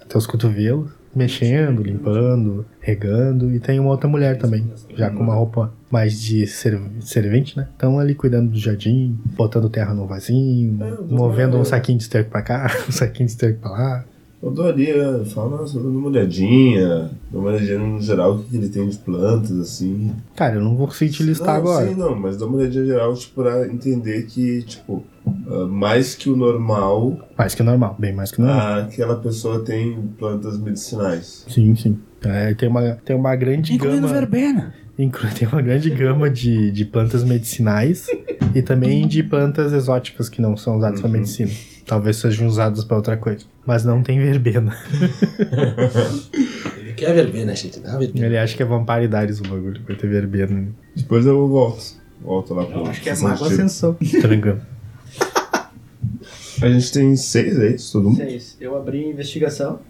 [SPEAKER 2] até os cotovelos, mexendo, limpando, regando. E tem uma outra mulher também, já com uma roupa mais de ser- servente, né? Estão ali cuidando do jardim, botando terra no vasinho,
[SPEAKER 4] É, eu tô
[SPEAKER 2] movendo um
[SPEAKER 4] vendo.
[SPEAKER 2] saquinho de esterco pra cá, [laughs] um saquinho de esterco pra lá.
[SPEAKER 4] Eu dou ali, eu falo, nossa, eu dou uma olhadinha. Dou uma olhadinha no geral, o que que ele tem de plantas, assim.
[SPEAKER 2] Cara, eu não vou conseguir te listar
[SPEAKER 4] não,
[SPEAKER 2] agora.
[SPEAKER 4] Sim, não, mas dá uma olhadinha geral, tipo, pra entender que, tipo, ah, mais que o normal,
[SPEAKER 2] Mais que normal, bem mais que normal.
[SPEAKER 4] ah, aquela pessoa tem plantas medicinais.
[SPEAKER 2] Sim, sim. É, tem, uma, tem uma grande
[SPEAKER 6] Incluindo
[SPEAKER 2] gama.
[SPEAKER 6] verbena.
[SPEAKER 2] Inclu- Tem uma grande gama de, de plantas medicinais e também de plantas exóticas que não são usadas pra
[SPEAKER 4] Uhum.
[SPEAKER 2] medicina. Talvez sejam usadas pra outra coisa. Mas não tem verbena.
[SPEAKER 5] Ele quer verbena, gente. Dá verbena.
[SPEAKER 2] Ele acha que é vampiridades o bagulho, vai ter verbena.
[SPEAKER 4] Depois eu volto. Volto lá pro.
[SPEAKER 8] Eu acho que é
[SPEAKER 4] pro
[SPEAKER 8] mágoa
[SPEAKER 4] sentido.
[SPEAKER 8] ascensão.
[SPEAKER 2] Trangam.
[SPEAKER 4] A gente tem seis aí, isso, todo mundo.
[SPEAKER 8] [laughs] Seis. É Eu abri a investigação,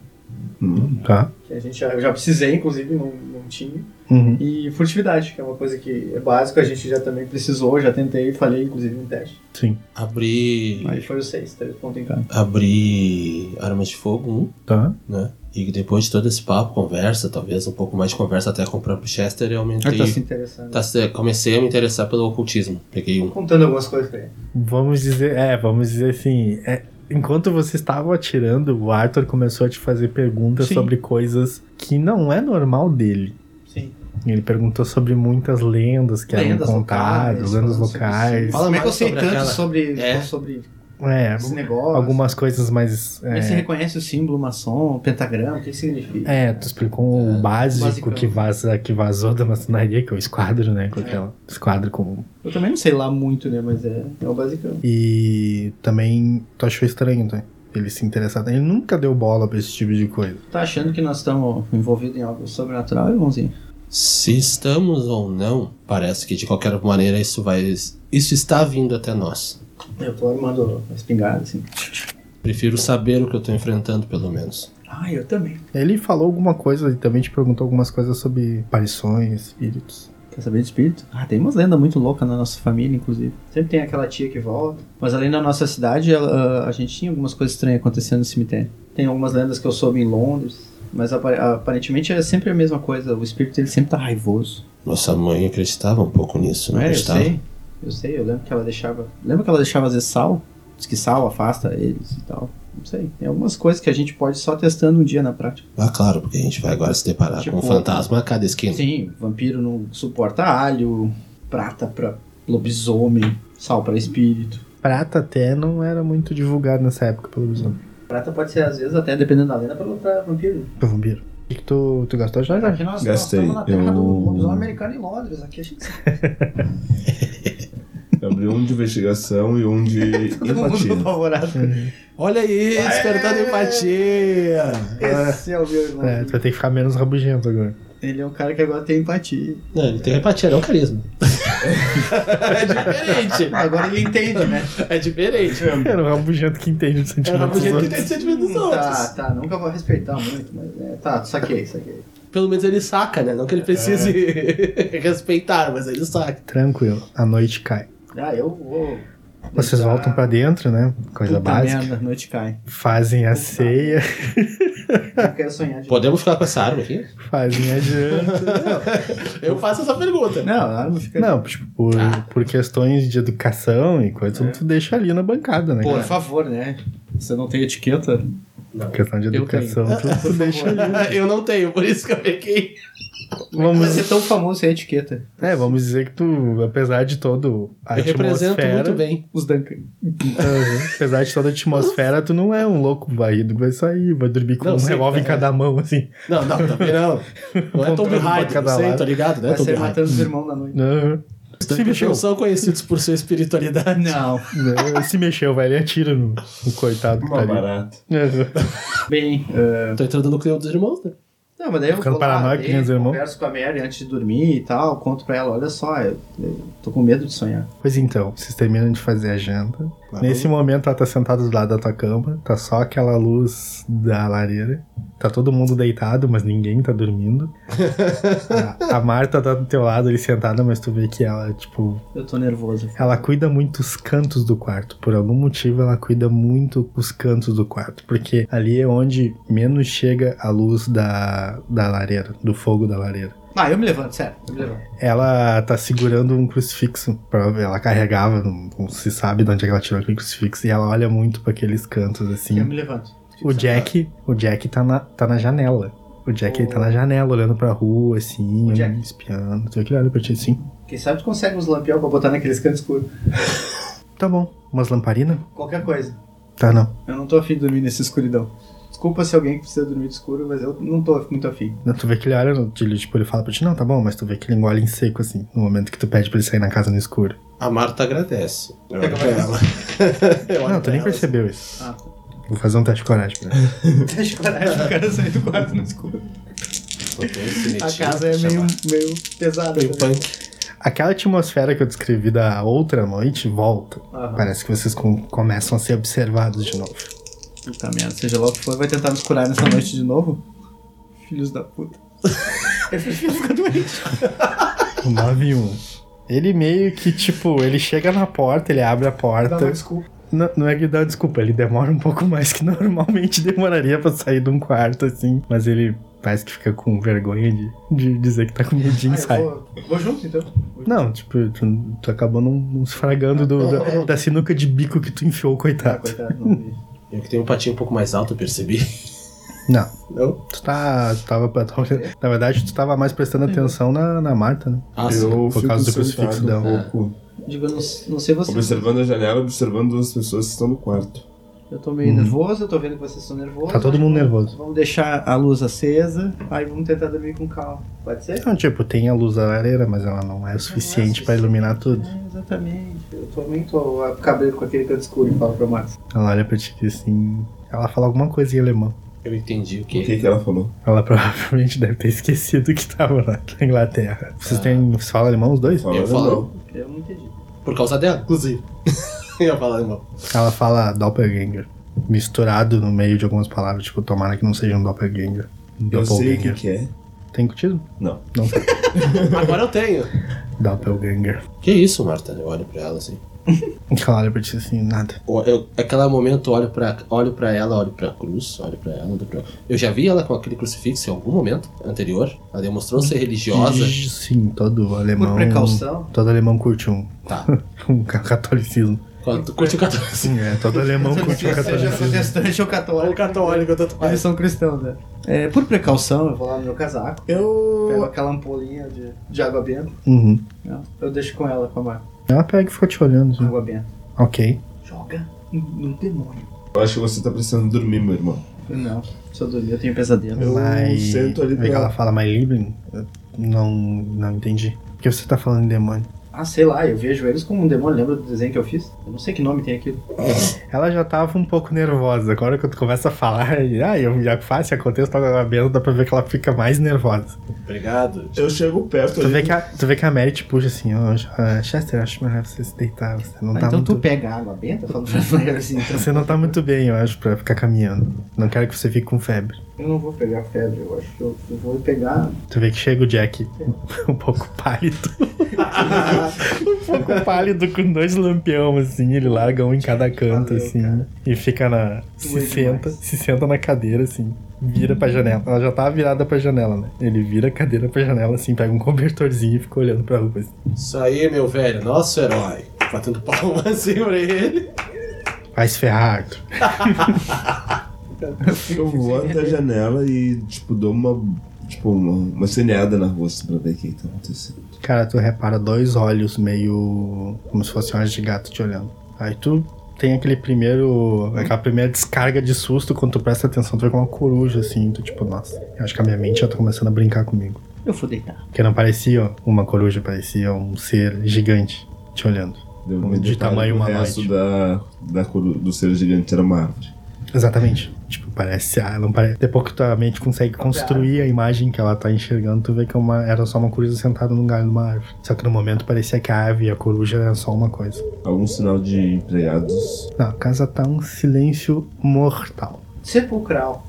[SPEAKER 4] Hum.
[SPEAKER 2] Tá?
[SPEAKER 8] que a gente já, eu já precisei, inclusive, não, não tinha.
[SPEAKER 2] Uhum.
[SPEAKER 8] E furtividade, que é uma coisa que é básica, a gente já também precisou, já tentei, falei, inclusive, um teste.
[SPEAKER 2] Sim.
[SPEAKER 3] Hum.
[SPEAKER 5] Abrir.
[SPEAKER 8] Aí foi o seis, três pontos em cada.
[SPEAKER 5] Abrir arma de fogo, um,
[SPEAKER 2] Tá?
[SPEAKER 5] né?
[SPEAKER 7] E depois de todo esse papo, conversa, talvez um pouco mais de conversa até com o próprio Chester, eu
[SPEAKER 3] Ele
[SPEAKER 7] aumentei.
[SPEAKER 3] tá se interessando.
[SPEAKER 7] tá se- comecei a me interessar pelo ocultismo. Peguei um.
[SPEAKER 3] Contando algumas coisas pra ele.
[SPEAKER 2] Vamos dizer, é, vamos dizer assim, é, enquanto você estava atirando, o Arthur começou a te fazer perguntas
[SPEAKER 1] Sim.
[SPEAKER 2] sobre coisas que não é normal dele.
[SPEAKER 3] Sim.
[SPEAKER 2] Ele perguntou sobre muitas lendas que
[SPEAKER 3] Lendas
[SPEAKER 2] eram contadas, lendas
[SPEAKER 3] locais, falando sobre
[SPEAKER 2] locais.
[SPEAKER 7] Fala
[SPEAKER 3] Como é que eu
[SPEAKER 7] mais
[SPEAKER 3] sei
[SPEAKER 7] sobre
[SPEAKER 3] tanto
[SPEAKER 7] aquela-
[SPEAKER 3] sobre,
[SPEAKER 7] É.
[SPEAKER 3] sobre
[SPEAKER 2] É,
[SPEAKER 3] esse negócio?
[SPEAKER 2] algumas coisas mais.
[SPEAKER 3] Como é que você
[SPEAKER 2] É,
[SPEAKER 3] reconhece o símbolo maçom, o pentagrama? O que que significa?
[SPEAKER 2] é, tu explicou o básico
[SPEAKER 3] basicão.
[SPEAKER 2] que, vaza, que vazou da maçonaria, que é o esquadro, né? Com aquela esquadro comum.
[SPEAKER 3] Eu também não sei lá muito, né? Mas é, é o basicão.
[SPEAKER 2] E também tu achou estranho, né? Ele se interessar. Ele nunca deu bola pra esse tipo de coisa.
[SPEAKER 3] Tá achando que nós estamos envolvidos em algo sobrenatural, irmãozinho?
[SPEAKER 7] Se estamos ou não, parece que de qualquer maneira isso vai. Isso está vindo até nós.
[SPEAKER 3] Eu tô armando a espingarda, assim.
[SPEAKER 7] Prefiro saber o que eu estou enfrentando, pelo menos.
[SPEAKER 3] Ah, eu também.
[SPEAKER 2] Ele falou alguma coisa e também te perguntou algumas coisas sobre aparições, espíritos.
[SPEAKER 3] Quer saber de espírito? Ah, tem umas lendas muito loucas na nossa família, inclusive. Sempre tem aquela tia que volta. Mas além da nossa cidade, ela- a gente tinha algumas coisas estranhas acontecendo no cemitério. Tem algumas lendas que eu soube em Londres. Mas apa- aparentemente é sempre a mesma coisa. O espírito ele sempre tá raivoso.
[SPEAKER 7] Nossa mãe acreditava um pouco nisso, não
[SPEAKER 3] é, eu
[SPEAKER 7] acreditava?
[SPEAKER 3] sei. Eu sei, eu lembro que ela deixava. Lembra que ela deixava fazer sal? Diz que sal afasta eles e tal. Não sei. Tem algumas coisas que a gente pode só testando um dia na prática.
[SPEAKER 7] Ah, claro, porque a gente vai agora se deparar
[SPEAKER 3] Tipo,
[SPEAKER 7] com um fantasma a cada esquina.
[SPEAKER 3] Sim, vampiro não suporta alho, prata pra lobisomem, sal pra espírito.
[SPEAKER 2] Prata até não era muito divulgado nessa época pelo visão.
[SPEAKER 3] Prata pode ser, às vezes, até dependendo da lenda, pra, pra vampiro.
[SPEAKER 2] Pelo vampiro. O que, que tu, tu gastou já, já?
[SPEAKER 3] Aqui nós,
[SPEAKER 4] Gastei,
[SPEAKER 3] nós estamos na terra
[SPEAKER 4] eu-
[SPEAKER 3] do lobisomem americano em Londres. Aqui a gente
[SPEAKER 4] Eu abri um de investigação e um de
[SPEAKER 8] [laughs]
[SPEAKER 4] empatia.
[SPEAKER 3] apavorado.
[SPEAKER 7] Olha aí, despertando empatia!
[SPEAKER 3] Esse é o meu irmão.
[SPEAKER 2] É, tu vai ter que ficar menos rabugento agora.
[SPEAKER 3] Ele é um cara que agora tem empatia.
[SPEAKER 7] Não, ele tem empatia, não carisma. é diferente,
[SPEAKER 3] Agora ele entende, né?
[SPEAKER 7] é diferente.
[SPEAKER 2] Era um rabugento que entende de
[SPEAKER 7] É um
[SPEAKER 2] sentimentos dos
[SPEAKER 7] jeito que
[SPEAKER 2] outros.
[SPEAKER 7] tem sentimento dos
[SPEAKER 3] tá,
[SPEAKER 7] outros.
[SPEAKER 3] tá, nunca vou respeitar muito, mas é, tá, saquei, saquei.
[SPEAKER 7] Pelo menos ele saca, né? Não que ele precise [laughs] respeitar, mas ele saca.
[SPEAKER 2] Tranquilo, a noite cai.
[SPEAKER 3] Ah, eu vou.
[SPEAKER 2] Vocês
[SPEAKER 3] deixar-
[SPEAKER 2] voltam pra dentro, né? Coisa
[SPEAKER 3] Puta
[SPEAKER 2] básica.
[SPEAKER 3] merda,
[SPEAKER 2] [laughs]
[SPEAKER 3] noite cai.
[SPEAKER 2] Fazem a ceia,
[SPEAKER 3] Eu quero sonhar de
[SPEAKER 7] Podemos ficar com essa arma aqui?
[SPEAKER 2] [laughs] fazem a janta.
[SPEAKER 7] Eu faço essa pergunta. [laughs]
[SPEAKER 3] Não, a arma fica.
[SPEAKER 2] Não, tipo, por,
[SPEAKER 7] Ah.
[SPEAKER 2] por questões de educação e
[SPEAKER 7] É.
[SPEAKER 2] coisa, tu deixa ali na bancada, né?
[SPEAKER 3] Por
[SPEAKER 2] cara?
[SPEAKER 3] favor, né? Você não tem etiqueta?
[SPEAKER 2] questão de
[SPEAKER 3] eu
[SPEAKER 2] educação, tu,
[SPEAKER 7] [laughs]
[SPEAKER 2] tu deixa ali.
[SPEAKER 7] Eu não tenho, por isso que eu peguei.
[SPEAKER 3] Mas
[SPEAKER 2] Vamos,
[SPEAKER 3] você é tão famoso sem etiqueta.
[SPEAKER 2] é, vamos dizer que tu, apesar de todo a
[SPEAKER 7] Eu represento muito
[SPEAKER 2] atmosfera,
[SPEAKER 7] bem.
[SPEAKER 3] Os Duncan.
[SPEAKER 2] [laughs] Aham. apesar de toda a atmosfera, tu não é um louco barrido que vai sair, vai dormir com
[SPEAKER 7] Não,
[SPEAKER 2] um
[SPEAKER 7] sim,
[SPEAKER 2] revólver em
[SPEAKER 7] é.
[SPEAKER 2] cada mão,
[SPEAKER 7] [laughs]
[SPEAKER 2] assim.
[SPEAKER 7] Não, não, também não. Não é
[SPEAKER 2] Controle
[SPEAKER 7] Tomb
[SPEAKER 2] pra
[SPEAKER 7] Raider,
[SPEAKER 2] cada
[SPEAKER 7] não sei,
[SPEAKER 2] lado.
[SPEAKER 7] tá ligado? Não é
[SPEAKER 3] Vai
[SPEAKER 7] Tomb
[SPEAKER 3] sair
[SPEAKER 7] Raider.
[SPEAKER 3] matando os irmãos na noite.
[SPEAKER 2] Aham.
[SPEAKER 7] Os
[SPEAKER 2] Se
[SPEAKER 7] Duncan
[SPEAKER 2] mexeu,
[SPEAKER 7] não são conhecidos por
[SPEAKER 5] [laughs]
[SPEAKER 7] sua espiritualidade.
[SPEAKER 3] Não.
[SPEAKER 2] né? se mexeu, vai, ele atira no, no coitado que tá
[SPEAKER 4] Uma
[SPEAKER 2] ali.
[SPEAKER 4] barata.
[SPEAKER 2] Aham.
[SPEAKER 3] Bem. eh,
[SPEAKER 7] Tô entrando no clima dos irmãos, né?
[SPEAKER 3] Não, mas daí eu
[SPEAKER 2] Ficando
[SPEAKER 3] vou lá,
[SPEAKER 2] paranoico,
[SPEAKER 3] ver,
[SPEAKER 2] né, os irmãos?
[SPEAKER 3] converso com a Mary antes de dormir e tal, conto pra ela, olha só, eu, eu tô com medo de sonhar.
[SPEAKER 2] Pois então, vocês terminam de fazer a janta. Nesse momento ela tá sentada do lado da tua cama, tá só aquela luz da lareira. Tá todo mundo deitado, mas ninguém tá dormindo. a, a Marta tá do teu lado ali sentada, mas tu vê que ela, tipo,
[SPEAKER 3] Eu tô nervoso.
[SPEAKER 2] ela cuida muito os cantos do quarto. Por algum motivo ela cuida muito os cantos do quarto, porque ali é onde menos chega a luz da, da lareira, do fogo da lareira.
[SPEAKER 3] Ah, eu me levanto, sério, eu me levanto.
[SPEAKER 2] Ela tá segurando um crucifixo. prova- Ela carregava, não, não se sabe de onde é que ela tirou aquele crucifixo. E ela olha muito pra aqueles cantos
[SPEAKER 3] Eu
[SPEAKER 2] assim.
[SPEAKER 3] me levanto.
[SPEAKER 2] O Jack, o Jack tá na, tá na janela. O Jack ele tá na janela, olhando pra rua, assim,
[SPEAKER 3] Jack.
[SPEAKER 2] espiando. Tu vê que ele olha pra ti assim.
[SPEAKER 3] Quem sabe tu consegue uns lampião pra botar naqueles cantos escuros.
[SPEAKER 2] [laughs] Tá bom, umas lamparinas?
[SPEAKER 3] Qualquer coisa.
[SPEAKER 2] Tá não.
[SPEAKER 3] Eu não tô afim de dormir nessa escuridão. Desculpa se alguém precisa dormir de escuro, mas eu não tô muito afim.
[SPEAKER 2] Não, Tu vê que ele olha, ele, tipo, ele fala pra ti, não, tá bom, mas tu vê que ele engole em seco, assim, no momento que tu pede pra ele sair na casa no escuro.
[SPEAKER 7] A Marta agradece. Eu
[SPEAKER 3] Pega
[SPEAKER 5] é
[SPEAKER 7] olho pra ela. Eu olho
[SPEAKER 2] não, tu
[SPEAKER 7] pra
[SPEAKER 2] nem
[SPEAKER 7] ela.
[SPEAKER 2] percebeu isso.
[SPEAKER 3] Ah,
[SPEAKER 2] Vou fazer um teste de coragem pra ele.
[SPEAKER 3] Deixa coragem do cara sair do quarto no escuro.
[SPEAKER 7] Tô todo sinetivo,
[SPEAKER 3] A casa é
[SPEAKER 7] chamar.
[SPEAKER 3] meio, meio né? pesada.
[SPEAKER 7] Meio
[SPEAKER 3] também.
[SPEAKER 7] punk.
[SPEAKER 2] Aquela atmosfera que eu descrevi da outra noite volta.
[SPEAKER 3] Aham.
[SPEAKER 2] Parece que vocês com- começam a ser observados de novo.
[SPEAKER 3] Puta merda, seja lá o que for, vai tentar nos curar nessa noite de novo? Filhos da puta. Eu prefiro ficar doente.
[SPEAKER 2] O 9 e 1. Ele meio que, tipo, ele chega na porta, ele abre a
[SPEAKER 3] Dá uma
[SPEAKER 2] porta,
[SPEAKER 3] desculpa.
[SPEAKER 2] Não, não é que dá desculpa, ele demora um pouco mais que [laughs] normalmente demoraria pra sair de um quarto, assim. Mas ele parece que fica com vergonha de, de dizer que tá com
[SPEAKER 3] é
[SPEAKER 2] medinho e
[SPEAKER 8] Ah,
[SPEAKER 2] sai.
[SPEAKER 8] eu vou, vou junto então.
[SPEAKER 2] Não, tipo, tu, tu acabou não, não se
[SPEAKER 3] Ah,
[SPEAKER 2] fragando
[SPEAKER 3] é
[SPEAKER 2] do, da, da sinuca de bico que tu enfiou,
[SPEAKER 8] Ah,
[SPEAKER 2] coitado.
[SPEAKER 8] coitado, não vi.
[SPEAKER 5] Eu que tenho um patinho um pouco mais alto, eu percebi.
[SPEAKER 2] Não.
[SPEAKER 5] Não?
[SPEAKER 2] Tu tá. Tu tava, pra- na verdade, tu tava mais prestando atenção na, na Marta, né?
[SPEAKER 5] Ah, sim.
[SPEAKER 4] Eu
[SPEAKER 2] por
[SPEAKER 4] fico
[SPEAKER 2] causa do
[SPEAKER 4] sentado
[SPEAKER 2] crucifixo dela.
[SPEAKER 5] É.
[SPEAKER 4] um pouco,
[SPEAKER 8] Digo, eu não, não sei vocês.
[SPEAKER 4] observando a janela, observando as pessoas que estão no quarto.
[SPEAKER 8] Eu tô meio
[SPEAKER 2] Uhum.
[SPEAKER 8] nervoso, eu tô vendo que vocês estão nervosos.
[SPEAKER 2] Tá todo mundo nervoso.
[SPEAKER 8] Vamos deixar a luz acesa, aí vamos tentar dormir com calma. Pode ser?
[SPEAKER 2] Então, tipo, tem a luz da lareira, mas ela não é o suficiente pra iluminar tudo.
[SPEAKER 8] É, exatamente. Eu também tô a cabelo com aquele canto escuro e falo pro Max.
[SPEAKER 2] Ela olha pra ti e diz assim. Ela fala alguma coisa em alemão.
[SPEAKER 5] Eu entendi o
[SPEAKER 4] O
[SPEAKER 5] que.
[SPEAKER 4] que, que ela falou?
[SPEAKER 2] Ela [laughs] provavelmente deve ter esquecido que tava lá na Inglaterra. Vocês têm. Vocês falam alemão os dois?
[SPEAKER 4] Fala,
[SPEAKER 5] Eu
[SPEAKER 4] não,
[SPEAKER 5] falo.
[SPEAKER 4] não.
[SPEAKER 8] Eu não entendi.
[SPEAKER 5] Por causa dela, inclusive. eu ia falar irmão.
[SPEAKER 2] Ela fala doppelganger. Misturado no meio de algumas palavras, tipo, tomara que não seja um doppelganger. Um
[SPEAKER 4] Eu sei o
[SPEAKER 2] doppelganger.
[SPEAKER 4] que, que é.
[SPEAKER 2] Tem contigo?
[SPEAKER 4] Não.
[SPEAKER 2] Não tem.
[SPEAKER 5] Agora eu tenho.
[SPEAKER 2] Doppelganger.
[SPEAKER 5] Que isso, Marta? Eu olho pra ela assim.
[SPEAKER 2] Ela olha pra ti assim, nada.
[SPEAKER 5] Eu, eu, aquele momento, eu olho pra, olho pra ela, olho pra cruz, olho pra ela. Olho pra... Eu já vi ela com aquele crucifixo em algum momento anterior. Ela demonstrou ser religiosa.
[SPEAKER 2] Sim, todo alemão.
[SPEAKER 8] Por precaução.
[SPEAKER 2] Todo alemão curte um,
[SPEAKER 5] Tá.
[SPEAKER 2] [laughs] um ca- catolicismo.
[SPEAKER 5] Quando tu curte o catolicismo.
[SPEAKER 2] Sim, é, [laughs] todo alemão curte um
[SPEAKER 8] Seja
[SPEAKER 2] catolicismo.
[SPEAKER 8] protestante ou católico.
[SPEAKER 5] católico,
[SPEAKER 2] Tá
[SPEAKER 5] eu tanto
[SPEAKER 8] Eles são cristãos, né? É, por precaução, eu vou lá no meu casaco. Pego
[SPEAKER 4] Eu.
[SPEAKER 8] aquela ampolinha de, de água benta.
[SPEAKER 2] Uhum.
[SPEAKER 8] né? Eu deixo com ela, com a Marta.
[SPEAKER 2] Ela pega e fica te olhando. assim.
[SPEAKER 8] Água benta.
[SPEAKER 2] Ok.
[SPEAKER 8] Joga no- no Um, demônio.
[SPEAKER 4] Eu acho que você tá precisando dormir, meu irmão.
[SPEAKER 8] Eu Não, se eu dormir eu tenho pesadelo.
[SPEAKER 4] Eu
[SPEAKER 2] Mas.
[SPEAKER 4] sento ali
[SPEAKER 2] Aí
[SPEAKER 4] pra-
[SPEAKER 2] ela fala, mas Liebling? Eu Não, não entendi. Por que você tá falando em demônio?
[SPEAKER 8] Ah, sei lá, eu vejo eles como um demônio. Lembra do desenho que eu fiz? Eu não sei que nome tem aquilo.
[SPEAKER 2] Ela já tava um pouco nervosa. Agora que tu começa a falar, [laughs] e, ah, eu já faço, acontece, toca a cabeça, dá pra ver que ela fica mais nervosa.
[SPEAKER 5] Obrigado.
[SPEAKER 4] Eu chego perto
[SPEAKER 2] Tu
[SPEAKER 4] ali.
[SPEAKER 2] vê que a, tu vê que a Mary te puxa assim, ó, "Ah, Chester, acho melhor você se deitar. Você não
[SPEAKER 8] Ah,
[SPEAKER 2] tá
[SPEAKER 8] então
[SPEAKER 2] muito
[SPEAKER 8] tu pega a água benta, falando pra ela assim. então.
[SPEAKER 2] Você não tá muito bem, eu acho, pra ficar caminhando. Não quero que você fique com febre.
[SPEAKER 8] Eu não vou pegar febre, eu acho que eu, eu vou pegar.
[SPEAKER 2] Tu vê que chega o Jack [laughs] um pouco
[SPEAKER 3] [laughs]
[SPEAKER 2] pálido. um pouco pálido com dois lampião, assim. Ele larga um em cada canto,
[SPEAKER 8] Valeu,
[SPEAKER 2] assim.
[SPEAKER 8] cara.
[SPEAKER 2] E fica na.
[SPEAKER 3] é
[SPEAKER 2] Se
[SPEAKER 8] Doeu
[SPEAKER 2] senta,
[SPEAKER 8] demais.
[SPEAKER 2] se senta na cadeira, assim. Vira pra janela. Ela já tava virada pra janela, né? Ele vira a cadeira pra janela, assim, pega um [laughs] cobertorzinho e fica olhando pra rua. Assim.
[SPEAKER 5] Isso aí, meu velho. Nosso herói. Batendo palma [laughs] assim pra ele.
[SPEAKER 2] Vai se ferrar, Arthur.
[SPEAKER 4] Eu vou até a janela e, tipo, dou uma. Tipo, uma, uma cineada na rua assim, pra ver o que que tá acontecendo.
[SPEAKER 2] Cara, tu repara dois olhos meio. como se fossem olhos de gato te olhando. Aí tu tem aquele primeiro. aquela primeira descarga de susto quando tu presta atenção, tu vê com uma coruja assim, tu tipo, nossa, eu acho que a minha mente já tá começando a brincar comigo.
[SPEAKER 8] Eu vou deitar.
[SPEAKER 2] Porque não parecia uma coruja, parecia um ser gigante te olhando.
[SPEAKER 4] Deu
[SPEAKER 2] De tamanho
[SPEAKER 4] o
[SPEAKER 2] humanoide.
[SPEAKER 4] resto da, da coru- do ser gigante era uma árvore.
[SPEAKER 2] Exatamente. Tipo, parece. Ah, não parece. Depois que tua mente consegue construir a imagem que ela tá enxergando, tu vê que é uma, era só uma coruja sentada num galho de uma árvore. Só que no momento parecia que a ave e a coruja eram só uma coisa.
[SPEAKER 4] Algum sinal de empregados.
[SPEAKER 2] Não, a casa tá um silêncio mortal.
[SPEAKER 8] Sepulcral.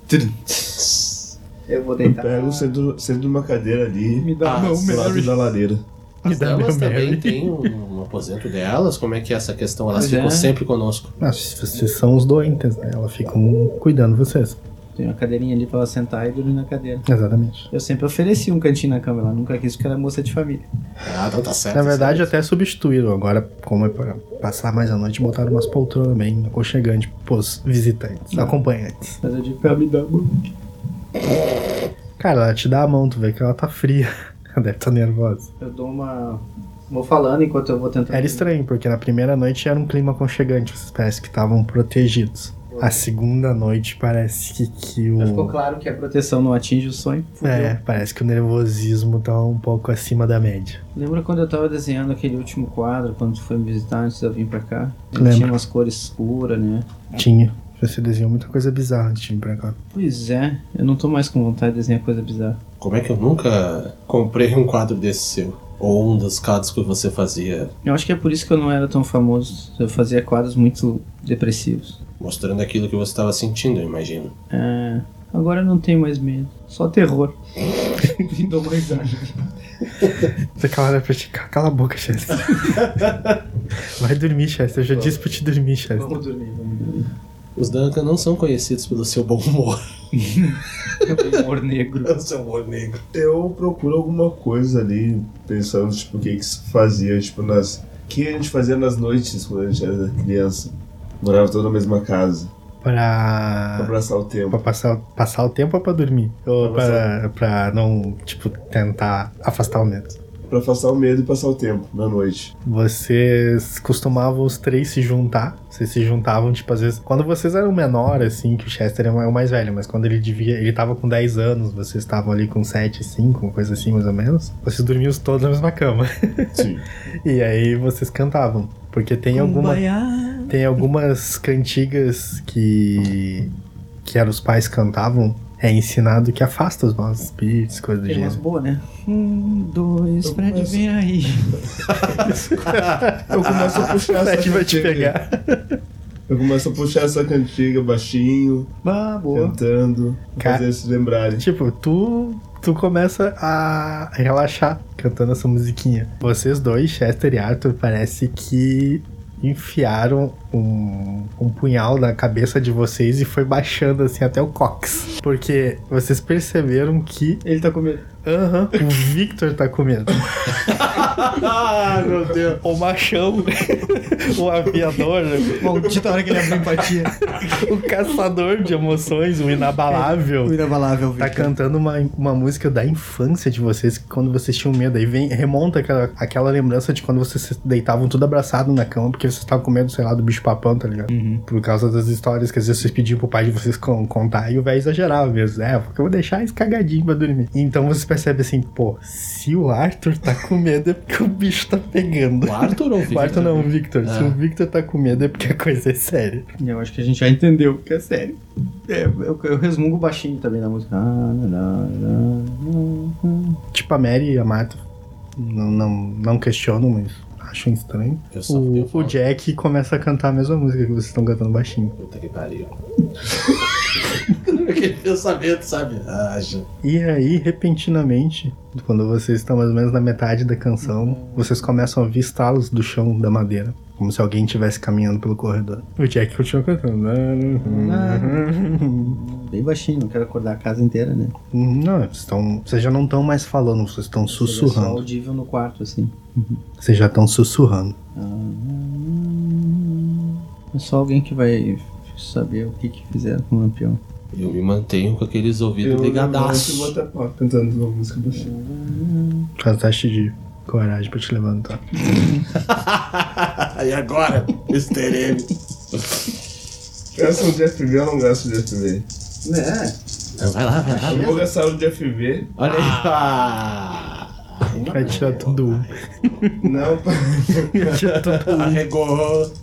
[SPEAKER 8] Eu vou
[SPEAKER 4] Eu
[SPEAKER 8] deitar.
[SPEAKER 4] pego, sento, sento numa cadeira ali,
[SPEAKER 8] Tá. Me dá
[SPEAKER 5] Ah,
[SPEAKER 8] a mão,
[SPEAKER 5] sim.
[SPEAKER 4] do
[SPEAKER 8] meu.
[SPEAKER 4] lado da lareira.
[SPEAKER 2] Me
[SPEAKER 5] As
[SPEAKER 2] dá meu
[SPEAKER 5] delas
[SPEAKER 2] Mary.
[SPEAKER 5] também têm um, um aposento delas. Como é que é essa questão? Elas
[SPEAKER 8] Pois
[SPEAKER 5] ficam
[SPEAKER 8] é.
[SPEAKER 5] sempre conosco.
[SPEAKER 2] Mas vocês são os doentes, né? Elas ficam cuidando de vocês.
[SPEAKER 8] Tem uma cadeirinha ali pra ela sentar e dormir na cadeira.
[SPEAKER 2] Exatamente.
[SPEAKER 8] Eu sempre ofereci um cantinho na cama, ela nunca quis porque ela é moça de família.
[SPEAKER 5] Ah, então tá certo.
[SPEAKER 2] Na verdade, até substituíram. Agora, como é pra passar mais a noite, botaram umas poltronas bem aconchegantes pros visitantes, acompanhantes.
[SPEAKER 8] Mas eu digo pra ela me dar um a mão.
[SPEAKER 2] Cara, ela te dá a mão, tu vê que ela tá fria. [laughs] Ela deve estar tá nervosa.
[SPEAKER 8] Eu dou uma. Vou falando enquanto eu vou tentando.
[SPEAKER 2] Era estranho, porque na primeira noite era um clima aconchegante, vocês parecem que estavam protegidos. A segunda noite parece que, que o.
[SPEAKER 8] Já ficou claro que a proteção não atinge o sonho. Fudeu.
[SPEAKER 2] É, parece que o nervosismo tá um pouco acima da média.
[SPEAKER 8] Lembra quando eu tava desenhando aquele último quadro, quando tu foi me visitar antes de eu vir pra cá?
[SPEAKER 2] Lembro.
[SPEAKER 8] Tinha umas cores escuras, né?
[SPEAKER 2] Tinha. Você desenhou muita coisa bizarra antes de vir pra cá.
[SPEAKER 8] Pois é, eu não tô mais com vontade de desenhar coisa bizarra.
[SPEAKER 5] Como é que eu nunca comprei um quadro desse seu? Ou um dos quadros que você fazia
[SPEAKER 8] Eu acho que é por isso que eu não era tão famoso. Eu fazia quadros muito depressivos.
[SPEAKER 5] mostrando aquilo que você estava sentindo, eu imagino.
[SPEAKER 8] É. Agora eu não tenho mais medo. Só terror. [laughs] Vindo mais [laughs]
[SPEAKER 2] Você cala pra ti, cala a boca, Chester. Vai dormir, Chester. Eu já disse pra te dormir, Chester.
[SPEAKER 8] Vamos dormir, vamos dormir.
[SPEAKER 5] Os Duncan não são conhecidos pelo seu bom humor.
[SPEAKER 8] Humor negro.
[SPEAKER 5] Pelo seu humor negro.
[SPEAKER 4] Eu procuro alguma coisa ali, pensando, tipo, o que que se fazia, tipo, nas... O que a gente fazia nas noites quando a gente era criança? Morava toda na mesma casa, pra
[SPEAKER 2] Pra.
[SPEAKER 4] abraçar o
[SPEAKER 2] Pra
[SPEAKER 4] tempo.
[SPEAKER 2] passar, passar o tempo ou pra dormir? Ou
[SPEAKER 4] Pra
[SPEAKER 2] pra, pra não, tipo, tentar afastar o medo?
[SPEAKER 4] Pra afastar o medo e passar o tempo, na noite.
[SPEAKER 2] Vocês costumavam os três se juntar. Vocês se juntavam, tipo, às vezes. Quando vocês eram menor, assim, que o Chester é o mais velho, mas quando ele devia. Ele tava com 10 anos, vocês estavam ali com 7, 5, uma coisa assim, mais ou menos. Vocês dormiam todos na mesma cama. [laughs]
[SPEAKER 4] Sim.
[SPEAKER 2] E aí vocês cantavam. Porque tem alguma. Tem algumas cantigas que. que eram os pais cantavam. É ensinado que afasta os maus espíritos, coisa do
[SPEAKER 8] Tem umas
[SPEAKER 2] gênero.
[SPEAKER 8] boas, né? Um, dois, Fred, vem aí.
[SPEAKER 4] Eu começo a
[SPEAKER 2] [laughs]
[SPEAKER 4] puxar
[SPEAKER 2] O
[SPEAKER 4] essa
[SPEAKER 2] Fred vai te
[SPEAKER 4] cantiga.
[SPEAKER 2] pegar.
[SPEAKER 4] Eu começo a puxar essa cantiga baixinho,
[SPEAKER 8] Bah, boa.
[SPEAKER 4] cantando,
[SPEAKER 2] Ca-
[SPEAKER 4] fazer eles se lembrarem.
[SPEAKER 2] Tipo, tu, tu começa a relaxar cantando essa musiquinha. Vocês dois, Chester e Arthur, parece que enfiaram um, um punhal na cabeça de vocês e foi baixando assim até o cox. Porque vocês perceberam que
[SPEAKER 8] Ele tá com medo.
[SPEAKER 2] aham, o Victor tá comendo.
[SPEAKER 5] Ah, meu Deus.
[SPEAKER 2] O machão, o aviador,
[SPEAKER 8] Maldita hora que ele abriu empatia.
[SPEAKER 2] o caçador de emoções, o inabalável.
[SPEAKER 8] Inabalável,
[SPEAKER 2] Tá cantando uma, uma música da infância de vocês, que quando vocês tinham medo. Aí vem, remonta aquela, aquela lembrança de quando vocês se deitavam tudo abraçado na cama, porque vocês estavam com medo, sei lá, do bicho papão, tá ligado? Por causa das histórias que às vezes vocês pediam pro pai de vocês con- contar, e o velho exagerava mesmo. É, porque eu vou deixar esse cagadinho pra dormir. Então vocês percebem assim, pô, se o Arthur tá com medo é porque o bicho tá pegando.
[SPEAKER 5] O Arthur ou o
[SPEAKER 2] O Arthur não, o Victor. Se
[SPEAKER 5] Ah.
[SPEAKER 2] o Victor tá com medo é porque a coisa é séria.
[SPEAKER 8] Eu acho que a gente já entendeu, que é sério. É, eu, eu resmungo baixinho também na música. Ah, lá, lá, lá.
[SPEAKER 2] Tipo, a Mary e a Marta não, não, não questionam, mas acham estranho.
[SPEAKER 5] Eu só eu
[SPEAKER 2] O, o
[SPEAKER 5] falo,
[SPEAKER 2] Jack começa a cantar a mesma música que vocês estão cantando baixinho.
[SPEAKER 5] Puta que pariu. [laughs] Aquele pensamento, sabe? Ah, já.
[SPEAKER 2] E aí, repentinamente, quando vocês estão mais ou menos na metade da canção, vocês começam a ouvir estalos do chão da madeira. Como se alguém estivesse caminhando pelo corredor. O Jack continua cantando.
[SPEAKER 8] Ah, Bem baixinho, não quero acordar a casa inteira, né?
[SPEAKER 2] Não, vocês, estão, vocês já não estão mais falando, vocês estão
[SPEAKER 8] Só
[SPEAKER 2] sussurrando.
[SPEAKER 8] audível no quarto, assim.
[SPEAKER 2] Vocês já estão sussurrando.
[SPEAKER 8] É só alguém que vai saber o que, que fizeram com o lampião.
[SPEAKER 5] Eu me mantenho com aqueles ouvidos
[SPEAKER 4] Eu vou
[SPEAKER 5] ligadaços.
[SPEAKER 4] até pau, cantando uma música baixinha.
[SPEAKER 2] Faz teste de coragem pra te levantar.
[SPEAKER 5] e agora? Mr. M.
[SPEAKER 4] Gasta um de FB ou não gasta um de FB?
[SPEAKER 8] É,
[SPEAKER 5] Não, Vai lá, vai lá.
[SPEAKER 4] Eu vou gastar um de FB.
[SPEAKER 5] Olha aí. Ah,
[SPEAKER 2] Vai tirar tudo um.
[SPEAKER 4] Não, [laughs]
[SPEAKER 5] [laughs] arregou.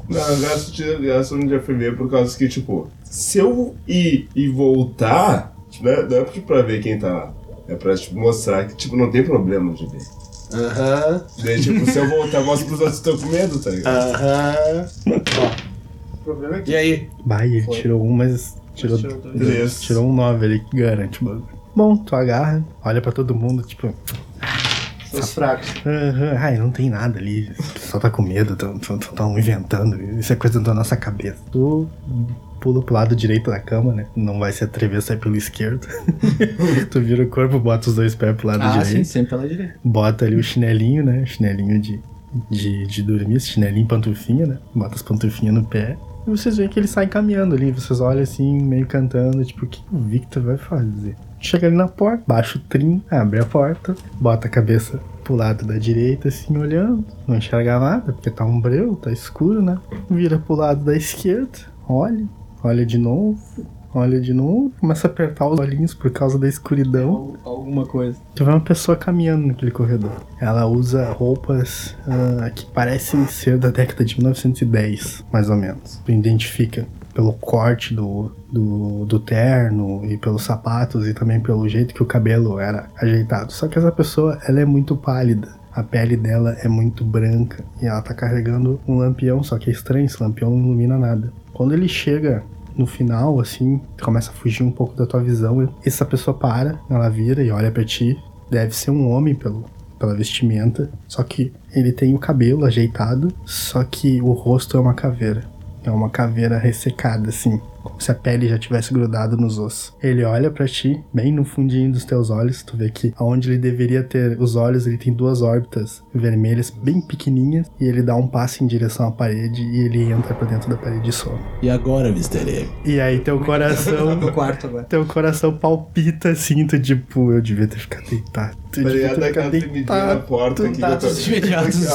[SPEAKER 4] não eu gasto, eu gasto um de FB por causa que, tipo, se eu ir e voltar, tipo, não é, não é tipo pra ver quem tá lá. É pra tipo, mostrar que tipo, não tem problema de ver.
[SPEAKER 5] Aham,
[SPEAKER 4] Daí, tipo, se eu voltar, mostra pros outros que estão com medo, tá ligado?
[SPEAKER 5] aham.
[SPEAKER 8] o problema é
[SPEAKER 5] E aí?
[SPEAKER 2] Vai, ele tirou um, mas tirou,
[SPEAKER 8] tirou
[SPEAKER 1] Ah,
[SPEAKER 8] dois.
[SPEAKER 4] Três.
[SPEAKER 2] tirou um 9 ali que garante o bagulho. Bom, tu agarra, olha pra todo mundo, tipo,
[SPEAKER 8] são os fracos.
[SPEAKER 2] "Aham, ai, Ah, não tem nada ali, o pessoal tá com medo, estão inventando, isso é coisa da nossa cabeça. Tu pula pro lado direito da cama, né? Não vai se atrever a sair pelo esquerdo. [laughs] tu vira o corpo, bota os dois pés pro lado
[SPEAKER 8] Ah, sim,
[SPEAKER 2] direito,
[SPEAKER 8] sempre pela direita.
[SPEAKER 2] bota ali o chinelinho, né? Chinelinho de, de, de dormir, esse chinelinho pantufinha, né? Bota as pantufinhas no pé. E vocês veem que ele sai caminhando ali. Vocês olham assim, meio cantando, tipo, o que o Victor vai fazer? Chega ali na porta, baixa o trim, abre a porta, bota a cabeça pro lado da direita, assim, olhando. Não enxerga nada, porque tá um breu, tá escuro, né? Vira pro lado da esquerda, olha, olha de novo. Olha de novo, começa a apertar os olhinhos por causa da escuridão.
[SPEAKER 8] Alguma coisa.
[SPEAKER 2] Tu vê uma pessoa caminhando naquele corredor. Ela usa roupas ah, que parecem ser da década de 1910, mais ou menos. Tu identifica pelo corte do, do, do terno e pelos sapatos e também pelo jeito que o cabelo era ajeitado. Só que essa pessoa, ela é muito pálida. A pele dela é muito branca e ela tá carregando um lampião, só que é estranho, esse lampião não ilumina nada. Quando ele chega no final, assim, tu começa a fugir um pouco da tua visão. Essa pessoa para, ela vira e olha pra ti. Deve ser um homem pelo,
[SPEAKER 1] pela vestimenta. Só que ele tem o cabelo ajeitado, só que o rosto é uma caveira. É uma caveira ressecada, assim, como se a pele já tivesse grudado nos ossos. Ele olha pra ti, bem no fundinho dos teus olhos, tu vê que aonde ele deveria ter os olhos, ele tem duas órbitas vermelhas bem pequenininhas, e ele dá um passo em direção à parede e ele entra pra dentro da parede e some.
[SPEAKER 7] E agora, Mr. M?
[SPEAKER 1] E aí teu coração
[SPEAKER 2] Então,
[SPEAKER 8] [laughs] No quarto agora.
[SPEAKER 1] Teu coração palpita assim, tu tipo, eu devia ter ficado deitado. Eu devia
[SPEAKER 4] Obrigado
[SPEAKER 1] ter
[SPEAKER 4] daquela
[SPEAKER 1] ficado
[SPEAKER 4] tremidinha
[SPEAKER 2] Tá,
[SPEAKER 4] na
[SPEAKER 1] deitado.
[SPEAKER 4] porta aqui que eu tô... [laughs]
[SPEAKER 8] Contatos imediatos.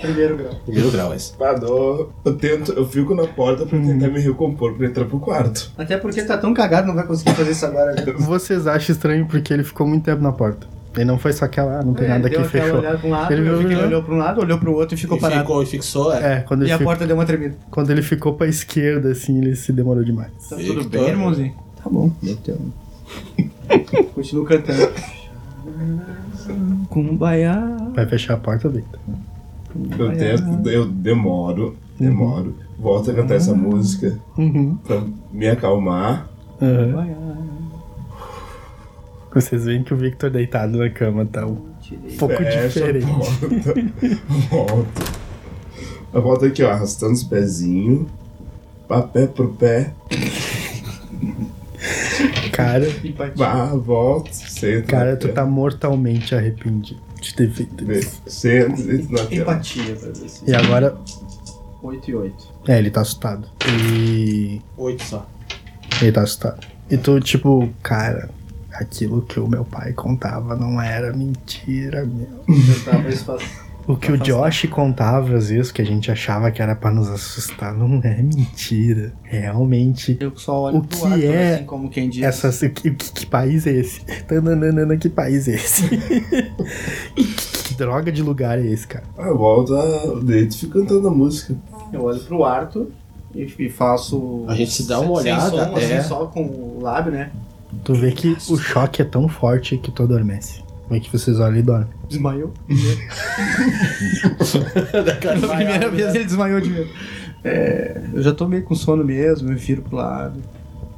[SPEAKER 3] Primeiro grau.
[SPEAKER 7] Primeiro grau, esse.
[SPEAKER 4] Padô, Ah, eu tento, eu fico na porta pra
[SPEAKER 1] Uhum.
[SPEAKER 4] tentar me recompor pra entrar pro quarto.
[SPEAKER 8] Até porque tá tão cagado, não vai conseguir fazer isso agora.
[SPEAKER 1] [laughs]
[SPEAKER 8] né?
[SPEAKER 1] Vocês acham estranho porque ele ficou muito tempo na porta. Ele não foi só aquela, ah, não tem
[SPEAKER 8] É,
[SPEAKER 1] nada
[SPEAKER 8] deu
[SPEAKER 1] aqui,
[SPEAKER 8] aquela
[SPEAKER 1] fechou.
[SPEAKER 8] olhada pra um lado,
[SPEAKER 1] Ele
[SPEAKER 8] eu vi
[SPEAKER 1] viu,
[SPEAKER 8] que ele
[SPEAKER 1] né?
[SPEAKER 8] olhou pra um lado, olhou pro outro e ficou
[SPEAKER 7] e
[SPEAKER 8] parado.
[SPEAKER 7] ficou e fixou, é.
[SPEAKER 1] É, quando
[SPEAKER 8] E
[SPEAKER 1] ele,
[SPEAKER 8] a
[SPEAKER 1] fi-
[SPEAKER 8] porta deu uma tremida.
[SPEAKER 1] quando ele ficou pra esquerda, assim, ele se demorou demais.
[SPEAKER 8] Tá
[SPEAKER 7] Victor.
[SPEAKER 8] tudo bem, irmãozinho?
[SPEAKER 3] Tá bom, meteu.
[SPEAKER 8] [laughs] Continua cantando. Kumbaya.
[SPEAKER 1] Vai fechar a porta, Victor.
[SPEAKER 4] Eu tento, eu demoro, demoro. Volto a cantar essa música
[SPEAKER 1] Uhum.
[SPEAKER 4] pra me acalmar.
[SPEAKER 1] Uhum. Vocês veem que o Victor deitado na cama tá um pouco
[SPEAKER 4] Fecho a
[SPEAKER 1] diferente.
[SPEAKER 4] porta, [laughs] Volto. Eu volto aqui, ó, arrastando os pezinhos. Pra pé pro pé.
[SPEAKER 1] Cara,
[SPEAKER 4] Vá, volto. Sento na
[SPEAKER 1] cara, tu
[SPEAKER 4] cama.
[SPEAKER 1] tá mortalmente arrependido de ter feito isso.
[SPEAKER 4] Sento, sento na cama.
[SPEAKER 3] Empatia pra ver se.
[SPEAKER 1] E agora
[SPEAKER 3] 8 e 8.
[SPEAKER 1] É, ele tá assustado. E.
[SPEAKER 7] Oito só.
[SPEAKER 1] Ele tá assustado. E tu, tipo, cara, aquilo que o meu pai contava não era mentira, meu.
[SPEAKER 3] Eu tava esfa-
[SPEAKER 1] O que o Josh contava, às vezes, que a gente achava que era pra nos assustar, não é mentira. É Realmente.
[SPEAKER 3] Eu só olho
[SPEAKER 1] O
[SPEAKER 3] pro
[SPEAKER 1] que
[SPEAKER 3] lado,
[SPEAKER 1] é
[SPEAKER 3] assim como quem diz.
[SPEAKER 1] Essas, o que, o que- que país é esse? [laughs] Tananana, que país é esse? [laughs] que, que droga de lugar é esse, cara?
[SPEAKER 4] Ah, eu volto, ah, eu deito e fico cantando a música.
[SPEAKER 3] Eu olho pro Arthur e, e faço.
[SPEAKER 7] A gente se dá uma
[SPEAKER 3] sem
[SPEAKER 7] olhada
[SPEAKER 8] um
[SPEAKER 3] som,
[SPEAKER 1] é.
[SPEAKER 7] até.
[SPEAKER 3] assim, só com o lábio, né?
[SPEAKER 1] Tu vê que o choque é tão forte que tu adormece. Como é que vocês olham e dormem?
[SPEAKER 3] Desmaiou.
[SPEAKER 8] [laughs] Pela primeira vez ele desmaiou de medo. É, eu já tô meio com sono mesmo, eu viro pro lado,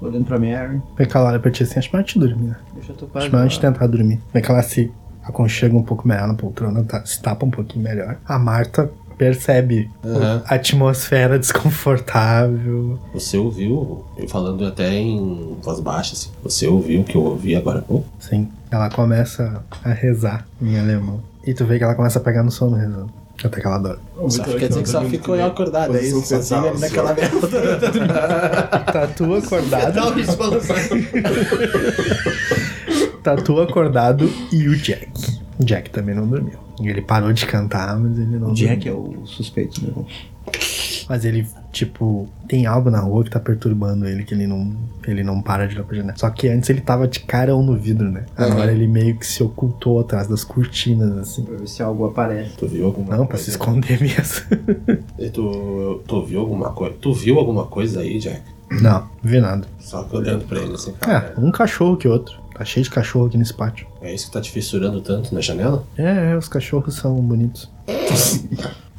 [SPEAKER 8] olhando pra Mary.
[SPEAKER 1] Vem cá, olha pra ti assim, acho melhor te dormir, né?
[SPEAKER 3] Eu já tô quase.
[SPEAKER 1] Acho melhor a gente
[SPEAKER 3] lá.
[SPEAKER 1] tentar dormir. Vem que ela se aconchega um pouco melhor na poltrona, tá- se tapa um pouquinho melhor. A Marta percebe
[SPEAKER 7] Aham.
[SPEAKER 1] a atmosfera desconfortável.
[SPEAKER 7] Você ouviu, eu falando até em voz baixa, assim. Você ouviu o que eu ouvi agora há pouco?
[SPEAKER 1] Sim. Ela começa a rezar em alemão. E tu vê que ela começa a pegar no sono rezando. Até que ela dorme.
[SPEAKER 7] Só quer dizer que só ficou eu acordado, é isso,
[SPEAKER 4] Posição
[SPEAKER 5] Tá
[SPEAKER 7] sozinho
[SPEAKER 8] né,
[SPEAKER 7] ali
[SPEAKER 4] fetal, assim,
[SPEAKER 7] naquela merda.
[SPEAKER 1] Tá tu acordado,
[SPEAKER 3] Não, isso balançando.
[SPEAKER 1] tá tu acordado e o Jack. O Jack também não dormiu. Ele parou de cantar, mas ele não
[SPEAKER 8] Jack
[SPEAKER 1] dormiu.
[SPEAKER 8] é o suspeito, né?
[SPEAKER 1] Mas ele, tipo, tem algo na rua que tá perturbando ele, que ele não, ele não para de olhar pra janela. Só que antes ele tava de carão no vidro, né? Agora ele meio que se ocultou atrás das cortinas, assim.
[SPEAKER 3] Pra ver se algo aparece.
[SPEAKER 7] Tu viu alguma
[SPEAKER 1] Não, pra se
[SPEAKER 7] coisa?
[SPEAKER 1] esconder mesmo.
[SPEAKER 7] E Tu, tu viu alguma coisa? Tu viu alguma coisa aí, Jack?
[SPEAKER 1] Não, vi nada.
[SPEAKER 7] Só que olhando pra ele assim, cara.
[SPEAKER 1] É, um cachorro que outro. Tá cheio de cachorro aqui nesse pátio.
[SPEAKER 7] É isso que tá te fissurando tanto na janela?
[SPEAKER 1] É, é, os cachorros são bonitos.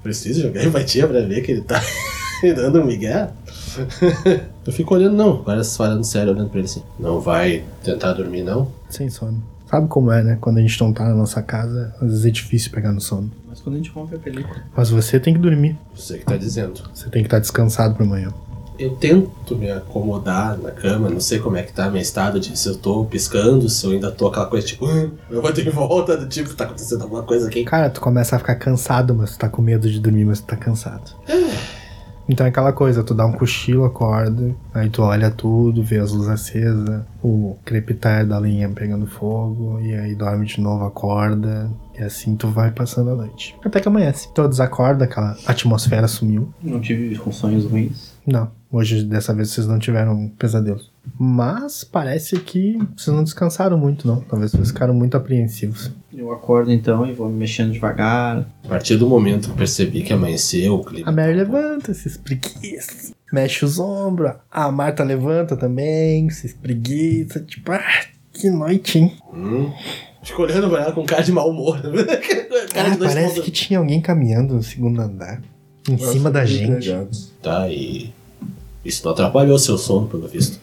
[SPEAKER 7] Precisa jogar empatia pra ver que ele tá [laughs] dando um migué? [laughs] eu fico olhando, não. Agora falando sério, olhando pra ele assim. Não vai tentar dormir, não?
[SPEAKER 1] Sem sono. Sabe como é, né? Quando a gente não tá na nossa casa, às vezes é difícil pegar no sono.
[SPEAKER 3] Mas quando a gente rompe a película.
[SPEAKER 1] Mas você tem que dormir.
[SPEAKER 7] Você que tá dizendo.
[SPEAKER 1] Você tem que estar descansado pra amanhã.
[SPEAKER 7] Eu tento me acomodar na cama, não sei como é que tá meu estado de se eu tô piscando, se eu ainda tô aquela coisa tipo, "Hum", eu vou em volta do tipo, tá acontecendo alguma coisa [laughs] aqui.
[SPEAKER 1] Cara, tu começa a ficar cansado, mas tu tá com medo de dormir, mas tu tá cansado. Então é aquela coisa, tu dá um cochilo, acorda, aí tu olha tudo, vê as luzes acesas, o crepitar da linha pegando fogo, e aí dorme de novo, acorda, e assim tu vai passando a noite. Até que amanhece. Todos acordam, aquela atmosfera sumiu.
[SPEAKER 3] Não tive sonhos ruins.
[SPEAKER 1] Não, hoje dessa vez vocês não tiveram pesadelos. Mas parece que vocês não descansaram muito, não. Talvez vocês ficaram muito apreensivos.
[SPEAKER 3] Eu acordo então e vou me mexendo devagar.
[SPEAKER 7] A partir do momento que eu percebi que amanheceu, o clima.
[SPEAKER 1] A Mary levanta, se espreguiça, mexe os ombros. A Marta levanta também, se espreguiça. Tipo, ah, que noite, hein?
[SPEAKER 7] Hum. Fico olhando pra ela com cara de mau humor. [laughs] cara
[SPEAKER 1] Ah,
[SPEAKER 7] de dois
[SPEAKER 1] parece
[SPEAKER 7] pontos.
[SPEAKER 1] que tinha alguém caminhando no segundo andar, em cima da gente. Eu
[SPEAKER 7] Tá, e. Isso não atrapalhou seu sono, pelo visto.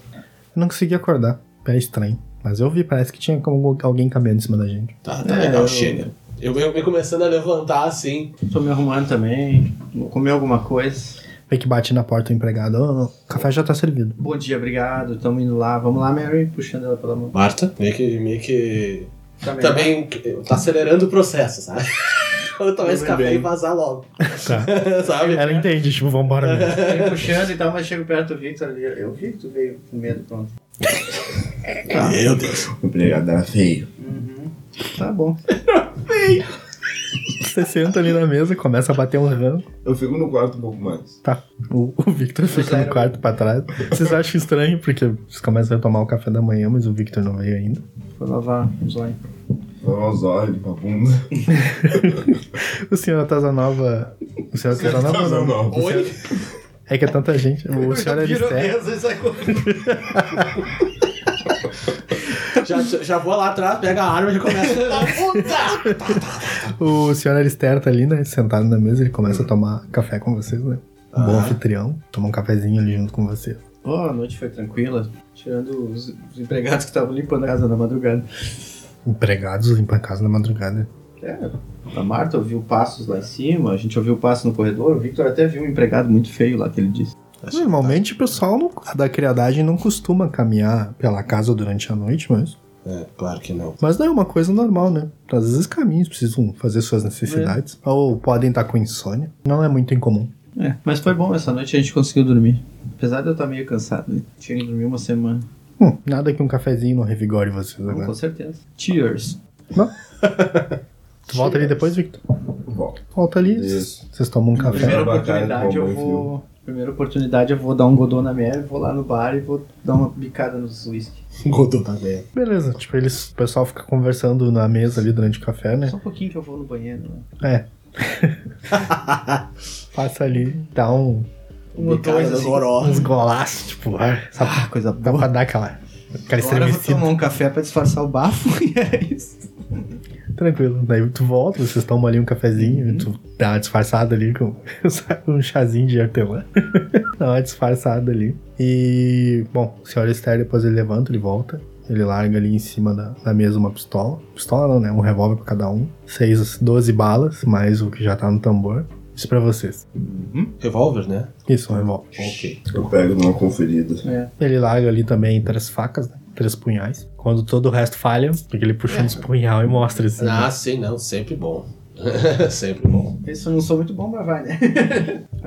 [SPEAKER 1] não consegui acordar, é estranho. Mas eu vi, parece que tinha como alguém caminhando em cima da gente.
[SPEAKER 7] Tá, tá legal, chega. Eu venho venho começando a levantar assim.
[SPEAKER 8] Tô me arrumando também. Vou comer alguma coisa.
[SPEAKER 1] Vê que bate na porta o empregado. "Ô, o café já tá servido.
[SPEAKER 8] Bom dia, obrigado. Tamo indo lá. Vamos lá, Mary. Puxando ela pela [laughs] mão.
[SPEAKER 7] Marta, meio que. Meio que
[SPEAKER 8] Tá melhor?
[SPEAKER 7] também tá acelerando o processo, sabe? Quando eu tomar esse café e vazar logo,
[SPEAKER 1] Tá.
[SPEAKER 7] [laughs] sabe?
[SPEAKER 1] Ela entende, tipo, vambora
[SPEAKER 7] [laughs]
[SPEAKER 1] mesmo.
[SPEAKER 8] Vem puxando e tal, mas chego perto do Victor ali. Eu vi que tu veio com medo, pronto.
[SPEAKER 7] Meu Deus.
[SPEAKER 4] Obrigado, era feio.
[SPEAKER 8] Tá bom.
[SPEAKER 1] Você senta ali na mesa, começa a bater um ramo.
[SPEAKER 4] Eu fico no quarto um pouco mais.
[SPEAKER 1] O, o Victor fica no quarto pra trás. Vocês acham estranho, porque vocês começam a tomar o café da manhã, mas o Victor não veio ainda.
[SPEAKER 8] Vou lavar os olhos.
[SPEAKER 4] Lavar os olhos, limpar a bunda.
[SPEAKER 1] O senhor Tazanova. O senhor Tazanova não.
[SPEAKER 4] [laughs] não.
[SPEAKER 1] O senhor- É que é tanta gente. O senhor é Aristé.
[SPEAKER 7] Já, já vou lá atrás, pega a arma e já [laughs] começa a Tá
[SPEAKER 1] O senhor Alistair tá ali, né? Sentado na mesa, ele começa a tomar café com vocês, né? Um bom anfitrião, toma um cafezinho ali junto com vocês.
[SPEAKER 8] Oh, Ah. a noite foi tranquila. Tirando os, os empregados que estavam limpando a casa na madrugada.
[SPEAKER 1] Empregados limpam a casa na madrugada.
[SPEAKER 8] A Marta ouviu passos lá em cima, a gente ouviu passos no corredor. O Victor até viu um empregado muito feio lá que ele disse.
[SPEAKER 1] Normalmente o pessoal não- da criadagem não costuma caminhar pela casa durante a noite, mas.
[SPEAKER 7] É, claro que não.
[SPEAKER 1] Mas não é uma coisa normal, né? Às vezes caminhos precisam fazer suas necessidades. Ou podem estar com insônia. Não é muito incomum.
[SPEAKER 8] É, mas foi bom essa noite, a gente conseguiu dormir. Apesar de eu estar meio cansado, né? Tinha que dormir uma semana.
[SPEAKER 1] Hum, nada que um cafezinho não revigore vocês
[SPEAKER 8] Então,
[SPEAKER 1] agora.
[SPEAKER 8] com certeza. Cheers.
[SPEAKER 1] Tu volta ali depois, Victor?
[SPEAKER 4] Volta.
[SPEAKER 1] Volta ali.
[SPEAKER 4] Isso.
[SPEAKER 1] Vocês tomam um café.
[SPEAKER 8] Primeira
[SPEAKER 4] Bacana,
[SPEAKER 8] oportunidade
[SPEAKER 4] bom,
[SPEAKER 8] eu
[SPEAKER 4] bom
[SPEAKER 8] vou. Primeira oportunidade eu vou dar um godô na Mary, vou lá no bar e vou dar uma bicada nos whisky.
[SPEAKER 7] Godô tá bem.
[SPEAKER 1] Beleza, tipo, eles, o pessoal fica conversando na mesa ali durante o café, né?
[SPEAKER 8] Só um pouquinho que eu vou no banheiro,
[SPEAKER 1] É.
[SPEAKER 8] né?
[SPEAKER 1] Passa ali, dá um,
[SPEAKER 8] Um ou dois assim.
[SPEAKER 1] uns golaços, tipo, ah, só pra,
[SPEAKER 8] Coisa
[SPEAKER 1] dá pra dar aquela, aquela
[SPEAKER 8] Agora eu vou
[SPEAKER 1] estremecida.
[SPEAKER 8] tomar um café pra disfarçar o bafo [laughs] e é isso.
[SPEAKER 1] Tranquilo. Daí tu volta, vocês tomam ali um cafezinho, tu dá uma disfarçada ali com [laughs] sabe, um chazinho de hortelã. [laughs] dá uma disfarçada ali. E, bom, o senhor Esther depois ele levanta, ele volta. Ele larga ali em cima da, da mesa uma pistola. Pistola não, né? Um revólver pra cada um. Seis, doze balas, mais o que já tá no tambor. Isso pra vocês.
[SPEAKER 7] Revólver, né?
[SPEAKER 1] Isso, um revólver.
[SPEAKER 7] Ok.
[SPEAKER 4] Eu pego numa conferida.
[SPEAKER 1] Ele larga ali também três facas, né? Três punhais. Quando todo o resto falha, porque ele puxa
[SPEAKER 8] É.
[SPEAKER 1] uns punhal e mostra assim.
[SPEAKER 7] Ah, sim, não. Sempre bom. [laughs] sempre bom.
[SPEAKER 8] Isso eu não sou muito bom, mas vai, né?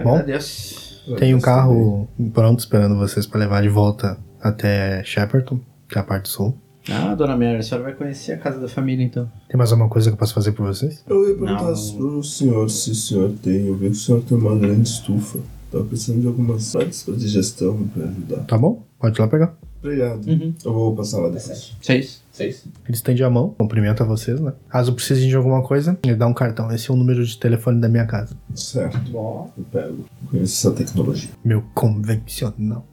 [SPEAKER 1] Bom.
[SPEAKER 8] Agradeço.
[SPEAKER 1] Tem um carro pronto esperando vocês pra levar de volta até Shepperton, que é a parte sul.
[SPEAKER 8] Ah, dona Mary, a senhora vai conhecer a casa da família então.
[SPEAKER 1] Tem mais alguma coisa que eu posso fazer por vocês?
[SPEAKER 4] Eu ia perguntar
[SPEAKER 8] Não.
[SPEAKER 4] pro senhor se o senhor tem. Eu vi que o senhor tem uma grande estufa. Tava precisando de algumas sites pra digestão pra ajudar.
[SPEAKER 1] Tá bom? Pode ir lá pegar.
[SPEAKER 4] Obrigado.
[SPEAKER 8] Uhum.
[SPEAKER 4] Eu vou passar lá depois.
[SPEAKER 8] Seis.
[SPEAKER 7] Seis.
[SPEAKER 1] Ele estende a mão, cumprimenta vocês, né? Caso precisem de alguma coisa, ele dá um cartão. Esse é o número de telefone da minha casa.
[SPEAKER 4] Certo,
[SPEAKER 8] Bom.
[SPEAKER 4] eu pego. Conheço essa tecnologia.
[SPEAKER 1] Meu convencional.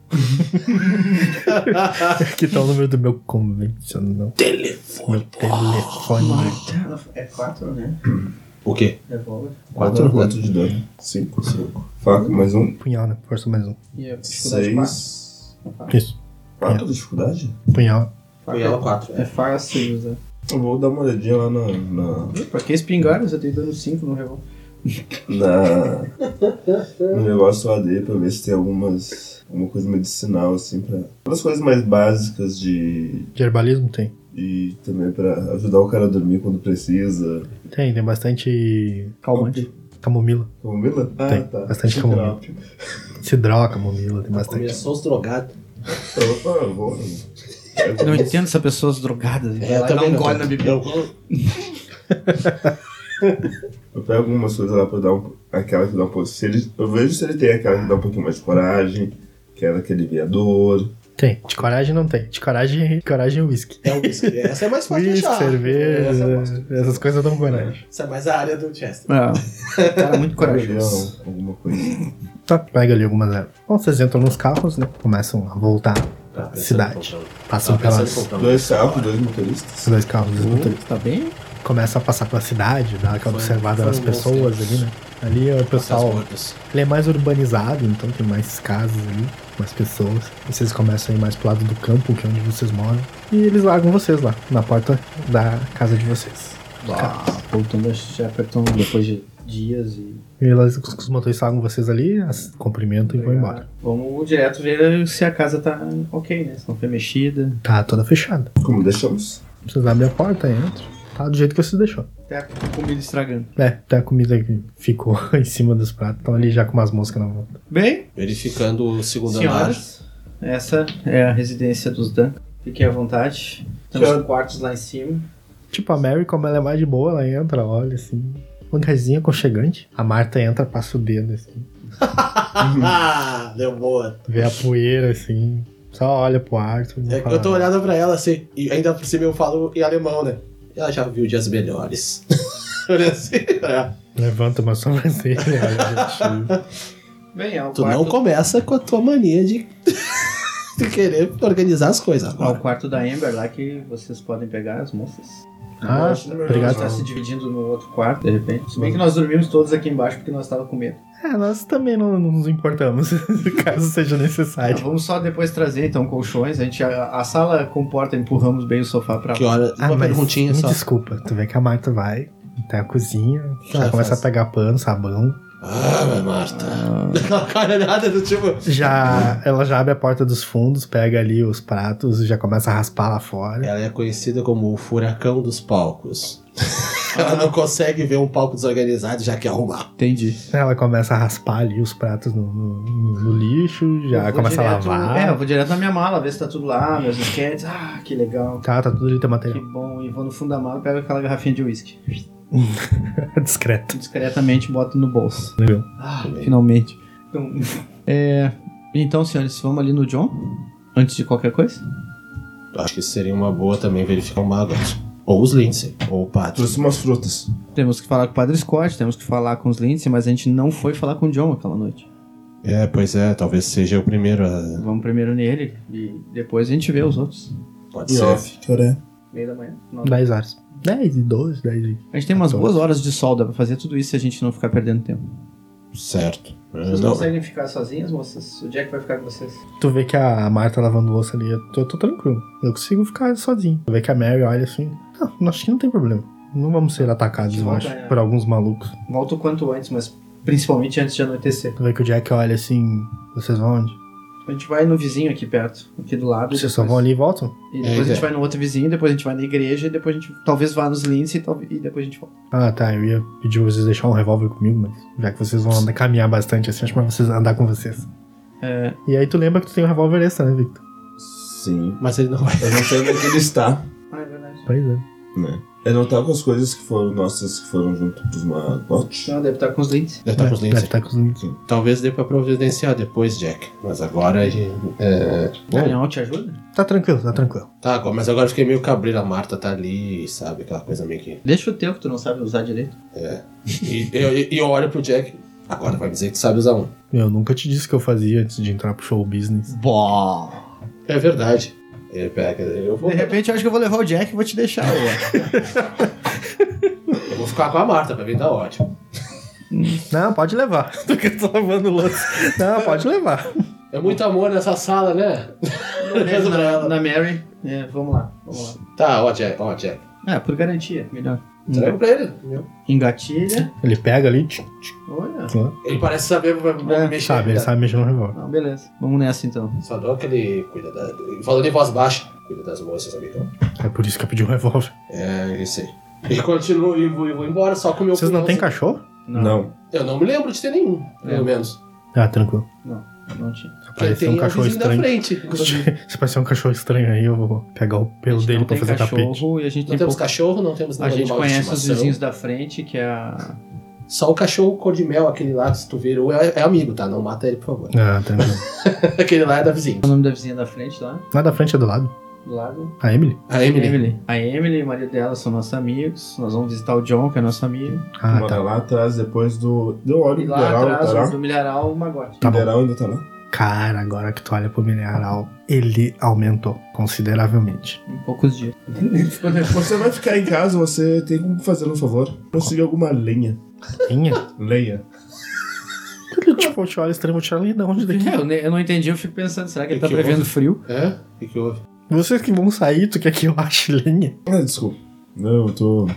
[SPEAKER 1] [laughs] que tá o número do meu convencional? Telefone. Meu telefone.
[SPEAKER 8] É quatro, né? É
[SPEAKER 7] O quê?
[SPEAKER 8] Devolve.
[SPEAKER 7] Quatro?
[SPEAKER 4] Quanto de dano? Cinco. Cinco. Faca, mais um.
[SPEAKER 1] Punhal, né? Força mais um.
[SPEAKER 8] E é dificuldade quatro.
[SPEAKER 4] Seis.
[SPEAKER 1] Isso. É.
[SPEAKER 4] Quatro de dificuldade?
[SPEAKER 1] Punhal.
[SPEAKER 7] Foi ela quatro.
[SPEAKER 8] É fácil de usar.
[SPEAKER 4] Eu vou dar uma olhadinha lá na. na.
[SPEAKER 8] Ih, Pra que espingarda? Você tem dano 5 no revólver.
[SPEAKER 4] na- no negócio lá dele pra ver se tem algumas. alguma coisa medicinal, assim, pra. Aquelas coisas mais básicas de.
[SPEAKER 1] De herbalismo tem.
[SPEAKER 4] E também pra ajudar o cara a dormir quando precisa.
[SPEAKER 1] Tem, tem bastante
[SPEAKER 8] Calmante.
[SPEAKER 1] camomila.
[SPEAKER 4] Camomila? Ah,
[SPEAKER 1] Tem,
[SPEAKER 4] tá.
[SPEAKER 1] bastante
[SPEAKER 4] Que
[SPEAKER 1] camomila.
[SPEAKER 4] drop.
[SPEAKER 1] Cidró, camomila, tem bastante.
[SPEAKER 7] Começou os drogados.
[SPEAKER 4] Eu vou- ah, eu vou.
[SPEAKER 8] Eu não entendo essas pessoas drogadas. Vai lá dar um gole na
[SPEAKER 7] É
[SPEAKER 8] bebida.
[SPEAKER 4] Eu pego algumas coisas lá pra dar um, aquela que dá um pouco. Se ele, eu vejo se ele tem aquela que dá um pouquinho mais de coragem, aquela que é alivia a dor.
[SPEAKER 1] Tem. De coragem não tem. De coragem, de coragem é whisky.
[SPEAKER 7] É o whisky. Essa é mais fácil de
[SPEAKER 1] Whisky,
[SPEAKER 7] achar. Essa é mais-
[SPEAKER 1] cerveja, essas coisas não né? coragem.
[SPEAKER 7] Essa é mais a área do Chester.
[SPEAKER 8] É. Cara, muito corajoso.
[SPEAKER 4] Corajoso. Alguma coisa.
[SPEAKER 1] Tá, pega ali algumas
[SPEAKER 2] é.
[SPEAKER 1] ervas. Bom, vocês entram nos carros, né? Começam a voltar.
[SPEAKER 7] Tá,
[SPEAKER 1] Cidade.
[SPEAKER 7] pensando em comprar
[SPEAKER 1] Passam
[SPEAKER 7] Tá pensando em
[SPEAKER 1] pelas...
[SPEAKER 7] comprar um.
[SPEAKER 4] Dois sapos, dois motoristas.
[SPEAKER 1] Esses dois carros. eles voltam.
[SPEAKER 8] Tá bem?
[SPEAKER 1] Começam a passar pela cidade, dar aquela
[SPEAKER 7] Foi- um
[SPEAKER 1] observada nas
[SPEAKER 7] foram bons
[SPEAKER 1] pessoas
[SPEAKER 7] tempos.
[SPEAKER 1] ali, né? Ali é o
[SPEAKER 7] Essas
[SPEAKER 1] pessoal...
[SPEAKER 7] gordas.
[SPEAKER 1] Ele é mais urbanizado, então tem mais casas ali, mais pessoas. Vocês começam a ir mais pro lado do campo, que é onde vocês moram. E eles largam vocês lá, na porta da casa de vocês.
[SPEAKER 8] Uau.
[SPEAKER 6] voltando a Shepperton depois de dias e
[SPEAKER 2] E elas, os, os motores salgam vocês ali, as cumprimentam e vão embora.
[SPEAKER 8] Vamos direto ver se a casa tá ok, né? Se não foi mexida.
[SPEAKER 2] Tá toda fechada.
[SPEAKER 4] Como deixamos?
[SPEAKER 2] Vocês abrem a porta, entram. Tá do jeito que vocês deixou.
[SPEAKER 8] Até a comida estragando.
[SPEAKER 2] É, até a comida que ficou [laughs] em cima dos pratos. Estão ali já com umas moscas na mão.
[SPEAKER 8] Bem,
[SPEAKER 5] Verificando o segundo andar.
[SPEAKER 8] senhoras, essa é a residência dos Duncan. Fiquem à vontade. Temos quartos lá em cima.
[SPEAKER 2] Tipo, a Mary, como ela é mais de boa, ela entra, olha assim. Uma casinha aconchegante. A Marta entra, passa o dedo assim.
[SPEAKER 5] Ah, [laughs] deu boa.
[SPEAKER 2] Vê a poeira assim. Só olha pro Arthur. não
[SPEAKER 5] É que
[SPEAKER 2] fala
[SPEAKER 5] eu tô
[SPEAKER 2] nada.
[SPEAKER 5] olhando pra ela assim, e ainda por cima eu falo em alemão, né? Ela já viu dias melhores. [laughs] Olha assim, é.
[SPEAKER 2] Levanta uma sobrancelha, olha [laughs] pra ti.
[SPEAKER 8] Bem, é o
[SPEAKER 5] Tu
[SPEAKER 8] quarto,
[SPEAKER 5] não começa com a tua mania de, [laughs] de querer organizar as coisas
[SPEAKER 8] é o
[SPEAKER 5] agora.
[SPEAKER 8] quarto da Amber lá que vocês podem pegar as moças.
[SPEAKER 2] Ah,
[SPEAKER 8] Obrigado.
[SPEAKER 2] obrigado.
[SPEAKER 8] Tá se dividindo no outro quarto, de repente. Se bem que nós dormimos todos aqui embaixo porque nós tava com medo.
[SPEAKER 2] É, nós também não, não nos importamos, [laughs] caso seja
[SPEAKER 8] Tá,
[SPEAKER 2] necessário.
[SPEAKER 8] vamos só depois trazer então colchões. A gente a, a sala comporta, empurramos bem o sofá pra
[SPEAKER 5] Que
[SPEAKER 8] lá.
[SPEAKER 5] hora?
[SPEAKER 2] Ah,
[SPEAKER 5] uma
[SPEAKER 2] mas
[SPEAKER 5] perguntinha
[SPEAKER 2] me
[SPEAKER 5] só.
[SPEAKER 2] desculpa, tu vê que a Marta vai até a cozinha, já
[SPEAKER 5] ela
[SPEAKER 2] começa
[SPEAKER 5] Tá, faz?
[SPEAKER 2] a pegar pano, sabão.
[SPEAKER 5] Ah, mas Marta. [laughs] Aquela caralhada do tipo.
[SPEAKER 2] Já, ela já abre a porta dos fundos, pega ali os pratos e já começa a raspar lá fora.
[SPEAKER 5] Ela é conhecida como o furacão dos palcos. [laughs] Ela não consegue ver um palco desorganizado já que arrumar.
[SPEAKER 7] Entendi.
[SPEAKER 2] Ela começa a raspar ali os pratos no, no- no- no lixo,
[SPEAKER 8] Eu
[SPEAKER 2] já
[SPEAKER 8] vou
[SPEAKER 2] começa a
[SPEAKER 8] direto- É, eu
[SPEAKER 2] lavar.
[SPEAKER 8] vou direto na minha mala, ver se tá tudo lá, meus esquetes. Ah, que legal.
[SPEAKER 2] Tá, tá tudo ali teu [laughs]
[SPEAKER 8] Que
[SPEAKER 2] material.
[SPEAKER 8] bom. E vou no fundo da mala, pego aquela garrafinha de uísque.
[SPEAKER 2] Discreto.
[SPEAKER 8] Discretamente boto no bolso. Ah,
[SPEAKER 7] Finalmente. [laughs]
[SPEAKER 8] então,
[SPEAKER 7] Então, senhores, vamos ali no John? Antes de qualquer coisa?
[SPEAKER 5] Acho que seria uma boa também verificar o Magot. Ou os Lindsay, ou o Patrick.
[SPEAKER 4] Trouxe umas frutas.
[SPEAKER 7] Temos que falar com o Padre Scott, temos que falar com os Lindsay, mas a gente não foi falar com o John aquela noite.
[SPEAKER 5] É, pois é, talvez seja o primeiro a.
[SPEAKER 7] Vamos primeiro nele e depois a gente vê os outros.
[SPEAKER 5] Pode
[SPEAKER 4] E
[SPEAKER 5] ser.
[SPEAKER 4] off. Que hora é?
[SPEAKER 8] meio da manhã. Não.
[SPEAKER 2] 10 horas. 10 e 12, 10 e...
[SPEAKER 7] A gente tem umas
[SPEAKER 2] Tá
[SPEAKER 7] boas horas de sol, dá pra fazer tudo isso se a gente não ficar perdendo tempo.
[SPEAKER 5] Certo. É,
[SPEAKER 8] Vocês
[SPEAKER 5] não,
[SPEAKER 8] conseguem ficar sozinhas, moças? O Jack vai ficar com vocês.
[SPEAKER 2] Tu vê que a Marta lavando louça ali, eu tô, tô tranquilo. Eu consigo ficar sozinho. Tu vê que a Mary olha assim, ah, não, acho que não tem problema. Não vamos ser atacados, eu acho, por alguns malucos.
[SPEAKER 8] Volto o quanto antes, mas principalmente antes de anoitecer.
[SPEAKER 2] Tu vê que o Jack olha assim, vocês vão onde?
[SPEAKER 8] A gente vai no vizinho aqui perto, aqui do lado. e
[SPEAKER 2] Vocês só
[SPEAKER 8] depois-
[SPEAKER 2] vão ali e voltam?
[SPEAKER 8] E depois
[SPEAKER 5] É,
[SPEAKER 8] a gente
[SPEAKER 5] é.
[SPEAKER 8] vai no outro vizinho, depois a gente vai na igreja, e depois a gente talvez vá nos Lindsay e, tal- e depois a gente volta.
[SPEAKER 2] Ah, tá, eu ia pedir vocês deixar um revólver comigo, mas já que vocês vão andar, caminhar bastante assim, acho mais vocês andar com vocês. É... E aí tu lembra que tu tem um revólver extra, né, Victor?
[SPEAKER 4] Sim.
[SPEAKER 5] Mas ele não vai.
[SPEAKER 4] Eu não sei onde é que ele está,
[SPEAKER 8] Ah, é verdade.
[SPEAKER 2] Pois é.
[SPEAKER 4] né? Ele não tá com as coisas que foram nossas, que foram junto pros Magotes.
[SPEAKER 8] Então deve estar com os Lindsay.
[SPEAKER 5] Deve estar com os
[SPEAKER 2] Deve
[SPEAKER 5] Lindsay.
[SPEAKER 2] estar com os links.
[SPEAKER 5] Talvez dê pra providenciar depois, Jack. Mas agora. É... Bom,
[SPEAKER 8] Canhão te ajuda?
[SPEAKER 2] Tá tranquilo, tá tranquilo.
[SPEAKER 5] tá, agora- mas agora eu fiquei meio cabreiro. A Marta tá ali, sabe? Aquela coisa meio que.
[SPEAKER 8] Deixa o teu que tu não sabe usar direito.
[SPEAKER 5] E eu, e eu olho pro Jack. Agora vai dizer que tu sabe usar um.
[SPEAKER 2] Eu nunca te disse o que eu fazia antes de entrar pro show business.
[SPEAKER 7] Bom.
[SPEAKER 5] É verdade. Ele pega. Eu vou,
[SPEAKER 7] De repente eu acho que eu vou levar o Jack e vou te deixar. Ué.
[SPEAKER 5] eu vou ficar com a Marta, pra mim tá ótimo.
[SPEAKER 2] Não, pode levar. Porque eu [laughs] tô lavando louça. Não, pode levar.
[SPEAKER 5] É muito amor nessa sala, né? Rezo pra ela.
[SPEAKER 8] Na Mary. É, vamos lá, vamos lá.
[SPEAKER 5] Tá, ó, Jack, ó, Jack.
[SPEAKER 8] É, por garantia, melhor.
[SPEAKER 2] Hum.
[SPEAKER 5] Entrega pra ele. meu.
[SPEAKER 8] Engatilha.
[SPEAKER 2] Ele pega ali, tch,
[SPEAKER 8] Olha.
[SPEAKER 5] Ele parece saber
[SPEAKER 8] É,
[SPEAKER 5] mexer.
[SPEAKER 2] sabe, ele
[SPEAKER 5] tá?
[SPEAKER 2] sabe mexer no revólver.
[SPEAKER 8] Não, beleza.
[SPEAKER 7] Vamos nessa então.
[SPEAKER 5] Só dou aquele. Cuida da. ele Falando em voz baixa. Cuida das moças, amigão.
[SPEAKER 2] É por isso que eu pedi um revólver.
[SPEAKER 5] É, isso aí. E continuo e vou, e vou embora só com o meu
[SPEAKER 2] Vocês não
[SPEAKER 5] cunhado. assim.
[SPEAKER 2] têm cachorro?
[SPEAKER 4] Não.
[SPEAKER 5] Eu não me lembro de ter nenhum, pelo menos.
[SPEAKER 2] Ah, tranquilo. [laughs]
[SPEAKER 8] Não tinha.
[SPEAKER 5] Porque
[SPEAKER 2] Parecia um
[SPEAKER 5] tem a
[SPEAKER 2] cachorro
[SPEAKER 5] vizinha da
[SPEAKER 2] estranho.
[SPEAKER 5] frente.
[SPEAKER 2] [laughs]
[SPEAKER 5] inclusive.
[SPEAKER 2] Se parecer um cachorro estranho aí, eu vou pegar o pelo dele
[SPEAKER 7] não
[SPEAKER 2] pra
[SPEAKER 7] tem
[SPEAKER 2] fazer
[SPEAKER 7] cachorro
[SPEAKER 2] tapete.
[SPEAKER 7] e a gente
[SPEAKER 5] Não
[SPEAKER 7] tem
[SPEAKER 5] temos
[SPEAKER 7] pouco...
[SPEAKER 5] cachorro, não temos
[SPEAKER 7] A
[SPEAKER 5] nenhum
[SPEAKER 7] gente
[SPEAKER 5] animal de
[SPEAKER 7] conhece os
[SPEAKER 5] estimação.
[SPEAKER 7] vizinhos da frente, que é a.
[SPEAKER 5] Só o cachorro cor de mel, aquele lá, se tu virou, é, é amigo, tá? Não mata ele, por favor.
[SPEAKER 2] Ah, tranquilo.
[SPEAKER 5] aquele lá é da vizinha.
[SPEAKER 7] O nome da vizinha da frente lá?
[SPEAKER 2] Lá da frente é do lado.
[SPEAKER 8] Do lado.
[SPEAKER 2] A Emily?
[SPEAKER 5] A Emily.
[SPEAKER 7] Emily.
[SPEAKER 8] A Emily e o marido dela são nossos amigos. Nós vamos visitar o John, que é nosso amigo.
[SPEAKER 2] Ah,
[SPEAKER 4] Mora
[SPEAKER 2] tá.
[SPEAKER 4] lá atrás, depois do. Deu óleo
[SPEAKER 8] E lá
[SPEAKER 4] mineral, tá
[SPEAKER 8] atrás,
[SPEAKER 4] lá?
[SPEAKER 8] do milharal, o magote.
[SPEAKER 2] Tá bom.
[SPEAKER 4] mineral ainda
[SPEAKER 2] [laughs]
[SPEAKER 4] tá lá?
[SPEAKER 2] Cara, agora que tu olha pro mineral, ele aumentou consideravelmente.
[SPEAKER 7] Em poucos dias.
[SPEAKER 4] Você vai ficar em casa, você tem como fazer um favor. Conseguir alguma lenha.
[SPEAKER 2] Minha?
[SPEAKER 4] Lenha.
[SPEAKER 2] tipo, eu te olho estranho, vou tirar lenha de onde daqui?
[SPEAKER 7] É, eu, ne- eu não entendi, eu fico pensando, será que ele
[SPEAKER 5] E
[SPEAKER 7] tá
[SPEAKER 5] que
[SPEAKER 7] prevendo
[SPEAKER 5] houve?
[SPEAKER 7] frio?
[SPEAKER 5] É? O que, que houve?
[SPEAKER 2] Vocês que vão sair, tu quer que eu ache lenha?
[SPEAKER 4] Ah, desculpa. Não, eu tô.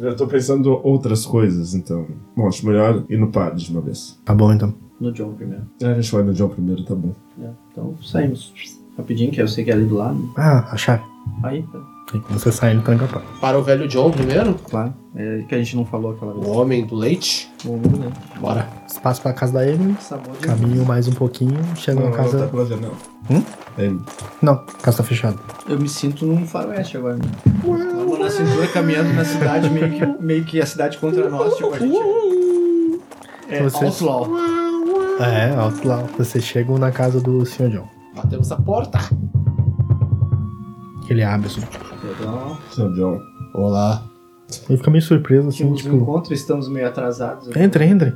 [SPEAKER 4] Eu tô pensando outras coisas, então. Bom, acho melhor ir no padre de uma vez.
[SPEAKER 1] Tá bom então.
[SPEAKER 8] No John primeiro.
[SPEAKER 4] Ah, a gente vai no John primeiro, tá bom.
[SPEAKER 8] É, então saímos rapidinho, que eu sei que é ali do lado. né?
[SPEAKER 1] Ah, a chave.
[SPEAKER 8] Aí, tá.
[SPEAKER 1] Tem que você sair no trancapá.
[SPEAKER 5] Para o velho John primeiro,
[SPEAKER 8] claro. É que a gente não falou aquela vez.
[SPEAKER 5] o homem do leite.
[SPEAKER 8] Vamos, né?
[SPEAKER 5] Bora.
[SPEAKER 1] Espaço pra casa da Emily,
[SPEAKER 8] Sabor de
[SPEAKER 1] caminho mais um pouquinho, chega na casa.
[SPEAKER 4] tá pela janela.
[SPEAKER 1] Hum?
[SPEAKER 4] É,
[SPEAKER 1] Não, a casa tá fechada.
[SPEAKER 8] Eu me sinto num faroeste agora. né? Eu vou na cintura caminhando na cidade, meio que, meio que a cidade contra nós, tipo, a gente.
[SPEAKER 4] [laughs]
[SPEAKER 8] É,
[SPEAKER 1] Você-
[SPEAKER 8] Outlaw.
[SPEAKER 1] É, alto lá. Vocês chegam na casa do Sr. John.
[SPEAKER 5] Batemos a porta.
[SPEAKER 1] Ele abre assim.
[SPEAKER 8] Legal.
[SPEAKER 4] São John.
[SPEAKER 5] Olá.
[SPEAKER 1] Ele fica meio surpreso assim,
[SPEAKER 8] Tínhamos um
[SPEAKER 1] tipo.
[SPEAKER 8] encontro, estamos meio atrasados.
[SPEAKER 1] Entre, entre.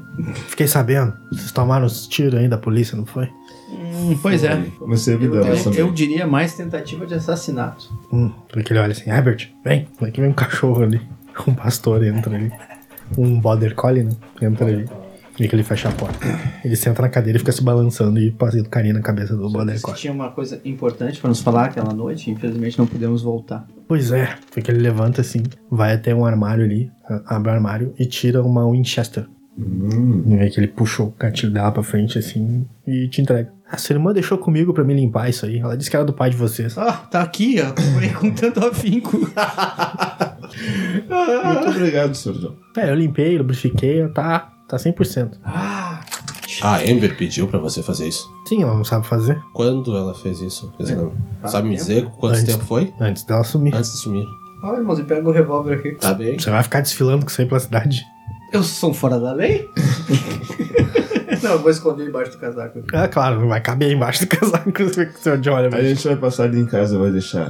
[SPEAKER 1] Fiquei sabendo. Vocês tomaram os tiros aí da polícia, não foi?
[SPEAKER 8] Pois é.
[SPEAKER 4] Comecei a
[SPEAKER 8] Eu,
[SPEAKER 4] vida dessa.
[SPEAKER 8] eu- eu diria mais tentativa de assassinato.
[SPEAKER 1] Hum, porque ele olha assim, Herbert, vem. Aqui vem um cachorro ali. [laughs] Um pastor entra ali. Um border collie, né? Entra ali. E que ele fecha a porta. Ele senta na cadeira e fica se balançando e fazendo carinho na cabeça do border
[SPEAKER 8] Disse que
[SPEAKER 1] collie.
[SPEAKER 8] tinha uma coisa importante pra nos falar aquela noite, infelizmente não pudemos voltar.
[SPEAKER 1] Pois é. Porque ele levanta assim, vai até um armário ali, a- abre o armário e tira uma Winchester.
[SPEAKER 4] Hum,
[SPEAKER 1] E aí que ele puxou o gatilho dela pra frente assim e te entrega. A sua irmã deixou comigo pra me limpar isso aí. Ela disse que era do pai de vocês.
[SPEAKER 9] Ah, tá aqui, ó.
[SPEAKER 8] [laughs]
[SPEAKER 9] Comprei com tanto afinco.
[SPEAKER 8] Ah.
[SPEAKER 4] muito obrigado, Sr. John.
[SPEAKER 1] É, eu limpei, lubrifiquei, tá, tá 100%.
[SPEAKER 8] Ah,
[SPEAKER 5] A Ember pediu pra você fazer isso.
[SPEAKER 1] Sim, ela não sabe fazer.
[SPEAKER 5] Quando ela fez isso? Quer dizer, não- Sabe me dizer quanto
[SPEAKER 1] Antes.
[SPEAKER 5] tempo foi?
[SPEAKER 1] Antes dela sumir.
[SPEAKER 5] Antes de sumir.
[SPEAKER 8] Ó, irmãozinho, pega o revólver aqui.
[SPEAKER 5] Tá bem.
[SPEAKER 1] Você vai ficar desfilando com isso aí pela cidade? [laughs]
[SPEAKER 8] Eu sou fora da lei? [laughs] não, eu vou esconder embaixo do casaco.
[SPEAKER 1] Ah, claro, não vai caber embaixo do casaco [laughs] que o senhor John olha.
[SPEAKER 4] A gente vai passar ali em casa, vai deixar.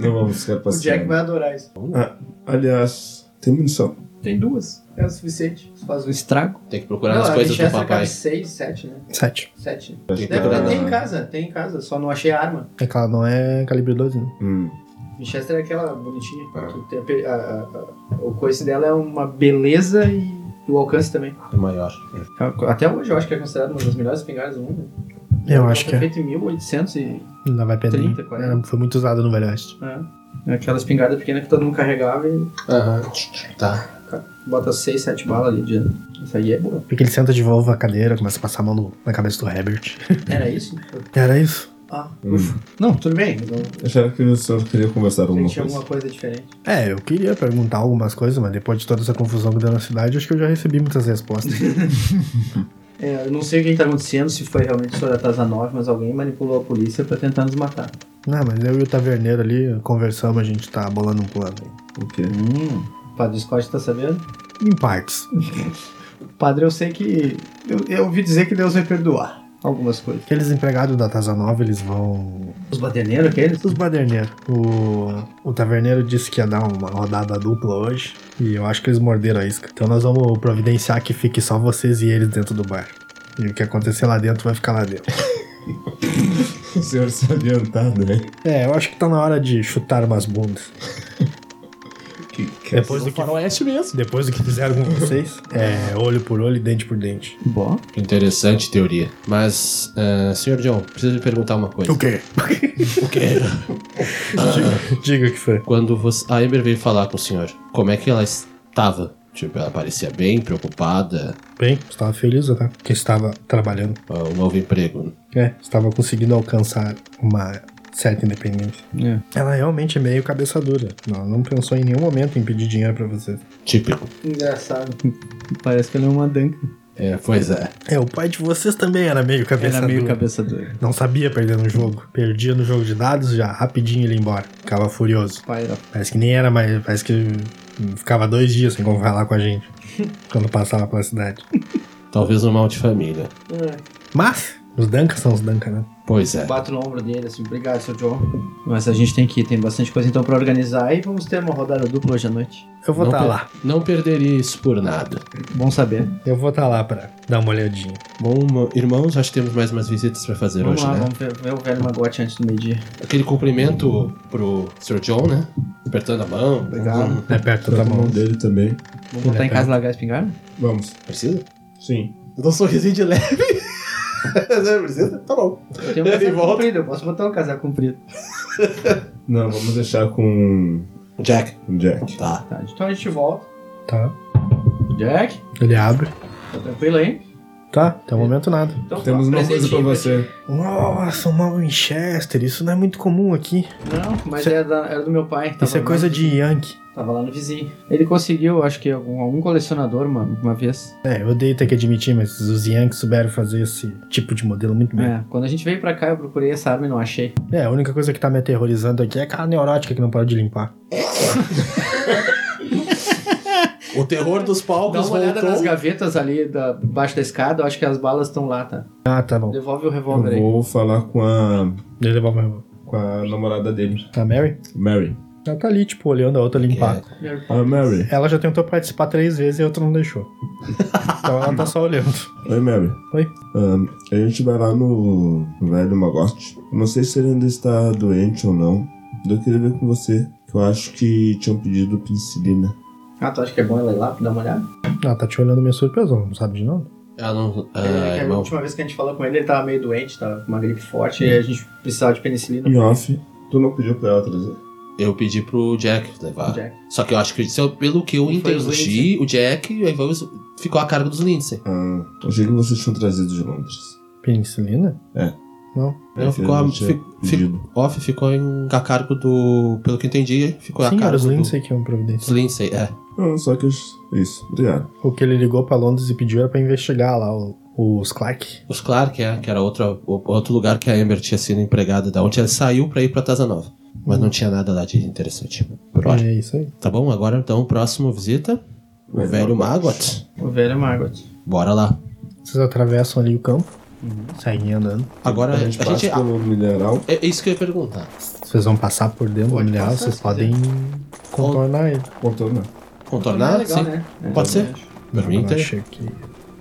[SPEAKER 4] Não vamos ficar
[SPEAKER 8] [laughs] O Jack
[SPEAKER 4] passeando.
[SPEAKER 8] vai adorar isso.
[SPEAKER 4] Aliás, tem munição.
[SPEAKER 8] Tem duas. É o suficiente. Isso faz um estrago.
[SPEAKER 5] Tem que procurar as coisas do
[SPEAKER 8] Winchester
[SPEAKER 5] papai.
[SPEAKER 8] cabe seis, sete, né?
[SPEAKER 1] Sete.
[SPEAKER 8] Sete.
[SPEAKER 4] Acho que
[SPEAKER 8] É,
[SPEAKER 5] Ah.
[SPEAKER 8] Tem em casa, tem em casa. Só não achei a arma.
[SPEAKER 1] É que ela não é calibre 12, né?
[SPEAKER 4] Hum,
[SPEAKER 8] Winchester é aquela bonitinha.
[SPEAKER 5] Ah.
[SPEAKER 8] que tem a pe- a- a- a- o coice dela é uma beleza e, e o alcance também.
[SPEAKER 5] É maior.
[SPEAKER 8] Até hoje eu acho que é considerado uma das melhores espingardas do mundo.
[SPEAKER 1] Eu
[SPEAKER 8] Ela
[SPEAKER 1] acho
[SPEAKER 8] foi
[SPEAKER 1] que é.
[SPEAKER 8] feita em 1800 e...
[SPEAKER 1] Não vai perder.
[SPEAKER 8] 30, 40.
[SPEAKER 1] Ela Foi muito usada no Velho Oeste.
[SPEAKER 8] É. Aquela espingarda pequena que todo mundo carregava e
[SPEAKER 5] Aham. Tá.
[SPEAKER 8] bota 6, 7 balas ali de... Isso aí é boa.
[SPEAKER 1] Porque ele senta de volta na cadeira, começa a passar a mão no- na cabeça do Herbert.
[SPEAKER 8] Era isso?
[SPEAKER 1] Era isso?
[SPEAKER 8] Ah,
[SPEAKER 4] hum.
[SPEAKER 8] não, tudo bem. Então,
[SPEAKER 4] Acharam que o senhor queria conversar alguma
[SPEAKER 8] gente, é
[SPEAKER 4] coisa.
[SPEAKER 8] alguma coisa diferente.
[SPEAKER 1] É, eu queria perguntar algumas coisas, mas depois de toda essa confusão que deu na cidade, acho que eu já recebi muitas [laughs] respostas.
[SPEAKER 8] É, eu não sei o que tá acontecendo, se foi realmente sobre a Taza 9, mas alguém manipulou a polícia pra tentar nos matar.
[SPEAKER 1] não, mas eu e o taverneiro ali conversamos, a gente tá bolando um plano. aí.
[SPEAKER 4] Ok.
[SPEAKER 8] O padre Scott tá sabendo?
[SPEAKER 1] Em partes.
[SPEAKER 8] Padre, eu sei que. Eu, eu ouvi dizer que Deus vai perdoar algumas coisas.
[SPEAKER 1] Aqueles empregados da Casa Nova, eles vão
[SPEAKER 8] Os badeneiros aqueles?
[SPEAKER 1] Os baderneiros. O, o taverneiro disse que ia dar uma rodada dupla hoje. E eu acho que eles morderam a isca. Então nós vamos providenciar que fique só vocês e eles dentro do bar. E o que acontecer lá dentro vai ficar lá dentro.
[SPEAKER 4] O senhor se adiantado, né?
[SPEAKER 1] É, eu acho que tá na hora de chutar umas bundas.
[SPEAKER 4] Que, que...
[SPEAKER 1] Depois do que,
[SPEAKER 5] faroeste mesmo.
[SPEAKER 1] depois do que fizeram com vocês. É, olho por olho e dente por dente.
[SPEAKER 8] Bom.
[SPEAKER 5] Interessante teoria. Mas, ah, senhor John, preciso lhe perguntar uma coisa.
[SPEAKER 1] quê?
[SPEAKER 5] O quê?
[SPEAKER 1] [laughs] Diga o que foi.
[SPEAKER 5] Quando você, a Amber veio falar com o senhor, como é que ela estava? Tipo, ela parecia bem preocupada.
[SPEAKER 1] Bem, estava feliz, né? Porque estava trabalhando.
[SPEAKER 5] ah, Um novo emprego.
[SPEAKER 1] É, estava conseguindo alcançar uma certa independência. Ela realmente é meio cabeça dura. Ela não pensou em nenhum momento em pedir dinheiro pra vocês.
[SPEAKER 5] Típico.
[SPEAKER 8] Engraçado.
[SPEAKER 10] Parece que ele é uma danca.
[SPEAKER 5] É, pois é.
[SPEAKER 1] É, o pai de vocês também era meio cabeça
[SPEAKER 10] Era meio
[SPEAKER 1] dura.
[SPEAKER 10] cabeça doida.
[SPEAKER 1] Não sabia perder no jogo. Perdia no jogo de dados já, rapidinho ele ia embora. Ficava furioso.
[SPEAKER 10] O pai era
[SPEAKER 1] Parece que nem era mais. Parece que hum, ficava dois dias sem falar com
[SPEAKER 10] [laughs]
[SPEAKER 1] a gente. quando passava pela cidade.
[SPEAKER 5] Talvez um mal de família.
[SPEAKER 1] Mas, os Dankas são os Dankas, né?
[SPEAKER 5] Pois é.
[SPEAKER 8] Bato no ombro dele, assim, obrigado, seu John. Mas a gente tem que ir, tem bastante coisa então pra organizar e vamos ter uma rodada dupla hoje à noite.
[SPEAKER 1] Eu vou
[SPEAKER 5] Não
[SPEAKER 1] estar
[SPEAKER 5] per-
[SPEAKER 1] lá.
[SPEAKER 5] Não perderia isso por nada.
[SPEAKER 8] Bom saber.
[SPEAKER 1] Eu vou estar lá pra dar uma olhadinha.
[SPEAKER 5] Bom, mo- irmãos, acho que temos mais umas visitas pra fazer
[SPEAKER 8] Vamos
[SPEAKER 5] hoje,
[SPEAKER 8] lá,
[SPEAKER 5] né?
[SPEAKER 8] vamos ver, ver o velho magote antes do meio-dia.
[SPEAKER 5] Aquele cumprimento pro Sr. John, né? Apertando a mão.
[SPEAKER 8] Obrigado.
[SPEAKER 1] É perto
[SPEAKER 4] Tá
[SPEAKER 1] da
[SPEAKER 4] a mão
[SPEAKER 1] mão.
[SPEAKER 4] dele também.
[SPEAKER 8] Vamos voltar em casa e largar a espingarda?
[SPEAKER 4] Vamos.
[SPEAKER 5] Precisa?
[SPEAKER 4] Sim.
[SPEAKER 5] Eu dou um sorrisinho de leve. Precisa? Tá bom.
[SPEAKER 8] Eu tenho um
[SPEAKER 5] Ele
[SPEAKER 8] casaco
[SPEAKER 5] volta.
[SPEAKER 8] comprido, eu posso botar um casaco comprido.
[SPEAKER 4] Não, vamos deixar com
[SPEAKER 5] Jack.
[SPEAKER 4] Jack.
[SPEAKER 5] Tá.
[SPEAKER 8] Tá, então a gente volta.
[SPEAKER 1] Tá.
[SPEAKER 8] Jack,
[SPEAKER 1] Ele abre.
[SPEAKER 8] tá tranquilo aí?
[SPEAKER 1] Tá, até o momento nada.
[SPEAKER 8] Então,
[SPEAKER 4] Temos uma coisa pra você.
[SPEAKER 1] Nossa, uma Winchester, isso não é muito comum aqui.
[SPEAKER 8] Não, mas era, da- era do meu pai.
[SPEAKER 1] Isso é
[SPEAKER 8] Tava-
[SPEAKER 1] coisa de Yankee.
[SPEAKER 8] Tava lá no vizinho. Ele conseguiu, acho que algum, algum colecionador uma, uma vez.
[SPEAKER 1] É, eu odeio ter que admitir, mas os Yankees souberam fazer esse tipo de modelo muito bem.
[SPEAKER 8] É, quando a gente veio pra cá, eu procurei essa arma e não achei.
[SPEAKER 1] É. a única coisa que tá me aterrorizando aqui é aquela neurótica que não pode limpar.
[SPEAKER 5] O terror dos
[SPEAKER 8] Dá
[SPEAKER 5] palcos
[SPEAKER 8] uma olhada
[SPEAKER 5] voltou.
[SPEAKER 8] nas gavetas ali da, baixo da escada, eu acho que as balas estão lá, tá?
[SPEAKER 1] Ah, tá bom.
[SPEAKER 8] Devolve o
[SPEAKER 4] Eu
[SPEAKER 8] revólver aí.
[SPEAKER 4] vou falar com a,
[SPEAKER 1] Deixa eu levar o meu.
[SPEAKER 4] com a namorada dele,
[SPEAKER 1] Tá, Mary?
[SPEAKER 4] Mary.
[SPEAKER 1] Ela tá ali, tipo, olhando a outra limpar.
[SPEAKER 8] É.
[SPEAKER 4] Oi, Mary.
[SPEAKER 1] Ela já tentou participar três vezes e a outra não
[SPEAKER 8] [laughs]
[SPEAKER 1] deixou. então ela tá só olhando.
[SPEAKER 4] Oi, Mary.
[SPEAKER 1] Oi.
[SPEAKER 4] Ahn, a gente vai lá no velho Magote. Não sei se ele ainda está doente ou não. Eu queria ver com você. que Eu acho que tinham pedido penicilina.
[SPEAKER 8] Ah, tu acha que é bom ela ir lá pra dar uma olhada?
[SPEAKER 1] Ela tá te olhando meio surpresa, não sabe de nada.
[SPEAKER 5] Ah, não. Ah,
[SPEAKER 8] É, que a
[SPEAKER 5] irmão.
[SPEAKER 8] última vez que a gente falou com ele, ele tava meio doente, tava com uma gripe forte e a gente precisava de penicilina.
[SPEAKER 4] Em off, tu não pediu pra ela trazer?
[SPEAKER 5] Eu pedi pro Jack levar.
[SPEAKER 8] Jack.
[SPEAKER 5] Só que eu acho que se eu- pelo que eu
[SPEAKER 8] Foi os
[SPEAKER 5] entendi, o Jack e o Ivan ficou a cargo dos Lindsay.
[SPEAKER 4] Ah, achei que vocês tinham trazido de Londres.
[SPEAKER 1] Penicilina?
[SPEAKER 5] Não, ficou a,
[SPEAKER 4] Não tinha
[SPEAKER 5] fi, fi,
[SPEAKER 4] pedido.
[SPEAKER 5] off ficou em, a cargo do. Pelo que eu entendi,
[SPEAKER 8] Tá
[SPEAKER 5] ficou a
[SPEAKER 1] Sim,
[SPEAKER 5] cargo
[SPEAKER 1] era os
[SPEAKER 5] do-
[SPEAKER 1] Lindsay que é um
[SPEAKER 5] dos
[SPEAKER 1] providência.
[SPEAKER 5] Lindsay, é.
[SPEAKER 4] Ah, só que eu... Isso, obrigado.
[SPEAKER 1] O que ele ligou pra Londres e pediu era pra investigar lá o- os Clark.
[SPEAKER 5] Os Clark, é, que era outra, o- outro lugar que a Amber tinha sido empregada, da onde ela saiu pra ir pra Tazanova. Mas não tinha nada lá de interessante. Por hora.
[SPEAKER 1] É isso aí.
[SPEAKER 5] Tá bom, agora então, próximo visita. O
[SPEAKER 4] Velho
[SPEAKER 5] velho
[SPEAKER 4] Magot.
[SPEAKER 5] Magot.
[SPEAKER 8] O velho é Margot.
[SPEAKER 5] Bora lá.
[SPEAKER 1] Vocês atravessam ali o campo,
[SPEAKER 8] Uhum.
[SPEAKER 1] seguem andando.
[SPEAKER 5] Agora a
[SPEAKER 4] A
[SPEAKER 5] gente.
[SPEAKER 4] gente passa pelo mineral.
[SPEAKER 5] é é isso que eu ia perguntar.
[SPEAKER 1] Vocês vão passar por dentro do
[SPEAKER 8] Pode
[SPEAKER 1] mineral,
[SPEAKER 8] passar,
[SPEAKER 1] vocês
[SPEAKER 8] se
[SPEAKER 1] podem contornar ele.
[SPEAKER 4] Contornar.
[SPEAKER 5] Contornar?
[SPEAKER 8] legal,
[SPEAKER 5] Ah, Sim.
[SPEAKER 8] né?
[SPEAKER 5] Pode ser. Por mim,
[SPEAKER 8] É.
[SPEAKER 1] Eu
[SPEAKER 5] tá-
[SPEAKER 1] achei que-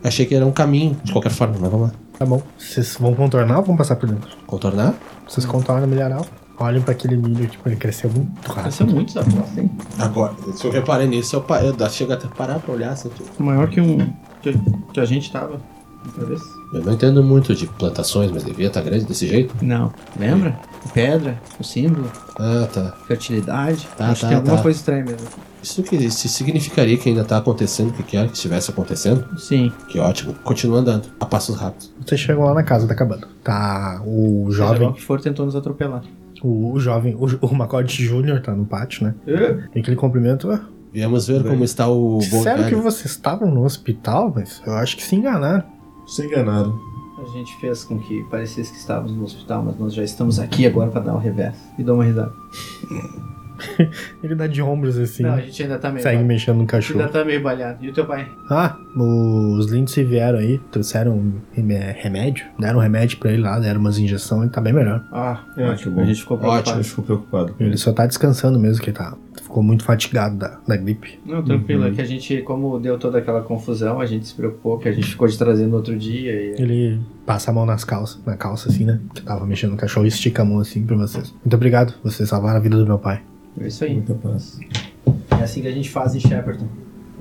[SPEAKER 5] Achei que era um caminho, de qualquer forma, mas vamos lá.
[SPEAKER 1] Tá bom. Vocês vão contornar ou vão passar por dentro?
[SPEAKER 5] Contornar?
[SPEAKER 1] Vocês contornam o mineral, olhem pra aquele milho, tipo, ele cresceu muito rápido.
[SPEAKER 8] Pareceu muito essa aposta, hein?
[SPEAKER 5] Agora, se eu reparei nisso, eu, pa- eu da- chego até a parar pra olhar. Assim, tipo,
[SPEAKER 8] Maior que um. que, que a gente tava. Outra vez.
[SPEAKER 5] eu não entendo muito de plantações, mas devia estar grande desse jeito.
[SPEAKER 8] Não. Lembra? Pedra, o símbolo,
[SPEAKER 5] Ah, tá.
[SPEAKER 8] fertilidade.
[SPEAKER 5] Tá,
[SPEAKER 8] Acho
[SPEAKER 5] tá,
[SPEAKER 8] que tem alguma
[SPEAKER 5] tá.
[SPEAKER 8] coisa estranha mesmo.
[SPEAKER 5] Isso que isso significaria que ainda tá acontecendo o que quer que estivesse acontecendo.
[SPEAKER 8] Sim.
[SPEAKER 5] Que ótimo. Continua andando, a passos rápidos.
[SPEAKER 1] Vocês chegam lá na casa da cabana. Tá o
[SPEAKER 8] Seja lá o
[SPEAKER 1] jovem,
[SPEAKER 8] é que for, tentou nos atropelar.
[SPEAKER 1] o, o jovem, o, o Macote Júnior tá no pátio, né? Tem aquele cumprimento. "Ah,
[SPEAKER 5] Viemos ver como está o bom
[SPEAKER 1] Disseram que
[SPEAKER 5] velho.
[SPEAKER 1] vocês estavam no hospital, mas eu acho que se enganaram.
[SPEAKER 4] Se enganaram.
[SPEAKER 8] A gente fez com que parecesse que estávamos no hospital, mas nós já estamos aqui agora pra dar o reverso. E dou uma risada.
[SPEAKER 1] Ele dá de ombros assim,
[SPEAKER 8] Não, a gente ainda tá meio.
[SPEAKER 1] segue
[SPEAKER 8] balhado.
[SPEAKER 1] mexendo no
[SPEAKER 8] A gente
[SPEAKER 1] cachorro.
[SPEAKER 8] ainda tá meio balhado. E o teu pai?
[SPEAKER 1] Ah, os Lindsay vieram aí, trouxeram um reme- remédio, deram um remédio pra ele lá, deram umas injeções, ele tá bem melhor.
[SPEAKER 8] Ah,
[SPEAKER 4] É, que bom.
[SPEAKER 8] a gente ficou preocupado.
[SPEAKER 4] Ele ficou preocupado.
[SPEAKER 1] Ele só tá descansando mesmo, que ele tá, ficou muito fatigado da, da gripe.
[SPEAKER 8] Não, tranquilo, é que a gente, como deu toda aquela confusão, a gente se preocupou que a gente ficou de trazer no outro dia e.
[SPEAKER 1] Ele passa a mão nas calças, na calça assim, né? Que tava mexendo no cachorro e estica a mão assim pra vocês. Muito obrigado, vocês salvaram a vida do meu pai.
[SPEAKER 8] É isso aí.
[SPEAKER 4] Muita paz.
[SPEAKER 8] É assim que a gente faz em Shepperton.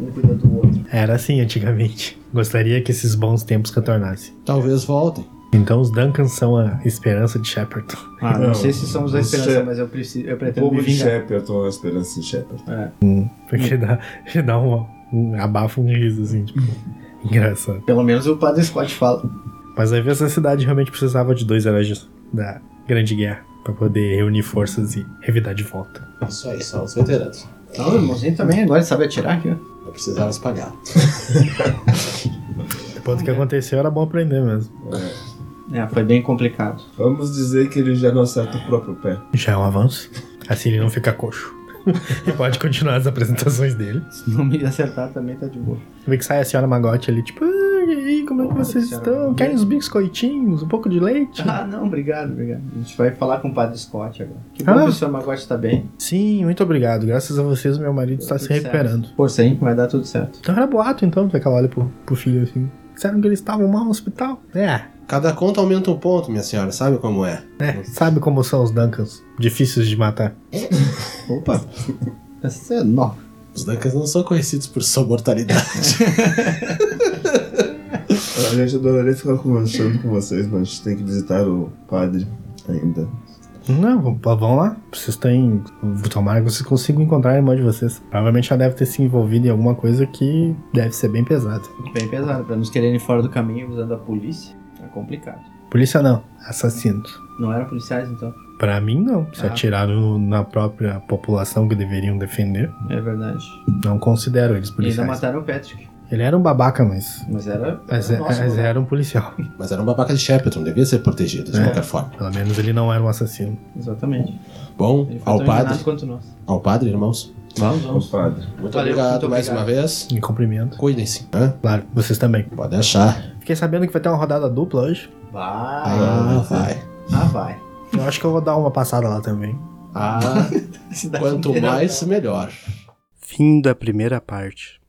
[SPEAKER 8] Um cuida do outro.
[SPEAKER 1] Era assim antigamente. [laughs] Gostaria que esses bons tempos retornassem.
[SPEAKER 5] Talvez voltem.
[SPEAKER 1] Então os Duncans são a esperança de Shepperton.
[SPEAKER 8] Ah, não,
[SPEAKER 4] Não,
[SPEAKER 8] sei se somos a
[SPEAKER 4] você-
[SPEAKER 8] esperança, mas eu, preciso, eu
[SPEAKER 4] O
[SPEAKER 8] pretendo me
[SPEAKER 4] povo de
[SPEAKER 8] vingar.
[SPEAKER 4] Shepperton, a esperança de Shepperton.
[SPEAKER 1] [laughs] Porque ele dá, [laughs] ele dá um, um abafa um riso assim, tipo, engraçado.
[SPEAKER 8] Pelo menos o padre Scott fala.
[SPEAKER 1] Mas aí essa cidade realmente precisava de dois heróis da Grande Guerra pra poder reunir forças e revidar de volta.
[SPEAKER 5] É Isso aí, são os veteranos.
[SPEAKER 8] Não, o irmãozinho também agora sabe atirar aqui, ó.
[SPEAKER 5] Eu precisava espalhar.
[SPEAKER 1] Depois do que aconteceu, era bom aprender mesmo.
[SPEAKER 8] É, foi bem complicado.
[SPEAKER 4] Vamos dizer que ele já não acerta o próprio pé.
[SPEAKER 1] Já é um avanço. Assim ele não fica
[SPEAKER 8] [laughs]
[SPEAKER 1] coxo. e pode continuar as apresentações dele.
[SPEAKER 8] Se não me acertar também tá de boa.
[SPEAKER 1] Vê que sai a senhora Magote ali, tipo, "Ah, e aí, como é que vocês estão? Querem uns biscoitinhos? Um pouco de
[SPEAKER 8] [laughs]
[SPEAKER 1] leite?
[SPEAKER 8] Ah, não, obrigado, obrigado. A gente vai falar com o padre Scott agora. Que
[SPEAKER 1] Ah.
[SPEAKER 8] bom que o senhor Magote tá bem. Tá
[SPEAKER 1] Sim, muito obrigado. Graças a vocês, meu marido está
[SPEAKER 8] Tudo
[SPEAKER 1] se
[SPEAKER 8] certo.
[SPEAKER 1] recuperando.
[SPEAKER 8] Força aí, vai dar tudo certo.
[SPEAKER 1] Então era boato, então, que ela olha pro, pro filho assim. Disseram que eles estavam mal no hospital. É,
[SPEAKER 5] Cada conta aumenta um ponto, minha senhora, sabe como é?
[SPEAKER 1] né? Sabe como são os Duncans? Difíceis de matar.
[SPEAKER 8] Opa! Essa é nova.
[SPEAKER 5] Os Duncans não são conhecidos por sua mortalidade.
[SPEAKER 4] A
[SPEAKER 5] [laughs]
[SPEAKER 4] gente adoraria ficar conversando com vocês, mas a gente tem que visitar o padre ainda.
[SPEAKER 1] Não, v- vamos lá. Vocês têm. Tomara que vocês consigam encontrar a irmã de vocês. Provavelmente ela deve ter se envolvido em alguma coisa que deve ser bem pesada.
[SPEAKER 8] Bem pesado, pra nos quererem fora do caminho usando a polícia. É complicado.
[SPEAKER 1] Polícia não, assassino.
[SPEAKER 8] Não eram policiais, então.
[SPEAKER 1] Pra mim, não. Se
[SPEAKER 8] Ah.
[SPEAKER 1] atiraram no- na própria população que deveriam defender,
[SPEAKER 8] É verdade.
[SPEAKER 1] não considero eles
[SPEAKER 8] E ainda
[SPEAKER 1] policiais.
[SPEAKER 8] mataram o Patrick.
[SPEAKER 1] Ele era um babaca, mas.
[SPEAKER 8] Mas era.
[SPEAKER 1] Mas, é- mas era um policial.
[SPEAKER 5] Mas era um babaca de Shepperton, devia ser protegido de
[SPEAKER 1] É.
[SPEAKER 5] qualquer forma.
[SPEAKER 1] Pelo menos ele não era um assassino.
[SPEAKER 8] Exatamente.
[SPEAKER 5] Bom,
[SPEAKER 8] Ele foi
[SPEAKER 5] ao
[SPEAKER 8] tão
[SPEAKER 5] padre,
[SPEAKER 8] enganado quanto nós.
[SPEAKER 5] ao padre, irmãos.
[SPEAKER 8] Vamos, vamos.
[SPEAKER 4] padre.
[SPEAKER 5] Muito
[SPEAKER 8] Valeu,
[SPEAKER 5] obrigado
[SPEAKER 8] muito
[SPEAKER 5] mais
[SPEAKER 8] obrigado.
[SPEAKER 5] uma vez.
[SPEAKER 1] Me cumprimento.
[SPEAKER 5] Cuidem-se, né?
[SPEAKER 1] Claro, vocês também.
[SPEAKER 5] Pode achar.
[SPEAKER 1] Fiquei sabendo que vai ter uma rodada dupla hoje.
[SPEAKER 11] Vai.
[SPEAKER 5] Ah, vai.
[SPEAKER 11] Ah, vai.
[SPEAKER 1] Eu acho que eu vou dar uma passada lá também.
[SPEAKER 8] [laughs]
[SPEAKER 5] Ah, quanto mais, melhor.
[SPEAKER 12] Fim da primeira parte.